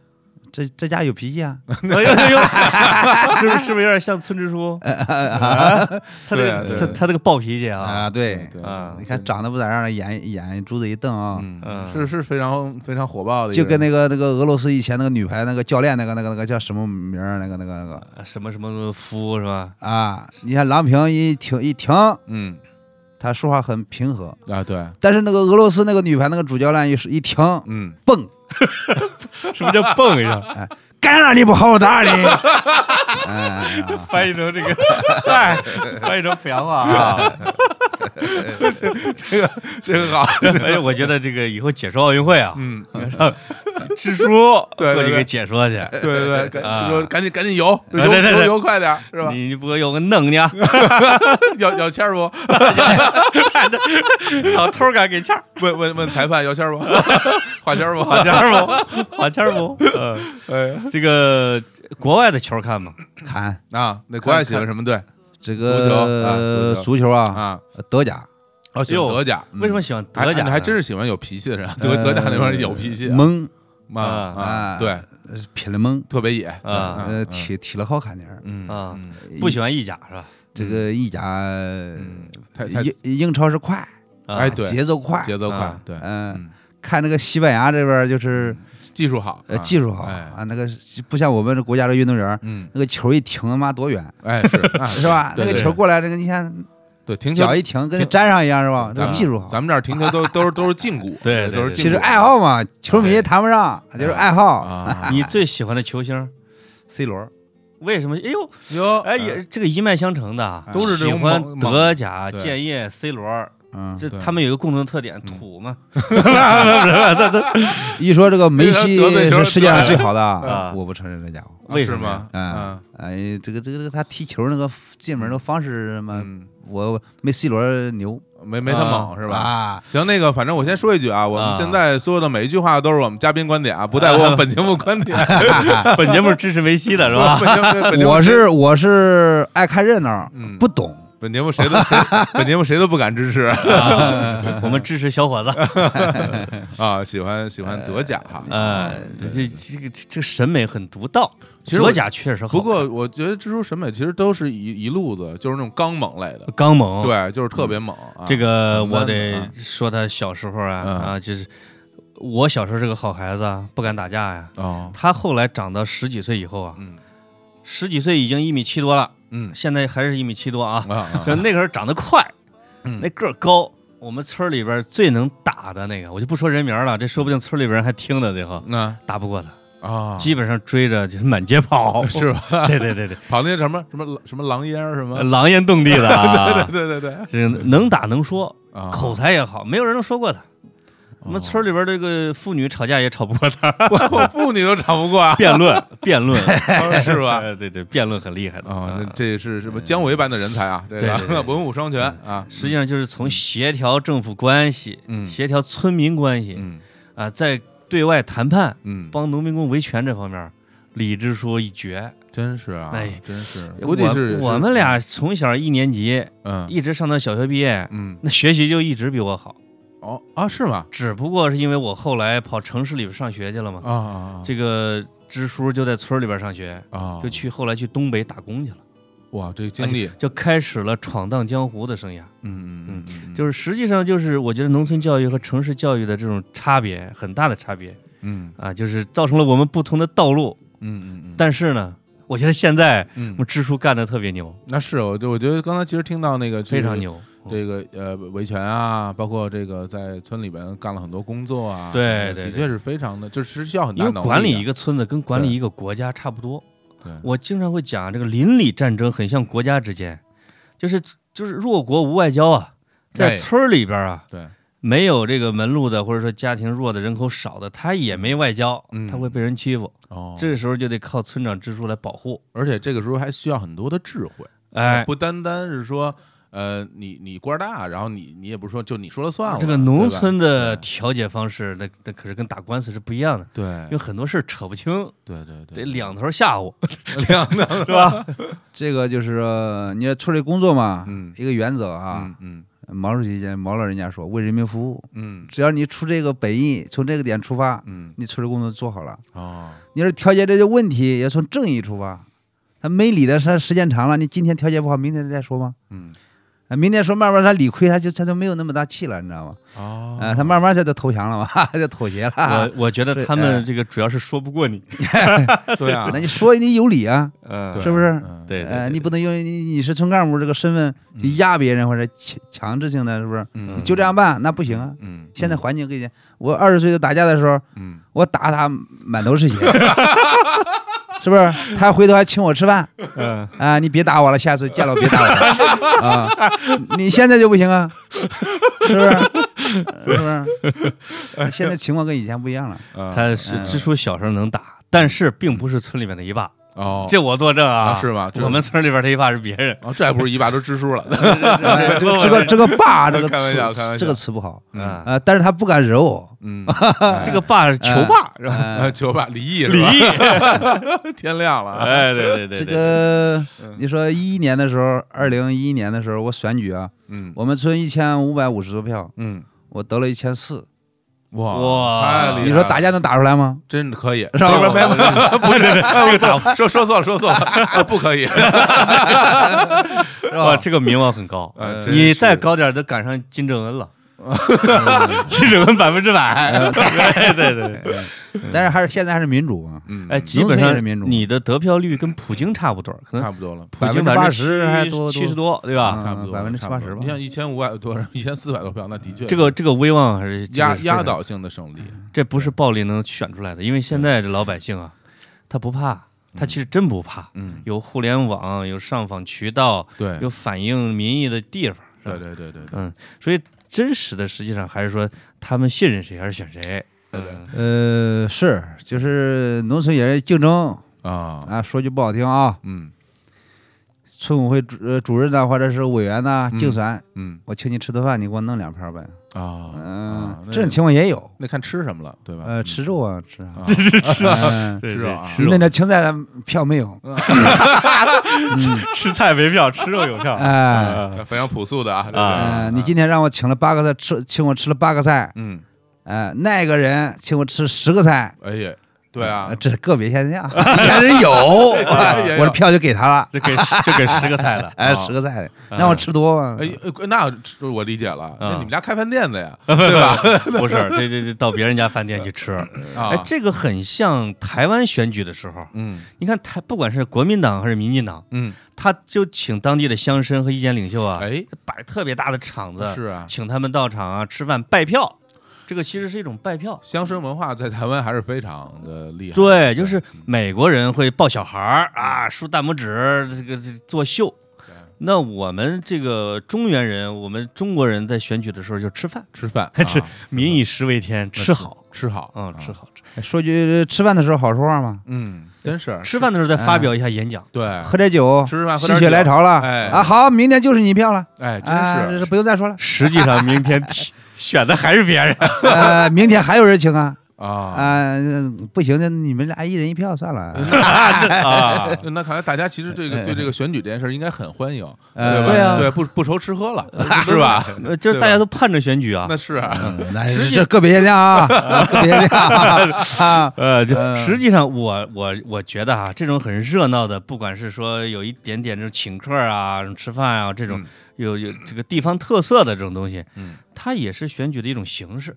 Speaker 3: 这这家有脾气啊，
Speaker 2: 哎呦哎呦， *laughs* 是不是是不是有点像村支书？啊他
Speaker 1: 哎
Speaker 2: 这
Speaker 1: 对啊
Speaker 2: 个
Speaker 1: 对哎
Speaker 2: 他他这个暴脾气啊，
Speaker 3: 啊，对，
Speaker 1: 对
Speaker 2: 啊
Speaker 3: 你看长得不咋样，眼眼珠子一瞪啊，
Speaker 1: 嗯，
Speaker 2: 嗯
Speaker 1: 是是非常非常火爆的一
Speaker 3: 就
Speaker 1: 人，
Speaker 3: 跟那个那个俄罗斯以前那个女排那个教练那个那个那个叫什么名儿啊那个那个那个
Speaker 2: 什么什么夫是吧？
Speaker 3: 啊，你看郎平一停一停，
Speaker 1: 嗯
Speaker 3: 他说话很平和，
Speaker 1: 啊对，
Speaker 3: 但是那个俄罗斯那个女排那个主教练一是一停
Speaker 1: 嗯，
Speaker 3: 蹦，
Speaker 2: 什么叫蹦一下？
Speaker 1: 哎
Speaker 3: 干啥你不好好打你？ *laughs* 哎呀
Speaker 2: 翻译成这个，嗨，翻译成濮阳话
Speaker 1: *laughs*
Speaker 2: 啊！ *laughs*
Speaker 1: 这个好，
Speaker 2: 哎呀，我觉得这个以后解说奥运会啊，
Speaker 1: 嗯，
Speaker 2: 支书
Speaker 1: *laughs* 对对
Speaker 2: 过去
Speaker 1: 对
Speaker 2: 给解说去。
Speaker 1: 对对对，赶
Speaker 2: 啊
Speaker 1: 说赶紧赶紧游游
Speaker 2: 对对对
Speaker 1: 游游快点儿是吧？
Speaker 2: 你你啊不有个
Speaker 1: *laughs*
Speaker 2: 弄呢？
Speaker 1: 要要签儿不？
Speaker 2: 老头儿敢给钱
Speaker 1: 问问问裁判要签儿不？画签儿不？
Speaker 2: 花钱儿不？花钱儿不？嗯，
Speaker 1: 哎
Speaker 2: 这个国外的球看吗？
Speaker 3: 看
Speaker 1: 啊，那国外喜欢什么队
Speaker 3: 这
Speaker 1: 足球啊
Speaker 3: 个
Speaker 1: 足球
Speaker 3: 足球啊，
Speaker 1: 啊？
Speaker 3: 德甲
Speaker 1: 哦，喜欢
Speaker 2: 哟
Speaker 1: 德甲，
Speaker 2: 为什么喜欢
Speaker 1: 还
Speaker 2: 德甲呢？
Speaker 1: 还还真是喜欢有脾气的人，德德甲
Speaker 3: 呃
Speaker 1: 那边有脾气啊，
Speaker 3: 蒙
Speaker 1: 嘛
Speaker 2: 啊
Speaker 1: 啊，
Speaker 3: 啊
Speaker 1: 对，
Speaker 3: 呃品了蒙，
Speaker 1: 特别野
Speaker 2: 啊
Speaker 3: 呃体体了好看点儿。
Speaker 1: 嗯
Speaker 2: 啊
Speaker 1: 嗯
Speaker 2: 不喜欢意甲是吧？
Speaker 3: 这个意甲
Speaker 1: 嗯，太太
Speaker 3: 英英超是快，
Speaker 2: 啊
Speaker 1: 哎对
Speaker 3: 节奏快，
Speaker 1: 节奏快
Speaker 2: 啊，
Speaker 1: 对，
Speaker 3: 嗯，
Speaker 1: 嗯，
Speaker 3: 看那个西班牙这边儿就是
Speaker 1: 技术好，
Speaker 3: 呃
Speaker 1: 嗯啊
Speaker 3: 技术好
Speaker 1: 哎
Speaker 3: 啊，那个不像我们这国家的运动员儿，
Speaker 1: 嗯，
Speaker 3: 那个球一停，他妈多远
Speaker 1: 哎是啊
Speaker 3: 是吧？
Speaker 1: 对
Speaker 3: 那个
Speaker 1: 对
Speaker 3: 球过来，那个你看
Speaker 1: 对停球
Speaker 3: 脚一停，跟
Speaker 1: 停
Speaker 3: 粘上一样是吧？
Speaker 1: 咱
Speaker 3: 那
Speaker 1: 们
Speaker 3: 技术好。
Speaker 1: 咱们这儿停球都都是都是胫骨，
Speaker 2: 对对
Speaker 1: 都是胫
Speaker 2: 对
Speaker 3: 其实
Speaker 1: 骨
Speaker 3: 爱好嘛，球迷谈不上，就是爱好。
Speaker 1: 哎啊，
Speaker 2: 你最喜欢的球星
Speaker 3: C 罗，
Speaker 2: 为什么？哎呦，
Speaker 1: 哟
Speaker 2: 哎也这个一脉相承的啊，
Speaker 1: 呃都是这
Speaker 2: 喜
Speaker 1: 种
Speaker 2: 欢
Speaker 1: 猛
Speaker 2: 德甲、
Speaker 1: 对
Speaker 2: 建业、C 罗，
Speaker 3: 嗯，
Speaker 2: 这
Speaker 1: 对嗯
Speaker 2: 他们有一个共同特点，土嘛。
Speaker 3: 一说这个梅西
Speaker 1: 得罪球
Speaker 3: 是世界上最好的
Speaker 2: 啊
Speaker 3: 啊，我不承认这家伙。
Speaker 2: 为
Speaker 1: 是
Speaker 2: 什么
Speaker 1: 吗
Speaker 2: 呀？
Speaker 1: 嗯
Speaker 3: 啊，哎，这个这个这个，他踢球那个进门的方式嘛，
Speaker 1: 嗯，
Speaker 3: 我没 C 罗牛
Speaker 1: 没没他猛是
Speaker 3: 是
Speaker 1: 吧？
Speaker 3: 吧？
Speaker 1: 啊行，那个，反正我先说一句啊，我们
Speaker 2: 啊
Speaker 1: 现在所有的每一句话都是我们嘉宾观点啊，不代表我们本节目观点，
Speaker 2: 本节目是支持梅西的是吧？
Speaker 1: 本节目本节目
Speaker 3: *laughs* 我是我是爱看热闹
Speaker 1: 嗯，
Speaker 3: 不懂。
Speaker 1: 本节目谁都谁本节目谁都不敢支持
Speaker 2: 啊我们支持小伙子。
Speaker 1: 啊，喜欢喜欢德甲哈。
Speaker 2: 呃，这这个这个审美很独到，
Speaker 1: 嗯其实我
Speaker 2: 德甲确实好看，
Speaker 1: 不过我觉得蜘蛛审美其实都是一一路子，就是那种刚猛类的，
Speaker 2: 刚猛。，
Speaker 1: 对，就是特别猛啊。
Speaker 2: 哦这个
Speaker 1: 很慢
Speaker 2: 我
Speaker 1: 的
Speaker 2: 得
Speaker 1: 啊
Speaker 2: 说他小时候啊
Speaker 1: 嗯
Speaker 2: 啊，就是我小时候是个好孩子，啊，不敢打架呀。
Speaker 1: 哦，
Speaker 2: 他后来长到十几岁以后啊，
Speaker 1: 嗯
Speaker 2: 十几岁已经一米七多了，
Speaker 1: 嗯
Speaker 2: 现在还是一米七多啊，
Speaker 1: 啊啊
Speaker 2: 就那个人长得快，
Speaker 1: 嗯
Speaker 2: 那个儿高。我们村儿里边最能打的那个，我就不说人名儿了，这说不定村儿里边人还听呢。最后
Speaker 1: 那
Speaker 2: 打不过他，
Speaker 1: 啊，。
Speaker 2: 基本上追着就是满街跑
Speaker 1: *laughs* 是吧？
Speaker 2: *laughs* 对对对对，
Speaker 1: 跑那什么什么什么狼烟儿什么，
Speaker 2: 狼烟动地的啊，
Speaker 1: *laughs* 对对对对，
Speaker 2: 这能打能说，
Speaker 1: 啊
Speaker 2: 口才也好，没有人能说过
Speaker 1: 哦
Speaker 2: 他。我们村儿里边这个妇女吵架也吵不
Speaker 1: *laughs*
Speaker 2: 过他，
Speaker 1: 我我妇女都吵不过啊，
Speaker 2: 辩论 *laughs* 辩论
Speaker 1: *laughs* 是吧？
Speaker 2: 哎 *laughs* 对对，辩论很厉害的
Speaker 1: 啊，那
Speaker 2: 嗯
Speaker 1: 这是什么姜维般的人才啊？这
Speaker 2: 对对对嗯
Speaker 1: 个 *laughs* 文武双全啊，
Speaker 2: 实际上就是从协调政府关系，
Speaker 1: 嗯
Speaker 2: 协调村民关系，
Speaker 1: 嗯
Speaker 2: 啊，在对外谈判、
Speaker 1: 嗯，
Speaker 2: 帮农民工维权这方面，李支书一绝。
Speaker 1: 真是啊，
Speaker 2: 哎
Speaker 1: 真是，估计是也是
Speaker 2: 我我们俩从小一年级
Speaker 1: 嗯
Speaker 2: 一直上到小学毕业，
Speaker 1: 嗯
Speaker 2: 那学习就一直比我好，
Speaker 1: 哦啊是吗？
Speaker 2: 只不过是因为我后来跑城市里边上学去了嘛。
Speaker 1: 啊啊
Speaker 2: 这个支书就在村里边上学，
Speaker 1: 啊啊，
Speaker 2: 就去后来去东北打工去了，
Speaker 1: 哇这个经历，
Speaker 2: 就开始了闯荡江湖的生涯。
Speaker 1: 嗯嗯嗯，
Speaker 2: 就是实际上就是我觉得农村教育和城市教育的这种差别很大的差别
Speaker 1: 嗯
Speaker 2: 啊，就是造成了我们不同的道路。
Speaker 1: 嗯嗯嗯，
Speaker 2: 但是呢，我觉得现在我
Speaker 1: 嗯
Speaker 2: 们支书干的特别牛，
Speaker 1: 那是我就我觉得刚才其实听到那个
Speaker 2: 非常。牛。哦
Speaker 1: 这个呃维权啊，包括这个在村里边干了很多工作啊，
Speaker 2: 对对
Speaker 1: 的
Speaker 2: 对
Speaker 1: 确是非常的，就是需要很
Speaker 2: 因
Speaker 1: 大
Speaker 2: 为
Speaker 1: 能力的。啊
Speaker 2: 管理一个村子跟管理
Speaker 1: 对
Speaker 2: 一个国家差不多。
Speaker 1: 对
Speaker 2: 我经常会讲，这个邻里战争很像国家之间，就是就是弱国无外交啊，在
Speaker 1: 哎
Speaker 2: 村儿里边啊，
Speaker 1: 对，
Speaker 2: 没有这个门路的，或者说家庭弱的、人口少的，他也没外交，
Speaker 1: 嗯
Speaker 2: 他会被人欺负。
Speaker 1: 哦，
Speaker 2: 这时候就得靠村长支书来保护。
Speaker 1: 而且这个时候还需要很多的智慧，
Speaker 2: 哎，
Speaker 1: 呃不单单是说，呃，你你官儿大，然后你你也不是说就你说了算了。
Speaker 2: 这个农村的
Speaker 1: 对吧
Speaker 2: 调解方式，那那可是跟打官司是不一样的，
Speaker 1: 对
Speaker 2: 有很多事儿扯不清，
Speaker 1: 对对哎对，
Speaker 2: 得两头吓唬，
Speaker 1: *laughs* 两的，
Speaker 2: 是吧？
Speaker 3: 这个就是说你在村里工作嘛，
Speaker 1: 嗯
Speaker 3: 一个原则啊
Speaker 1: 嗯。嗯
Speaker 3: 毛主席毛老人家说为人民服务，
Speaker 1: 嗯
Speaker 3: 只要你出这个本意，从这个点出发，
Speaker 1: 嗯
Speaker 3: 你村里工作做好了。
Speaker 1: 哦，
Speaker 3: 你要是调解这些问题，要从正义出发，他没理的他时间长了，你今天调解不好，明天再说吗？
Speaker 1: 嗯
Speaker 3: 啊，明天说慢慢他理亏，他就他就没有那么大气了，你知道吗？
Speaker 2: 哎
Speaker 1: 哦，
Speaker 3: 啊，他慢慢他就投降了嘛， *laughs* 就妥协
Speaker 1: 啊
Speaker 3: 了。
Speaker 2: 我我觉得
Speaker 3: 是
Speaker 2: 他
Speaker 3: 哎
Speaker 2: 们这个主要是说不过你，
Speaker 1: 对啊，
Speaker 3: *laughs* 那你说你有理啊，
Speaker 2: 嗯
Speaker 1: 对
Speaker 3: 是不是？
Speaker 1: 嗯
Speaker 2: 对对
Speaker 3: 呃，
Speaker 2: 对
Speaker 3: 你不能用你你是村干部这个身份去压别人或者强强制性的，是不是？
Speaker 1: 嗯
Speaker 3: 你就这样办，那不行啊。
Speaker 1: 嗯
Speaker 3: 现在环境跟以前，我二十岁就打架的时候，
Speaker 1: 嗯
Speaker 3: 我打他满头是血， *laughs* 是不是？他回头还请我吃饭
Speaker 2: 嗯，
Speaker 3: 啊！你别打我了，下次见了我别打我了啊！你现在就不行啊，是不是？是不是？现在情况跟以前不
Speaker 1: *laughs*
Speaker 3: 一样了。
Speaker 1: 啊
Speaker 2: 他是支书小时候能打，但是并不是村里面的一霸，
Speaker 1: 嗯哦
Speaker 2: 这我作证啊，
Speaker 1: 啊是吗这
Speaker 2: 我们村里边的一霸是别人，
Speaker 1: 哦，这还不是一把都支书了，
Speaker 2: *laughs*
Speaker 3: 这个这个这个霸这个
Speaker 1: 开玩笑开玩笑
Speaker 3: 词这个词不好
Speaker 2: 嗯
Speaker 3: 啊，但是他不敢惹我，
Speaker 1: 嗯，
Speaker 2: 这个霸啊是球霸是吧？
Speaker 1: 哎就把离异
Speaker 2: 李
Speaker 1: 是吧？*laughs*
Speaker 2: 毅，
Speaker 1: 天亮了啊，
Speaker 2: 哎，对对对，
Speaker 3: 这
Speaker 2: 对，
Speaker 3: 个你说一一年的时候，二零一一年的时候，我选举啊，
Speaker 1: 嗯
Speaker 3: 我们村一千五百五十多票，
Speaker 1: 嗯，
Speaker 3: 我得了一千四，
Speaker 1: 哇
Speaker 2: 哇
Speaker 1: 太厉害
Speaker 3: 你说
Speaker 1: 了
Speaker 3: 打架能打出来吗？
Speaker 1: 真可以，
Speaker 3: 是吧
Speaker 1: 不是没有，不是，这
Speaker 2: 个打
Speaker 1: 说说错了，说错了，不
Speaker 2: *laughs*
Speaker 1: 可以，
Speaker 3: 是
Speaker 2: 哇，
Speaker 3: 吧？
Speaker 2: 这个名望很高
Speaker 1: 哎真，是
Speaker 2: 你再高点儿都赶上金
Speaker 1: *laughs*
Speaker 2: 正恩了，嗯金正恩百分之百，
Speaker 1: 嗯
Speaker 2: *laughs* 对对对对，
Speaker 3: 但是还是现在还是民主啊嘛，
Speaker 1: 嗯
Speaker 2: 哎，基本
Speaker 3: 农村也
Speaker 2: 上
Speaker 3: 是民主
Speaker 2: 你的得票率跟普京差不多，可
Speaker 1: 差
Speaker 2: 能
Speaker 1: 不多了，
Speaker 2: 普京
Speaker 3: 80%还多
Speaker 2: 七十多，对吧？
Speaker 3: 嗯
Speaker 1: 差不多
Speaker 3: 百分之
Speaker 1: 差不
Speaker 3: 70%
Speaker 1: 多
Speaker 3: 吧
Speaker 1: 你像一千五百多人，一千四百多票，那的确
Speaker 2: 这个这个威望还是哎
Speaker 1: 压
Speaker 2: 这个
Speaker 1: 压倒性的胜利。
Speaker 2: 这不是暴力能选出来的，因为现在这老百姓啊，他不怕，他其实真不怕。
Speaker 1: 嗯，
Speaker 2: 有互联网，有上访渠道，
Speaker 1: 对，
Speaker 2: 有反映民意的地方，是吧
Speaker 1: 对对对对对，
Speaker 2: 嗯，所以真实的实际上还是说他们信任谁还是选谁。嗯
Speaker 3: 呃，是，就是农村也是竞争
Speaker 1: 啊，
Speaker 3: 啊，说句不好听啊，
Speaker 1: 嗯
Speaker 3: 村委会主呃主任呐、或者是委员呐、
Speaker 1: 嗯
Speaker 3: 竞选，
Speaker 1: 嗯
Speaker 3: 我请你吃顿饭，你给我弄两盘呗。
Speaker 1: 啊
Speaker 3: 嗯
Speaker 1: 啊，，那
Speaker 3: 这种情况也有，
Speaker 1: 那看吃什么了，对吧？
Speaker 3: 呃，
Speaker 1: 嗯
Speaker 3: 吃肉啊，吃啊，
Speaker 1: 啊
Speaker 3: *laughs* 嗯
Speaker 2: 对
Speaker 1: 吃
Speaker 2: 对
Speaker 1: 肉啊
Speaker 2: *laughs* 吃
Speaker 1: *laughs*
Speaker 3: 那
Speaker 2: 肉
Speaker 3: 那青菜票没有，
Speaker 2: 吃菜没票，吃肉有
Speaker 1: *laughs*
Speaker 2: 票。
Speaker 3: 哎，
Speaker 2: 啊
Speaker 1: 呃非常朴素的啊
Speaker 2: 啊
Speaker 3: 嗯，你今天让我请了八个菜，吃请我吃了八个菜，
Speaker 1: 嗯，
Speaker 3: 呃，那个人请我吃十个菜，
Speaker 1: 哎呀，对啊
Speaker 3: 呃，这是个别现
Speaker 1: *laughs*
Speaker 3: 象，但是有，啊
Speaker 1: 也有
Speaker 3: 我的票就给他了，，
Speaker 2: 这给这给十个菜了
Speaker 1: *laughs*
Speaker 3: 哎，
Speaker 1: 啊
Speaker 3: 十个菜，让我吃多嘛，
Speaker 1: 哎，呃那这我理解了，那
Speaker 2: 啊
Speaker 1: 你们家开饭店的呀，对吧？
Speaker 2: 不是，这这这到别人家饭店去吃，
Speaker 1: *laughs*
Speaker 2: 哎
Speaker 1: 啊，，
Speaker 2: 这个很像台湾选举的时候，
Speaker 1: 嗯
Speaker 2: 你看台不管是国民党还是民进党，
Speaker 1: 嗯，
Speaker 2: 他就请当地的乡绅和意见领袖啊，
Speaker 1: 哎，
Speaker 2: 摆特别大的场子，
Speaker 1: 是啊
Speaker 2: 请他们到场啊吃饭拜票，这个其实是一种拜票。
Speaker 1: 乡绅文化在台湾还是非常的厉害。
Speaker 2: 对，
Speaker 1: 啊
Speaker 2: 就是
Speaker 1: 嗯
Speaker 2: 美国人会抱小孩儿啊，竖大拇指，这个这作秀。那我们这个中原人，我们中国人在选举的时候就吃饭，
Speaker 1: 吃饭
Speaker 2: 吃
Speaker 1: 啊
Speaker 2: 民以食为天，吃好，
Speaker 1: 吃好，
Speaker 2: 嗯，
Speaker 1: 啊
Speaker 2: 吃，好吃。
Speaker 3: 说句吃饭的时候好说话嘛，
Speaker 1: 嗯，真是哎
Speaker 2: 吃饭的时候再发表一下演讲，，
Speaker 1: 对，
Speaker 3: 喝点酒，
Speaker 1: 啊吃饭喝点
Speaker 3: 心血
Speaker 1: 酒
Speaker 3: 来潮了，
Speaker 1: 哎
Speaker 3: 啊，好，明天就是你票了，
Speaker 1: 哎，真
Speaker 3: 啊这
Speaker 1: 是
Speaker 3: 不用再说了
Speaker 2: 实际上
Speaker 1: *laughs*
Speaker 2: 明天提选的还是别人。
Speaker 3: 呃，明天还有人请啊，
Speaker 1: 啊。
Speaker 3: 啊，不行，那你们俩一人一票算了，
Speaker 1: 哎
Speaker 2: 啊，
Speaker 1: *laughs* 那看来大家其实
Speaker 3: 哎
Speaker 1: 这个对这个选举这件事儿应该很欢迎，
Speaker 3: 呃
Speaker 1: 对吧？
Speaker 2: 对啊
Speaker 1: 对，不不愁吃喝了， *laughs* 是吧？
Speaker 2: *laughs* 呃就是大家都盼着选举啊
Speaker 1: 那，是啊
Speaker 3: 嗯那是 *laughs* 这个别现象
Speaker 1: *laughs*
Speaker 3: 啊，个别现象啊啊，
Speaker 2: 呃，就
Speaker 3: 嗯
Speaker 2: 实际上我我我觉得啊，这种很热闹的，不管是说有一点点这种请客啊、什么吃饭啊这种
Speaker 1: 嗯
Speaker 2: 有有这个地方特色的这种东西，
Speaker 1: 嗯，
Speaker 2: 它也是选举的一种形式，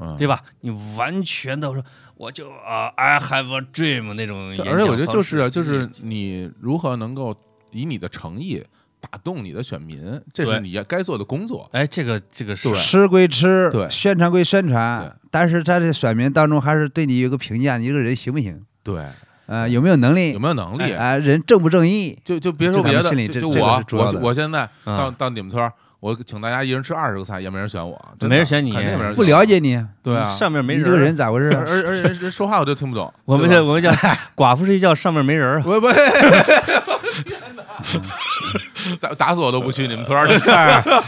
Speaker 1: 嗯
Speaker 2: 对吧？你完全的说我就啊、i have a dream 那种演
Speaker 1: 对
Speaker 2: 讲
Speaker 1: 而且我觉得就
Speaker 2: 方
Speaker 1: 是
Speaker 2: 式
Speaker 1: 啊就是你如何能够以你的诚意打动你的选民，这是
Speaker 2: 对
Speaker 1: 你该做的工作。
Speaker 2: 哎，这个这个是
Speaker 3: 吃归吃，
Speaker 1: 对
Speaker 3: 宣传归宣
Speaker 1: 对
Speaker 3: 传，但是在这选民当中还是对你有个评价，你这个人行不行？
Speaker 1: 对，
Speaker 3: 呃，有没有能力？
Speaker 1: 有没有能力？
Speaker 3: 啊、人正不正义？
Speaker 1: 就就别说别
Speaker 3: 这咱们心里
Speaker 1: 的，
Speaker 3: 这
Speaker 1: 就就
Speaker 3: 这个
Speaker 1: 我
Speaker 3: 是主要
Speaker 1: 我
Speaker 3: 的
Speaker 1: 我现在
Speaker 2: 嗯
Speaker 1: 到到你们村儿，我请大家一人吃二十个菜，也没人选我，真的
Speaker 2: 没人选你
Speaker 1: 肯定没人选
Speaker 3: 不了解你，
Speaker 1: 对啊，
Speaker 2: 上面没
Speaker 3: 你
Speaker 2: 人
Speaker 3: 这
Speaker 2: 儿，
Speaker 3: 个人咋回事
Speaker 1: 而
Speaker 3: 儿？
Speaker 1: 而而人说话我就听不懂。
Speaker 2: 我们
Speaker 1: 对
Speaker 2: 叫
Speaker 1: 吧
Speaker 2: 我
Speaker 1: *laughs*
Speaker 2: 们叫寡妇睡觉上面没人儿啊，
Speaker 1: 我我天哪， *laughs* 打打死我都不去你们村儿，真的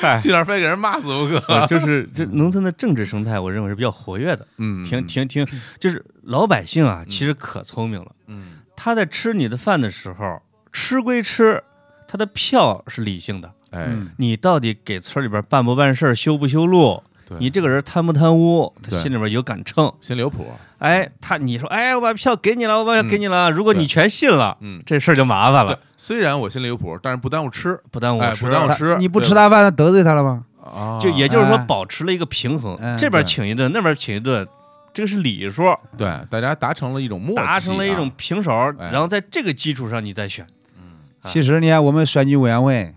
Speaker 2: 嗨。
Speaker 1: *laughs* 去那儿非给人骂死不
Speaker 2: *laughs*
Speaker 1: 可。*laughs*
Speaker 2: 呃就是这农村的政治生态，我认为是比较活跃的。
Speaker 1: 嗯
Speaker 2: 挺挺挺，就是老百姓啊，其实可聪明了。
Speaker 1: 嗯
Speaker 2: 他在吃你的饭的时候，吃归吃，他的票是理性的。
Speaker 1: 哎，
Speaker 3: 嗯，
Speaker 2: 你到底给村里边办不办事儿、修不修路，
Speaker 1: 对
Speaker 2: 你这个人贪不贪污，他
Speaker 1: 对
Speaker 2: 心里边有杆秤。
Speaker 1: 心里有谱，
Speaker 2: 哎，他你说，哎，我把票给你了，我把票给你了。如
Speaker 1: 嗯
Speaker 2: 果
Speaker 1: 对
Speaker 2: 你全信了，
Speaker 1: 嗯
Speaker 2: 这事儿就麻烦
Speaker 1: 对
Speaker 2: 了，，
Speaker 1: 虽然我心里有谱，但是不耽误吃
Speaker 2: 不耽误
Speaker 1: 哎
Speaker 2: 我吃
Speaker 1: 不。耽误
Speaker 3: 他
Speaker 1: 吃
Speaker 3: 你不
Speaker 1: 对
Speaker 3: 吃他饭得罪他了吗？
Speaker 1: 啊
Speaker 2: 就也就是说，
Speaker 3: 哎
Speaker 2: 保持了一个平衡，
Speaker 3: 嗯
Speaker 2: 这边
Speaker 1: 对
Speaker 2: 请一顿，那边请一顿，这个是礼数，
Speaker 1: 对，大家达成了一种默契啊，
Speaker 2: 达成了一种平手，
Speaker 1: 哎
Speaker 2: 然后在这个基础上你再选。啊
Speaker 3: 其实呢，我们选举委员会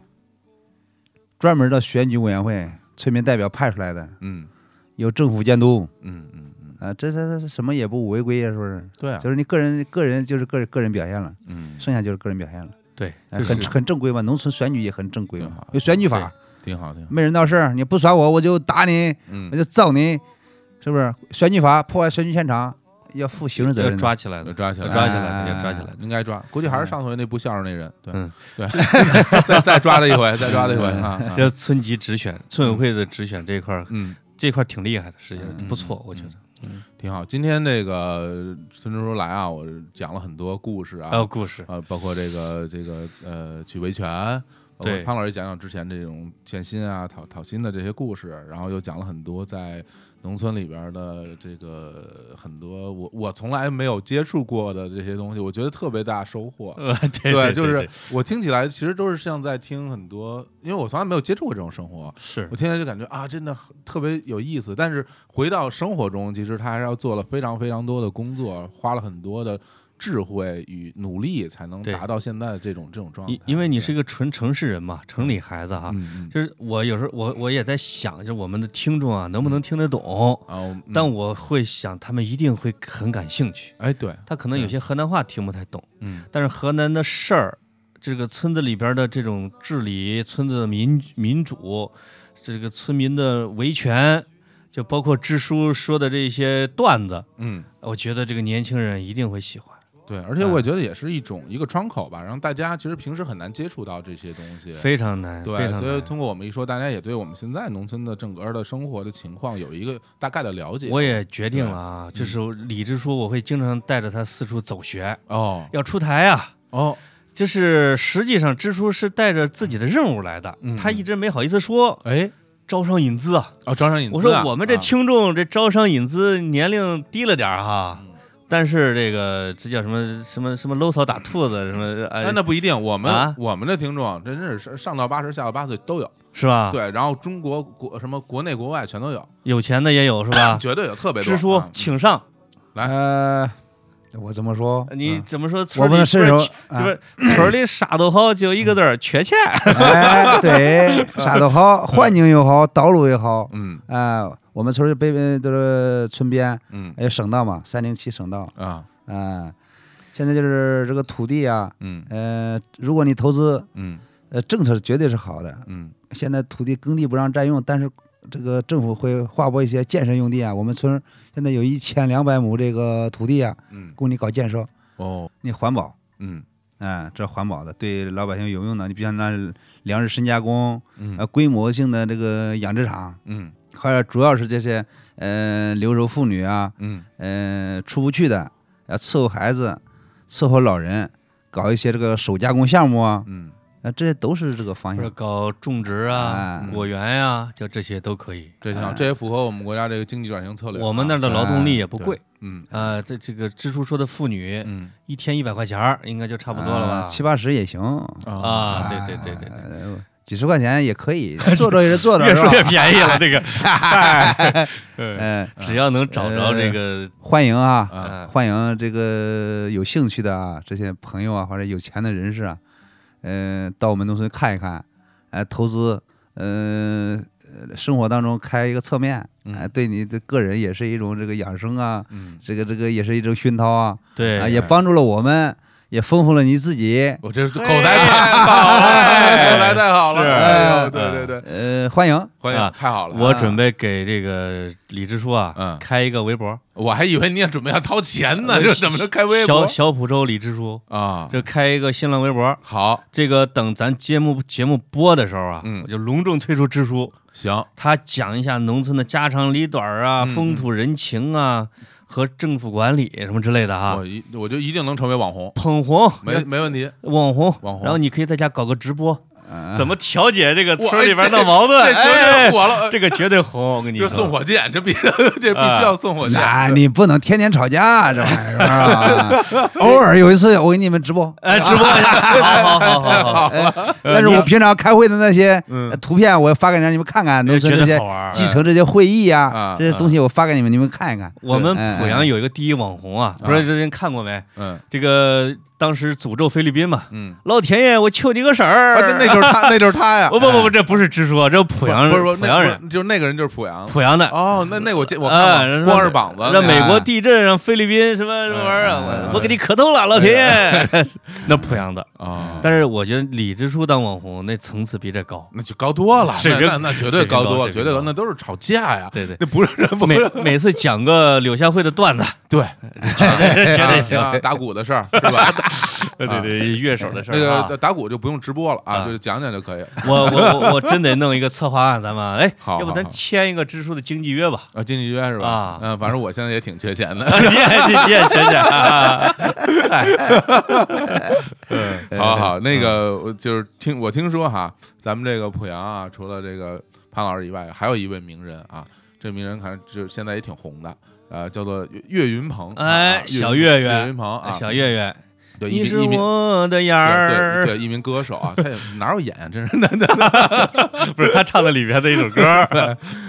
Speaker 3: 专门的选举委员会，村民代表派出来的，
Speaker 1: 嗯
Speaker 3: 有政府监督
Speaker 1: 嗯嗯嗯，
Speaker 3: 啊、这这这什么也不违规呀，是不是？
Speaker 1: 对啊，
Speaker 3: 就是你个人个人就是个人个人表现了，
Speaker 1: 嗯
Speaker 3: 剩下就是个人表现了，
Speaker 2: 对，
Speaker 3: 哎
Speaker 1: 就是
Speaker 3: 很很正规嘛，农村选举也很正规
Speaker 1: 对
Speaker 3: 嘛
Speaker 1: 啊，
Speaker 3: 有选举法，
Speaker 1: 挺好挺好，
Speaker 3: 没人闹事儿，你不选我我就打你，我
Speaker 1: 嗯，
Speaker 3: 就揍你，是不是？选举法破坏选举现场要负刑事责
Speaker 2: 要
Speaker 3: 任的。
Speaker 2: 抓起来的，
Speaker 1: 抓起
Speaker 2: 要
Speaker 1: 来，
Speaker 2: 抓起
Speaker 3: 哎
Speaker 2: 来，要抓起来。
Speaker 1: 应该抓，估计还是上回那部相声那人，对
Speaker 2: 嗯
Speaker 1: 对， *laughs* 再再抓他一回，再抓他一回啊，啊
Speaker 2: 这村级直选、村委会的直选这一块儿，
Speaker 1: 嗯。
Speaker 2: 这一块儿挺厉害的，实际上
Speaker 1: 嗯
Speaker 2: 不错，我觉得。
Speaker 1: 挺好。今天这个孙叔叔来啊，我讲了很多故事啊，
Speaker 2: 还有故事，
Speaker 1: 呃，包括这个这个呃去维权，包括
Speaker 2: 对
Speaker 1: 潘老师讲讲之前这种欠薪啊、讨讨薪的这些故事，然后又讲了很多在农村里边的这个很多我我从来没有接触过的这些东西，我觉得特别大收获。
Speaker 2: 呃， *laughs* 对
Speaker 1: 就是我听起来其实都是像在听很多，因为我从来没有接触过这种生活，
Speaker 2: 是
Speaker 1: 我，听起来就感觉啊，真的很特别有意思。但是回到生活中，其实他还是要做了非常非常多的工作，花了很多的智慧与努力，才能
Speaker 2: 对
Speaker 1: 达到现在这种这种状态
Speaker 2: 因。因为你是
Speaker 1: 对
Speaker 2: 一个纯城市人嘛，城里孩子啊，
Speaker 1: 嗯嗯
Speaker 2: 就是我有时候我我也在想，就是我们的听众啊，能不能听得懂？
Speaker 1: 啊，我
Speaker 2: 但
Speaker 1: 嗯
Speaker 2: 我会想，他们一定会很感兴趣。
Speaker 1: 哎对，
Speaker 2: 他可能有些河南话听不太懂，
Speaker 1: 嗯
Speaker 2: 但是河南的事儿，这个村子里边的这种治理、村子的民民主，这个村民的维权，就包括支书说的这些段子，
Speaker 1: 嗯
Speaker 2: 我觉得这个年轻人一定会喜欢，
Speaker 1: 对，而且我
Speaker 2: 嗯
Speaker 1: 觉得也是一种一个窗口吧，让大家其实平时很难接触到这些东西。
Speaker 2: 非常难，非
Speaker 1: 对，
Speaker 2: 常
Speaker 1: 所以
Speaker 2: 难。
Speaker 1: 通过我们一说，大家也对我们现在农村的整个的生活的情况有一个大概的了解。
Speaker 2: 我也决定了啊，
Speaker 1: 嗯
Speaker 2: 就是李支书，我会经常带着他四处走学，
Speaker 1: 哦
Speaker 2: 要出台啊。
Speaker 1: 哦，
Speaker 2: 就是实际上，支书是带着自己的任务来的，
Speaker 1: 嗯
Speaker 2: 他一直没好意思说
Speaker 1: 哎
Speaker 2: 招商引资啊。
Speaker 1: 哦，招商引资
Speaker 2: 我说
Speaker 1: 啊
Speaker 2: 我们这
Speaker 1: 啊
Speaker 2: 听众这招商引资年龄低了点儿哈，
Speaker 1: 嗯
Speaker 2: 但是这个这叫什么什么什么搂草打兔子什么，哎
Speaker 1: 那，那不一定，我们、
Speaker 2: 啊
Speaker 1: 我们的听众真是上上到八十，下到八岁都有，
Speaker 2: 是吧？，
Speaker 1: 对，然后中国国什么国内国外全都有，？
Speaker 2: 有钱的也有是吧
Speaker 1: *coughs* 绝对有，特别多。
Speaker 2: 支啊书
Speaker 1: 啊
Speaker 2: 请上，
Speaker 1: 来
Speaker 3: 呃，我怎么说？
Speaker 2: 你
Speaker 3: 嗯
Speaker 2: 怎么说？村儿
Speaker 3: 我
Speaker 2: 里
Speaker 3: 们伸手
Speaker 2: 不是，
Speaker 3: 啊嗯
Speaker 2: 就是村儿里啥都好，就一个字儿缺钱。
Speaker 3: 哎，对，啥都好，环境又好，道路又好，
Speaker 1: 嗯
Speaker 3: 啊、我们村儿北边就是村边，
Speaker 1: 嗯
Speaker 3: 还有省道嘛，三零七省道，
Speaker 1: 啊
Speaker 3: 啊、现在就是这个土地啊，
Speaker 1: 嗯
Speaker 3: 呃，如果你投资，
Speaker 1: 嗯
Speaker 3: 呃，政策绝对是好的。
Speaker 1: 嗯
Speaker 3: 现在土地耕地不让占用，但是这个政府会划拨一些建设用地啊。我们村儿现在有一千两百亩这个土地啊，
Speaker 1: 嗯
Speaker 3: 供你搞建设，
Speaker 1: 哦
Speaker 3: 你环保，
Speaker 1: 嗯
Speaker 3: 嗯，这环保的对老百姓有用的。你比方那粮食深加工，
Speaker 1: 嗯
Speaker 3: 呃，规模性的这个养殖场，
Speaker 1: 嗯
Speaker 3: 还有主要是这些呃留守妇女啊，
Speaker 1: 嗯
Speaker 3: 嗯，出不去的，要伺候孩子，伺候老人，搞一些这个手加工项目啊，
Speaker 1: 嗯
Speaker 3: 那这些都是这个方
Speaker 2: 不是
Speaker 3: 向。
Speaker 2: 搞种植啊
Speaker 3: 哎、
Speaker 2: 果园呀，就这些都可以。
Speaker 1: 这项这也符合我们国家这个经济转型策略啊。
Speaker 2: 哎我们那儿的劳动力也不
Speaker 1: 对
Speaker 2: 贵，
Speaker 1: 嗯
Speaker 2: 呃，这这个支出说的妇女
Speaker 1: 嗯
Speaker 2: 一天一百块钱儿，应该就差不多了
Speaker 3: 啊
Speaker 2: 吧？
Speaker 3: 七八十也行，
Speaker 1: 哎
Speaker 2: 啊，对对对对对，
Speaker 1: *laughs*
Speaker 3: 呃几十块钱也
Speaker 2: *laughs*
Speaker 3: 可以，做着也是做着，
Speaker 2: 越
Speaker 3: 是
Speaker 2: 说
Speaker 3: 吧 *laughs*
Speaker 2: 越便宜了，这个，哎嗯
Speaker 3: 嗯，
Speaker 2: 只要能找着这个，
Speaker 3: 欢迎啊，
Speaker 1: 啊
Speaker 2: 嗯
Speaker 3: 欢迎这个有兴趣的啊，这些朋友啊，或者有钱的人士啊，呃，到我们农村看一看，呃，投资，呃，呃生活当中开一个侧面，哎、
Speaker 1: 嗯
Speaker 3: 对你的个人也是一种这个养生啊，
Speaker 1: 嗯，
Speaker 3: 这个这个也是一种熏陶啊，啊，
Speaker 2: 对，
Speaker 3: 也帮助了我们，也丰富了你自己。
Speaker 1: 我这是口才太好了，口才太好了，
Speaker 2: 哎是
Speaker 1: 哎呦对
Speaker 2: 嗯
Speaker 1: 对对，
Speaker 3: 呃，欢迎，
Speaker 1: 欢迎，
Speaker 2: 啊
Speaker 1: 太好了。
Speaker 2: 我准备给这个李支书啊
Speaker 1: 嗯，
Speaker 2: 开一个
Speaker 1: *laughs*
Speaker 2: 微博，
Speaker 1: 我还以为你也准备要掏钱
Speaker 2: 呃
Speaker 1: 呢，这怎么能开微博
Speaker 2: 小小浦州李支书，
Speaker 1: 啊？
Speaker 2: 就开一个新浪微博。
Speaker 1: 好，
Speaker 2: 这个等咱节目节目播的时候啊，
Speaker 1: 嗯
Speaker 2: 我就隆重推出支书，
Speaker 1: 行，
Speaker 2: 他讲一下农村的家长里短儿啊、
Speaker 1: 嗯
Speaker 2: 风土人情啊和政府管理什么之类的哈
Speaker 1: 我，一我就一定能成为网红，
Speaker 2: 捧红
Speaker 1: 没没问题。
Speaker 2: 网红，
Speaker 1: 网红
Speaker 2: 然后你可以在家搞个直播，
Speaker 3: 呃
Speaker 2: 怎么调
Speaker 1: *laughs*
Speaker 2: 解这个村儿里边
Speaker 1: 哇
Speaker 2: 的矛盾？
Speaker 1: 这这绝对
Speaker 2: 哎
Speaker 1: 火了，呃
Speaker 2: 这个绝对红，我跟你啊
Speaker 1: 这
Speaker 2: 说，
Speaker 1: 送火箭，这必 *laughs* 这必须要送火箭。
Speaker 3: 那哎你不能天天吵架，这玩意
Speaker 2: *laughs*
Speaker 3: 儿啊！偶尔有一次，我给你们直播，
Speaker 2: 哎，直播
Speaker 1: *laughs*
Speaker 2: 一下，好好好好呃好，
Speaker 3: 哎，但是我平常开会的那些呃图片，我发给让你们看看，农
Speaker 2: 嗯
Speaker 3: 村
Speaker 2: 哎觉
Speaker 3: 这
Speaker 2: 得
Speaker 3: 些
Speaker 2: 好玩儿。哎
Speaker 3: 继承这些会议
Speaker 1: 啊
Speaker 3: 啊，这些东西我发给你们，你们看一看。
Speaker 2: 我们
Speaker 3: 哎
Speaker 2: 濮阳有一个第一网红啊，不是这人看过没？
Speaker 1: 嗯
Speaker 2: 这个当时诅咒菲律宾嘛，
Speaker 1: 嗯，
Speaker 2: 老天爷，我求你个婶儿！
Speaker 1: 啊，那那就是他，那就是他呀。哎
Speaker 2: 不不不不，这不是支书，这是濮阳
Speaker 1: 不
Speaker 2: 人，
Speaker 1: 是不是
Speaker 2: 濮
Speaker 1: 那
Speaker 2: 阳
Speaker 1: 不
Speaker 2: 人，
Speaker 1: 是，就是那个人就是濮阳。
Speaker 2: 濮阳的。
Speaker 1: 哦，那那我见我
Speaker 2: 哎
Speaker 1: 看
Speaker 2: 人
Speaker 1: 过，
Speaker 2: 说
Speaker 1: 光着膀子那
Speaker 2: 那
Speaker 1: 个。
Speaker 2: 美国地震让菲律宾什么什么玩意
Speaker 1: 嗯
Speaker 2: 儿
Speaker 3: 哎
Speaker 2: 啊，我我给你磕头了，老天
Speaker 1: 哎
Speaker 2: 爷！ *laughs* 那濮阳的，
Speaker 1: 啊，
Speaker 2: 但是我觉得李支书当网红那层次比这高。
Speaker 1: 那就高多了，
Speaker 2: 水
Speaker 1: 那
Speaker 2: 平
Speaker 1: 那那绝对高多了，绝
Speaker 2: 水平高水平
Speaker 1: 对
Speaker 2: 高
Speaker 1: 高，那都是吵架呀。
Speaker 2: 对对，
Speaker 1: 那不是人，不
Speaker 2: 每
Speaker 1: 是
Speaker 2: 每次讲个柳下惠的段子，
Speaker 1: 对，
Speaker 2: 绝对行。
Speaker 1: 啊打鼓的事儿是吧？
Speaker 2: 对
Speaker 1: 啊
Speaker 2: 对对，乐手的事
Speaker 1: 那
Speaker 2: 儿啊
Speaker 1: 个。打鼓就不用直播了啊，
Speaker 2: 啊
Speaker 1: 就讲讲就可以了
Speaker 2: *laughs* 我我我我真得弄一个策划案，咱们哎，
Speaker 1: 好
Speaker 2: 要不
Speaker 1: 好
Speaker 2: 咱
Speaker 1: 好
Speaker 2: 签一个支书的经纪约吧？
Speaker 1: 啊。经纪约是吧
Speaker 2: 啊？
Speaker 1: 嗯，反正我现在也挺缺钱
Speaker 2: *laughs*
Speaker 1: 的。
Speaker 2: 你也你也想想啊，
Speaker 1: 好好，那个我就是听我听说哈，咱们这个濮阳啊，除了这个潘老师以外，还有一位名人啊，这名人看就是现在也挺红的，呃，叫做岳岳云鹏，
Speaker 2: 哎
Speaker 1: 啊
Speaker 2: 小
Speaker 1: 岳云
Speaker 2: 岳岳
Speaker 1: 岳云鹏啊，
Speaker 2: *laughs* 小月月，
Speaker 1: 对一
Speaker 2: 你是
Speaker 1: 名一名。
Speaker 2: 我的眼
Speaker 1: 对对
Speaker 2: 儿，
Speaker 1: 对，一名歌手
Speaker 2: *laughs*
Speaker 1: 啊，他也哪有演啊，真是的。
Speaker 2: 不是他唱的里边的一首歌儿，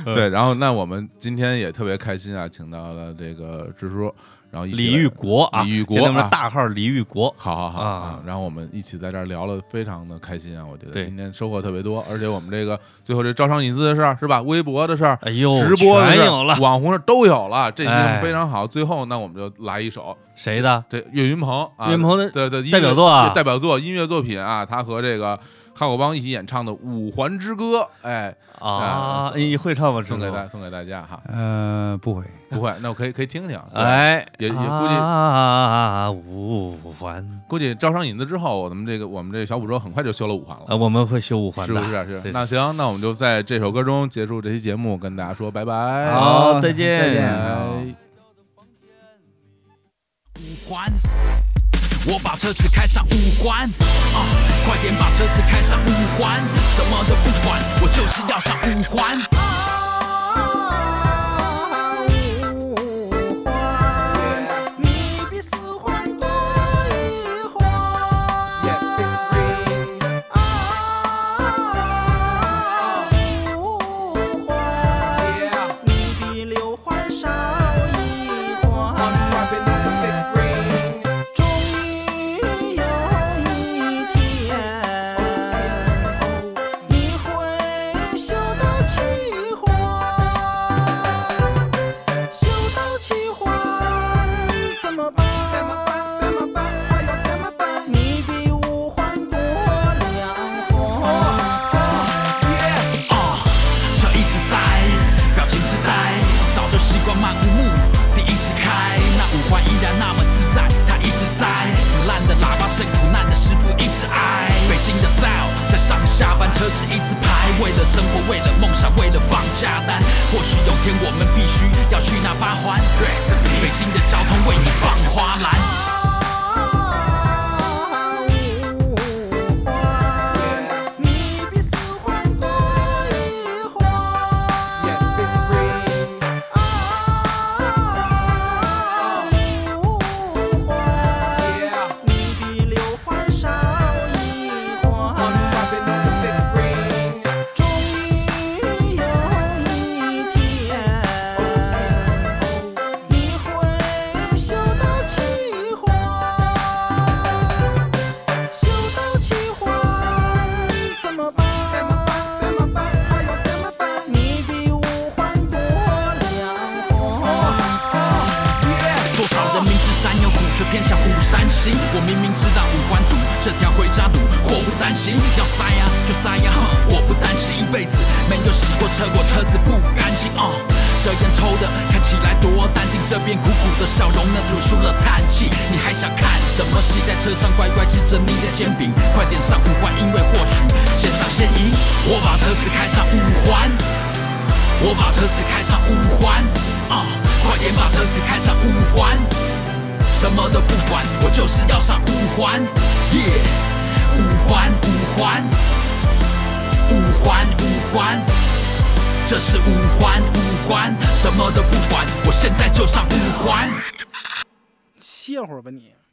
Speaker 2: 嗯
Speaker 1: 对，然后那我们今天也特别开心啊，请到了这个支书，然后一起
Speaker 2: 李
Speaker 1: 来
Speaker 2: 玉国啊，
Speaker 1: 李玉国
Speaker 2: 现在我们
Speaker 1: 啊
Speaker 2: 的大号李玉国，
Speaker 1: 好好好嗯
Speaker 2: 啊
Speaker 1: 然后我们一起在这儿聊了，非常的开心啊！我觉得
Speaker 2: 对
Speaker 1: 今天收获特别多，而且我们这个最后这招商引资的事儿是吧？微博的事儿，
Speaker 2: 哎呦，
Speaker 1: 直播的
Speaker 2: 全
Speaker 1: 事儿，
Speaker 2: 有了，
Speaker 1: 网红事儿都有了，这些
Speaker 2: 哎
Speaker 1: 非常好。最后那我们就来一首
Speaker 2: 谁的？
Speaker 1: 这岳云鹏啊，
Speaker 2: 岳云鹏的
Speaker 1: 对对音
Speaker 2: 代表
Speaker 1: 乐
Speaker 2: 作啊
Speaker 1: 代表作音乐作品啊，他和这个汉口帮一起演唱的《五环之歌》， *laughs* 哎，
Speaker 2: 啊
Speaker 1: 啊，
Speaker 2: 你会唱吗？
Speaker 1: 送给
Speaker 2: 志
Speaker 1: 大
Speaker 2: 龙
Speaker 1: 送给大家哈。
Speaker 3: 呃，不会，
Speaker 1: 不会，那我可以可以听听，啊对，
Speaker 2: 哎，
Speaker 1: 也也估计
Speaker 2: 啊，五环
Speaker 1: 估计招商引资之后，咱们这个我们这个小捕捉很快就修了五环了
Speaker 2: 啊，。我们会修五环
Speaker 1: 是
Speaker 2: 的
Speaker 1: 不，是？啊是
Speaker 2: 对
Speaker 1: 那行，那我们就在这首歌中结束这期节目，跟大家说拜拜。
Speaker 2: 好，再
Speaker 3: 再
Speaker 2: 见
Speaker 1: 拜。
Speaker 5: 五环，我把车子开上五环，啊，快点把车子开上五环，什么都不管，我就是要上五环。
Speaker 6: 啊，五环，你
Speaker 5: 车是一字排，为了生活，为了梦想，为了放假单。或许有天我们必须要去那八环，北京的交通为你放花篮。
Speaker 6: 五环，你比四环多一环。啊，五环，你比六环少一环。终于有一天，你会修到七环，修到七环怎么办？怎么办？怎么办？哎呦怎么办？你比五环多两环。
Speaker 5: 多少人明知山有虎，却偏向虎山行。我明明知道五环堵，这条回家路祸不单行。要塞呀、就塞呀、哼，我不担心。一辈子没有洗过车，我车子不甘心啊。这烟抽的看起来多淡定，这边苦苦的笑容呢吐出了叹气。你还想看什么戏？在车上乖乖吃着你的煎饼，快点上五环，因为或许线上现赢。我把车子开上五环。我把车子开上五环，啊，快点把车子开上五环，什么都不管，我就是要上五环，耶、五环五环，五环五环，这是五环五环，什么都不管，我现在就上五环。
Speaker 7: 歇会儿吧你。